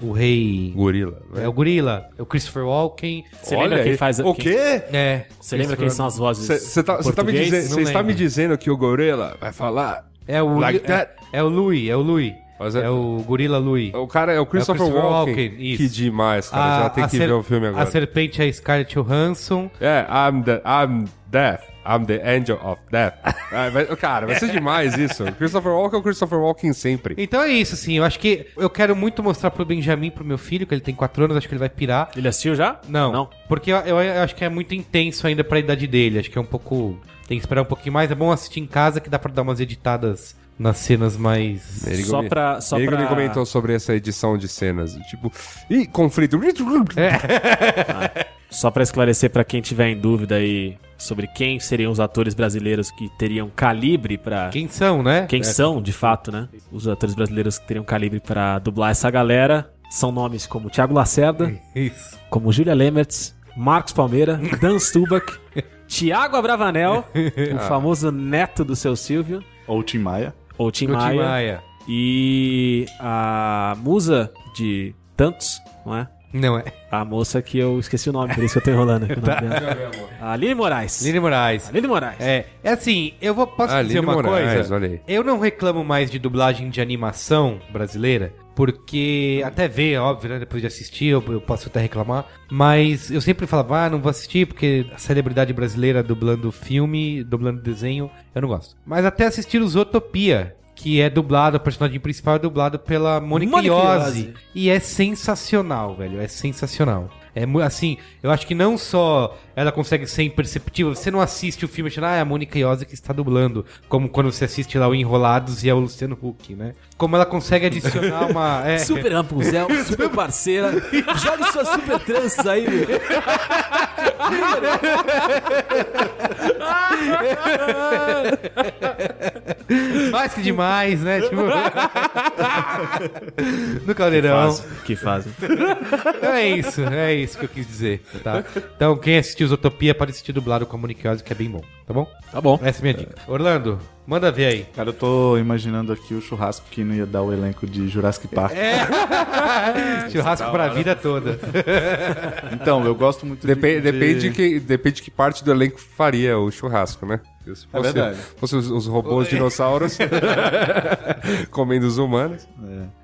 o rei.
Gorila. né?
É o gorila. É o Christopher Walken.
Você lembra quem
aí.
faz
O
quem- né?
quê?
É.
Você lembra quem são as vozes?
Você tá, cê tá me
português?
dizendo-
Não
cê está
lembro.
me dizendo que o gorila vai falar.
É o.
Like
é,
that.
é o Louis, é o Louis.
Mas é-
É o gorila Louis.
O cara é o Christopher,
Christopher
Walken.
Walken, isso.
Que demais, cara. Já tem que
ser-
ver o filme agora.
A serpente é a Scarlett Johansson.
É, I'm the I'm death. I'm the angel of
(laughs)
death. Ah, vai- cara, vai ser demais isso. Christopher Walken é o Christopher Walken sempre.
Então é isso, assim. Eu acho que eu quero muito mostrar pro Benjamin, pro meu filho, que ele tem 4 anos, acho que ele vai pirar.
Ele assistiu já?
Não,
Não.
porque eu, eu- eu acho que é muito intenso ainda pra idade dele. Acho que é um pouco. Tem que esperar um pouquinho mais. É bom assistir em casa que dá pra dar umas editadas nas cenas mais.
Ele
Só
come-
pra- só
ele
pra-
me comentou sobre essa edição de cenas. Tipo, ih, conflito.
É, Só pra esclarecer pra quem tiver em dúvida aí sobre quem seriam os atores brasileiros que teriam calibre pra
Quem são, né?
Quem são, de fato, né? Os atores brasileiros que teriam calibre pra dublar essa galera são nomes como Thiago Lacerda,
Isso.
como Julia Lemertz, Marcos Palmeira,
(laughs)
Dan Stubach, Tiago Abravanel, o
Ah.
famoso neto do seu Silvio,
Ou Tim Maia.
ou Tim
O Tim
Maia,
Maia.
e a musa de tantos, não é?
Não
(laughs)
é.
A moça que eu esqueci o nome, por isso que eu tô enrolando aqui
(laughs)
o
Tá.
nome dela. Aline Moraes.
Lili Moraes.
Aline Moraes.
É, é assim, eu vou, posso
Ah,
dizer
Lili
uma
Moraes,
coisa?
olha aí.
Eu não reclamo mais de dublagem de animação brasileira, porque até ver, óbvio, né, depois de assistir, eu, eu posso até reclamar, mas eu sempre falava, ah, não vou assistir porque a celebridade brasileira dublando filme, dublando desenho, eu não gosto. Mas até assistir o Zootopia, que é dublado, o personagem principal é dublado pela Mônica
Mônica
Iose.
Iozzi.
E é sensacional, velho. É sensacional. É mu- assim, eu acho que não só ela consegue ser imperceptível, você não assiste o filme achando, ah, é a Mônica Iose que está dublando, como quando você assiste lá o Enrolados e é o Luciano Huck, né? Como ela consegue adicionar
(laughs)
uma. é,
Super Rampunzel, super parceira. Joga suas super tranças aí, meu.
(laughs) mais que demais, né?
(laughs)
Tipo. no caldeirão.
Que fazem.
Então é isso, é isso que eu quis dizer, tá? Então quem assistiu Zootopia pode assistir dublado com a Mônica Iose, que é bem bom, tá bom?
Tá bom.
Essa é a minha dica. Orlando, manda ver aí.
Cara, eu tô imaginando aqui o churrasco que não ia dar o elenco de Jurassic Park.
É. Churrasco pra vida toda.
Então, eu gosto muito
Depende,
de...
depende, que, depende que parte do elenco faria o churrasco, né? Se fosse,
verdade.
fosse os, os robôs dinossauros comendo os humanos.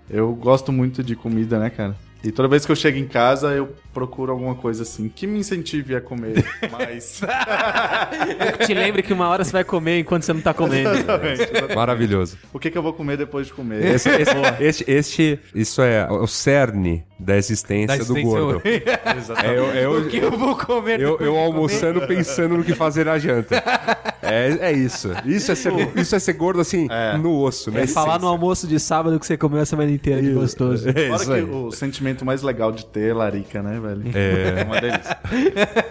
Eu gosto muito de comida, né, cara? E toda vez que eu chego em casa, eu procuro alguma coisa assim que me incentive a
(laughs)
comer mais.
Te lembre que uma hora você vai comer enquanto você não tá comendo.
Maravilhoso.
o que, que eu vou comer depois de comer?
Esse, esse- (laughs) este- este- isso é o cerne da existência, do gordo. É, eu, eu-
O que eu vou comer
eu-
depois
eu
de
almoçando pensando no que fazer na janta. É, é isso. Isso é ser, isso é ser gordo assim, no osso, né?
É falar no almoço de sábado que você comeu a semana inteira de (laughs) gostoso.
É
Fora
isso
que
aí.
o sentimento mais legal de ter é larica, né, velho? É. uma delícia.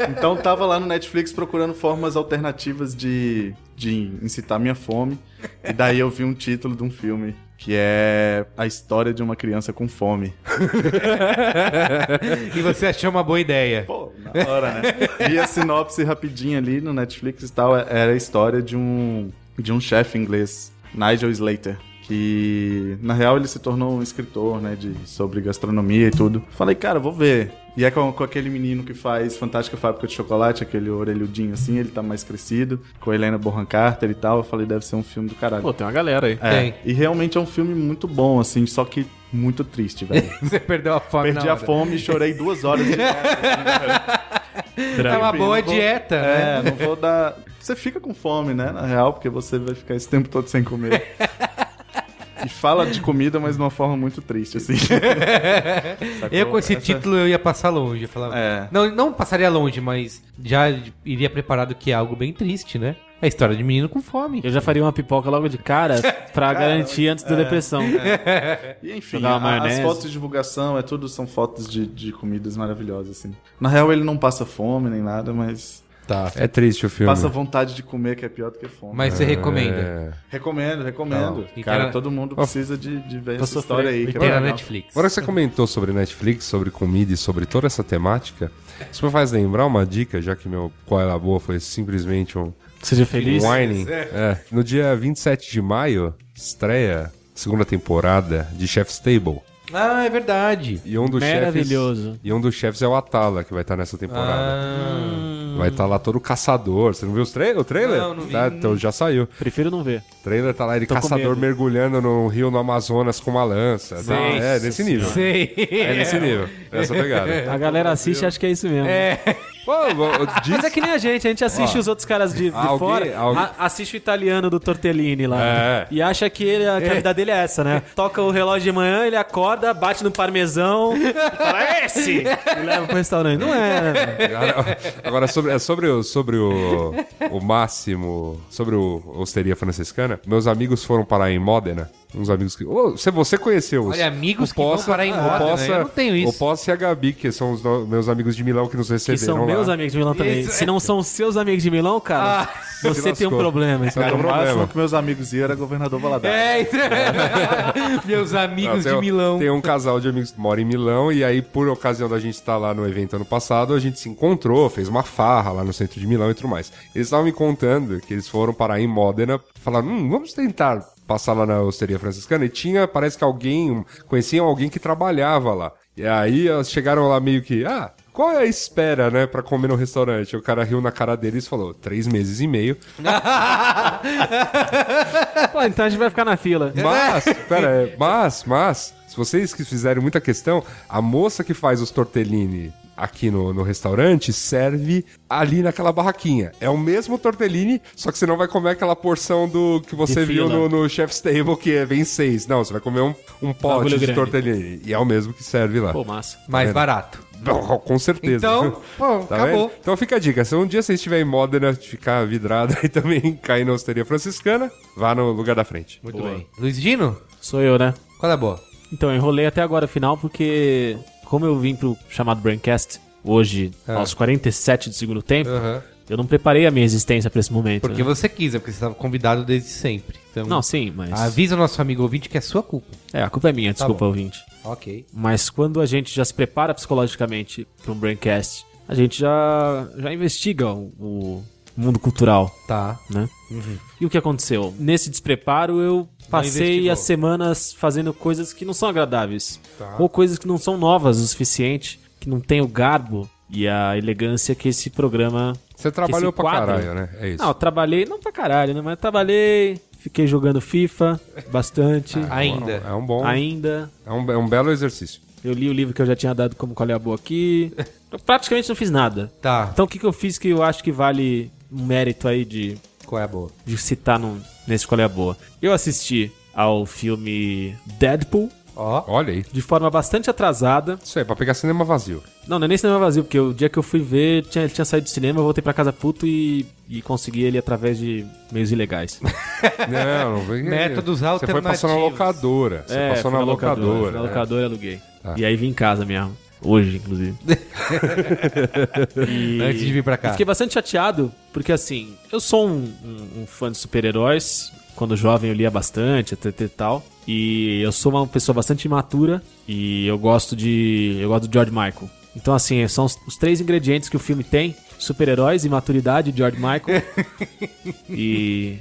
Então, tava lá no Netflix procurando formas alternativas de, de incitar minha fome. E daí eu vi um título de um filme que é A História de uma Criança com Fome.
(laughs) E você achou uma boa ideia.
Pô, na hora, né? e a sinopse rapidinha ali no Netflix e tal é- era a história de um, de um chefe inglês, Nigel Slater. Que, na real, ele se tornou um escritor, né? De, sobre gastronomia e tudo. Falei, cara, vou ver. E é com, com aquele menino que faz Fantástica Fábrica de Chocolate, aquele orelhudinho assim, ele tá mais crescido, com Helena Bonham Carter e tal. Eu falei, deve ser um filme do caralho.
Pô, tem uma galera aí.
é,
tem.
e realmente é um filme muito bom, assim, só que muito triste, velho.
(laughs) Você perdeu a fome
Perdi
na
a
hora.
fome, chorei duas horas de
É uma
né? Enfim,
boa
não vou-
dieta, né?
É, não vou dar. Você fica com fome, né? Na real, porque você vai ficar esse tempo todo sem comer. E fala de comida, mas de uma forma muito triste,
(laughs)
assim.
(laughs) Eu com esse título eu ia passar longe. Eu falava...
É.
Não, não passaria longe, mas já iria preparado que é algo bem triste, né? É a história de menino com fome.
Eu já faria uma pipoca logo de cara é. pra garantir antes da depressão.
E enfim,
Jogar uma
a- as
maionese.
fotos de divulgação, é tudo, são fotos de, de comidas maravilhosas, assim. Na real, ele não passa fome nem nada, mas
Tá.
É triste o filme.
passa vontade de comer, que é pior do que fome.
Mas você recomenda.
É.
Recomendo, recomendo.
Não.
Cara,
Então-
todo mundo precisa de, de ver essa história aí.
E
que é
tem na
legal.
Netflix.
Agora que você comentou sobre Netflix, sobre comida e sobre toda essa temática, isso me faz lembrar uma dica, já que meu Qual Era a Boa foi simplesmente um
Seja feliz.
whining. É. No dia 27 de maio, estreia a segunda temporada de Chef's Table.
Ah, é (laughs) verdade.
E um dos
Maravilhoso.
chefes. E um dos chefes é o Atala, que vai estar nessa temporada.
Ah,
Vai estar lá todo caçador. Você não viu os tra o trailer?
Não, não vi.
Tá, então já saiu.
Prefiro não ver.
O trailer tá lá, ele
com
caçador
medo.
mergulhando no rio no Amazonas com uma lança. Tá? É, nesse nível.
sei.
É nesse nível.
(laughs)
Essa pegada.
A galera assiste e acha que é isso mesmo.
Pô, o- o- diz-
Mas é que nem a gente, a gente assiste os outros caras de, de
Alguém-
fora,
alguém-
a- assiste o italiano do Tortellini lá, né?
É.
e acha que, ele, que a vida dele é essa, né? Toca o relógio de manhã, ele acorda, bate no parmesão, e (laughs) fala, "É esse! E leva pro restaurante. Não é, né? velho?
Agora- Ah, Agora, sobre, é, sobre, o, sobre o, o máximo, sobre o a Osteria Franciscana, meus amigos foram parar em Módena. Uns amigos que. Ô, você, você conheceu os.
Olha, amigos
o
que vão
Poça-
parar em
o
Módena,
Poça-
eu não tenho isso.
O Posse e a Gabi, que são os no- meus amigos de Milão que nos
Que
receberam.
são meus
lá.
amigos de Milão também.
Isso,
Se não são seus amigos de Milão, cara,
(laughs) se
(laughs) você
lascou.
tem um problema.
Você tem
Cara,
um
o máximo
problema.
que meus amigos iam era governador Valadares.
É,
(laughs)
isso é. Meus
Não,
amigos
tem
de
um-
Milão.
Tem um casal de amigos que mora em Milão, e aí, por ocasião da gente estar lá no evento ano passado, a gente se encontrou, fez uma farra lá no centro de Milão e tudo mais. Eles estavam me contando que eles foram parar em Módena, falaram: hum, vamos tentar passar lá na Osteria Franciscana e tinha, parece que alguém, um- conheciam alguém que trabalhava lá. E aí elas chegaram lá meio que, ah, qual é a espera, né, pra comer no restaurante? O cara riu na cara deles e falou, três meses e meio.
(laughs) Pô, então a gente vai ficar na fila.
Mas, pera,
(laughs)
é, mas, mas, se vocês que fizerem muita questão, a moça que faz os tortellini aqui no, no restaurante serve ali naquela barraquinha. É o mesmo tortellini, só que você não vai comer aquela porção do que você
De
viu
fila.
no, no Chef's Table, que é, vem seis. Não, você vai comer um, um pote de
grande.
tortellini. E é o mesmo que serve lá.
Pô, massa.
Mais
vendo?
barato.
Bom, Com certeza. (laughs)
Então, pô, acabou.
Então fica a dica. Se um dia você estiver em Modena, ficar vidrado (laughs) e também cair na osteria franciscana, vá no lugar da frente.
Muito bem. Luiz Gino,
Sou eu, né?
qual é a boa?
Então, eu enrolei até agora o final porque, como eu vim pro chamado Braincast hoje, aos 47 do segundo tempo, eu não preparei a minha existência pra esse momento.
Porque
né?
você quis, é porque você estava convidado desde sempre. Então,
Não, sim, mas.
avisa o nosso amigo ouvinte que é sua culpa.
É, a culpa é minha, desculpa, ouvinte.
Ok.
Mas quando a gente já se prepara psicologicamente pra um Braincast, a gente já, já investiga o, o mundo cultural,
Tá.
né?
Uhum.
E o que aconteceu? Nesse despreparo, eu passei
investigou.
as semanas fazendo coisas que não são agradáveis.
Tá.
Ou coisas que não são novas o suficiente, que não tem o garbo e a elegância que esse programa...
Você
que esse
trabalhou pra
quadro-
caralho, né? É isso.
Não, eu trabalhei... Não pra caralho, né? Mas trabalhei, fiquei jogando FIFA bastante...
Ainda.
É um bom.
Ainda...
É um, é um belo exercício.
Eu li o livro que eu já tinha dado como qual é a boa aqui. Eu praticamente não fiz nada.
Tá.
Então o que, que eu fiz que eu acho que vale um mérito aí de,
Qual é a boa?
de citar num- nesse qual é a boa? Eu assisti ao filme Deadpool
Ó.
Olha aí.
de forma bastante atrasada.
Isso aí, é pra pegar
(laughs)
cinema vazio.
Não, não é nem cinema vazio, porque o dia que eu fui ver, tinha- ele tinha saído do cinema, eu voltei pra casa puto e, e consegui ele através de meios ilegais.
Não, não vem.
Métodos
Você foi passando na
alternativos.
locadora. Você
É,
passou
fui
na
Na
locadora. né? Tá.
locadora eu aluguei. E aí vim em casa mesmo. Hoje,
(laughs)
inclusive. E-
Antes de vir pra cá.
Eu Fiquei bastante chateado, porque assim, eu sou um, um- um fã de super-heróis. Quando jovem eu lia bastante, etc e tal. E eu sou uma pessoa bastante imatura e eu gosto de. eu gosto do George Michael. Então, assim, são os, os três ingredientes que o filme tem: super-heróis, imaturidade, George
(laughs)
Michael. e.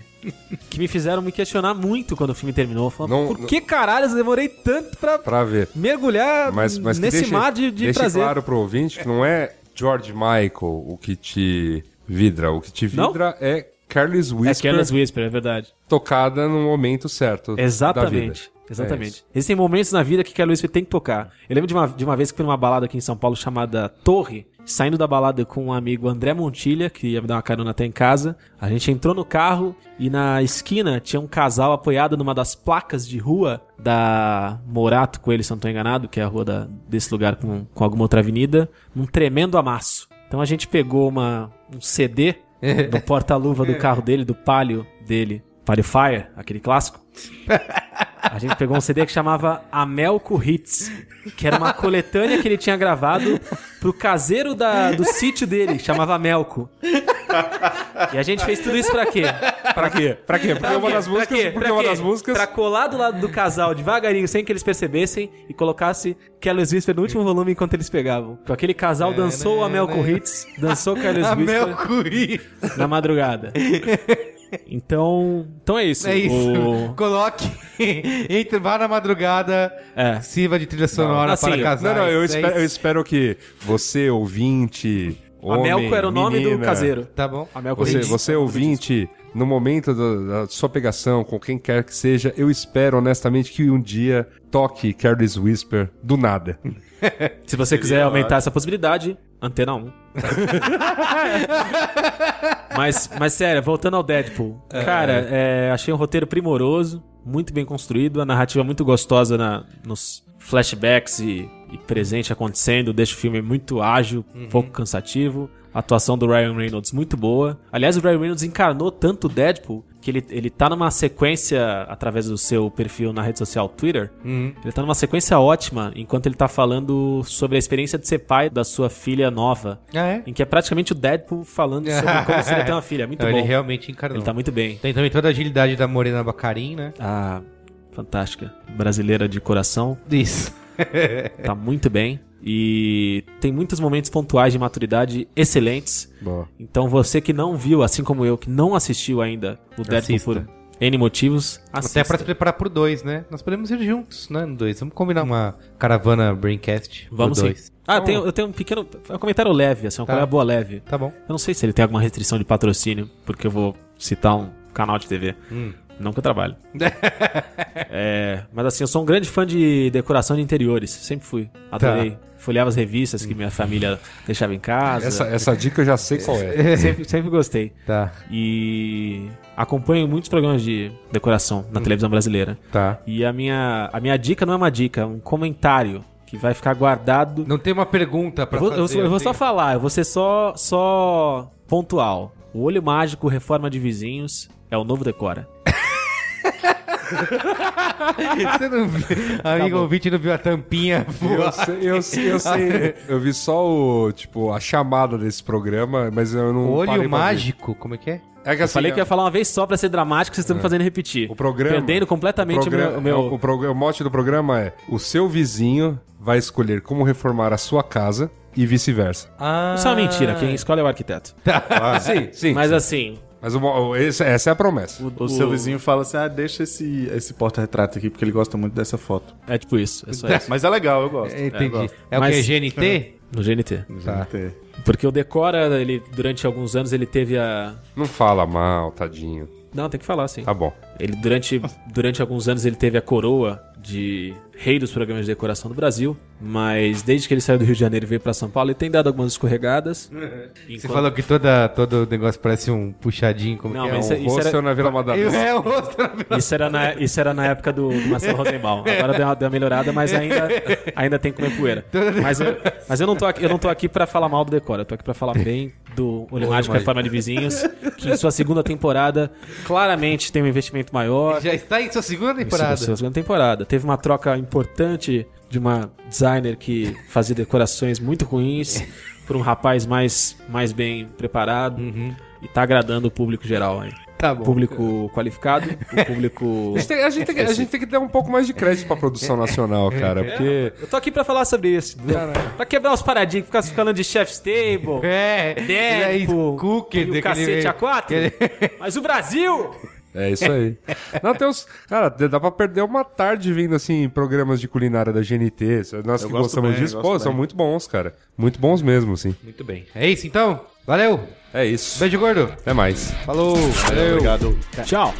Que me fizeram me questionar muito quando o filme terminou. Falando,
Não-
por
não-
que caralho eu demorei tanto pra,
Pra ver.
mergulhar
Mas, mas que
nesse
deixe-
mar de, de
deixe
prazer.
claro pro ouvinte que não é George Michael o que te vidra. O que te
Não?
vidra é Careless
É
Whisper
Careless Whisper, é verdade.
tocada no momento certo. Da
Exatamente.
vida. É
Exatamente.
isso.
Existem momentos na vida que Kelly Whisper tem que tocar. Eu lembro de uma, de uma vez que fui numa balada aqui em São Paulo chamada Torre, saindo da balada com um amigo André Montilha, que ia me dar uma carona até em casa. A gente entrou no carro e na esquina tinha um casal apoiado numa das placas de rua da Morato Coelho, se eu não tô enganado, que é a rua da- desse lugar com, com alguma outra avenida, num tremendo amasso. Então a gente pegou uma, um
(laughs)
CD do porta-luva do carro dele, do palio dele, Palio Fire, aquele clássico. A gente pegou um CD que chamava Amelco Hits, que era uma coletânea que ele tinha gravado pro caseiro da- do sítio dele, chamava Amelco. E a gente fez tudo isso pra quê?
Pra quê? Pra quê? Porque é uma das músicas.
quê?
Porque
Pra
uma
quê?
das músicas.
Pra colar do lado do casal devagarinho, sem que eles percebessem, e colocasse Carlos Whisper no último volume enquanto eles pegavam. Então, aquele casal
É,
dançou
né,
o Amelco Hits, dançou Carlos
A
Whisper
Melcuri.
na
(laughs)
madrugada. Então, então é isso.
É isso. (laughs)
O-
Coloque. Entre, vá na madrugada.
É.
Sirva de trilha sonora
Assim,
para
Não,
casais.
não, eu
É
espero, eu
isso.
espero que você, ouvinte.
A
Homem,
Melco era o nome do
menina,
caseiro.
Tá bom.
Amelco
Você,
Hits.
você ouvinte, no momento da, da sua pegação com quem quer que seja, eu espero honestamente que um dia toque Careless Whisper
(laughs)
do nada.
Se você quiser aumentar essa possibilidade, antena 1. mas, mas sério, voltando ao Deadpool. Cara, é, achei um roteiro primoroso, muito bem construído, a narrativa é muito gostosa na- nos flashbacks e, e presente acontecendo, deixa o filme muito ágil, um pouco cansativo. A atuação do Ryan Reynolds muito boa. Aliás, o Ryan Reynolds encarnou tanto o Deadpool que ele, ele tá numa sequência através do seu perfil na rede social Twitter. Ele tá numa sequência ótima enquanto ele tá falando sobre a experiência de ser pai da sua filha nova.
Ah, é?
Em que é praticamente o
(laughs)
Deadpool falando sobre como seria ter uma filha. Muito
Então,
bom.
ele
Ele,
realmente encarnou.
tá muito bem.
Tem também toda a agilidade da Morena Bacarin, né?
Ah, fantástica. Brasileira de coração.
Isso.
Tá muito bem. E tem muitos momentos pontuais de maturidade excelentes.
Boa.
Então você que não viu, assim como eu, que não assistiu ainda o Deadpool
Assista.
por N motivos,
Até
assista.
pra se preparar pro 2, né? Nós podemos ir juntos, né? No 2. Vamos combinar uma caravana Braincast. pro
Vamos sim.
dois.
Ah,
Então,
tem- eu tenho um pequeno... É um comentário leve, assim, uma
Tá.
coisa boa leve.
Tá bom.
Eu não sei se ele tem alguma restrição de patrocínio, porque eu vou citar um canal de TV. Não que eu trabalho. É, mas assim, eu sou um grande fã de decoração de interiores. Sempre fui. Adorei. Folheava as revistas que minha família deixava em casa.
Essa, essa dica eu já sei qual
(laughs)
é.
Sempre, sempre gostei.
Tá,
E acompanho muitos programas de decoração na televisão brasileira.
tá.
E a minha, a minha dica não é uma dica, é um comentário que vai ficar guardado.
Não tem uma pergunta pra
Eu vou, eu
fazer. assim.
sou- eu vou só
tenho-
falar, eu vou ser só, só pontual. O olho mágico reforma de vizinhos é o novo decora.
(laughs) Você não viu- Amigo ouvinte não viu a tampinha
Eu
voar.
sei, eu sei,
(laughs)
eu sei. Eu vi só o, tipo, a chamada desse programa, mas eu não.
Olho
parei pra ver.
mágico, como é que é?
É que
Eu
assim,
falei que eu ia
é-
falar uma vez só pra ser dramático, vocês estão me fazendo repetir.
o programa.
Perdendo completamente o,
programa-
meu-
é,
o meu.
o progra- o mote do programa é: o seu vizinho vai escolher como reformar a sua casa e vice-versa.
(laughs)
Ah,
Isso é uma mentira, quem escolhe é o arquiteto.
sim, sim.
Mas
Mas,
assim,
o mo- esse- essa é a promessa.
O seu vizinho fala assim: ah, deixa esse, esse porta-retrato aqui, porque ele gosta muito dessa foto.
é tipo isso, é só isso.
Mas é legal, eu gosto.
Entendi. É, o
Mas-
que? (laughs) GNT?
No GNT.
Tá.
Tem.
Porque o Decora, ele, durante alguns anos, ele teve a.
Não fala mal, tadinho.
Não, tem que falar, sim.
Tá bom.
Ele durante, durante alguns anos ele teve a coroa de rei dos programas de decoração do Brasil, mas desde que ele saiu do Rio de Janeiro e veio pra São Paulo, ele tem dado algumas escorregadas.
(laughs) Você falou que toda, todo negócio parece um puxadinho, como
Não,
que é?
mas
um...
isso, isso
Rosto
era,
na Vila Madalena.
Eu- É, o rosto (laughs) na verdade.
isso, era na, é- isso era na época do do Marcelo Rosenbaum. Agora deu uma, deu uma melhorada, mas ainda, ainda tem que comer
(laughs)
poeira. Mas, eu, mas eu, não tô aqui, eu não tô aqui pra falar mal do Decora, eu tô aqui pra falar bem do Olho Mágico e Forma de Vizinhos, que em sua segunda temporada claramente tem um investimento maior.
Já está em sua segunda temporada.
Isso, da segunda temporada. Teve uma troca importante de uma designer que fazia decorações muito ruins por um rapaz mais, mais bem preparado. E tá agradando o público geral, hein?
Uhum. Tá
O
bom.
público qualificado,
(laughs)
o público.
A gente, tem, a gente tem que, a gente tem que dar um pouco mais de crédito pra produção nacional, cara. Porque.
Eu tô aqui pra falar sobre isso. entendeu? Pra quebrar os paradigmas, ficar falando de chef's table,
É,
Deadpool,
Cooker,
e o cacete A4. Mas o Brasil!
É isso aí. Não, tem uns. Cara, dá pra perder uma tarde vindo assim programas de culinária da GNT. Nós
Eu gosto
que gostamos
bem,
disso,
eu
pô,
gosto
são
bem.
muito bons, cara. Muito bons mesmo, assim.
Muito bem. É isso então? Valeu.
É isso.
Beijo gordo.
Até mais.
Falou. Valeu.
Obrigado.
Tchau.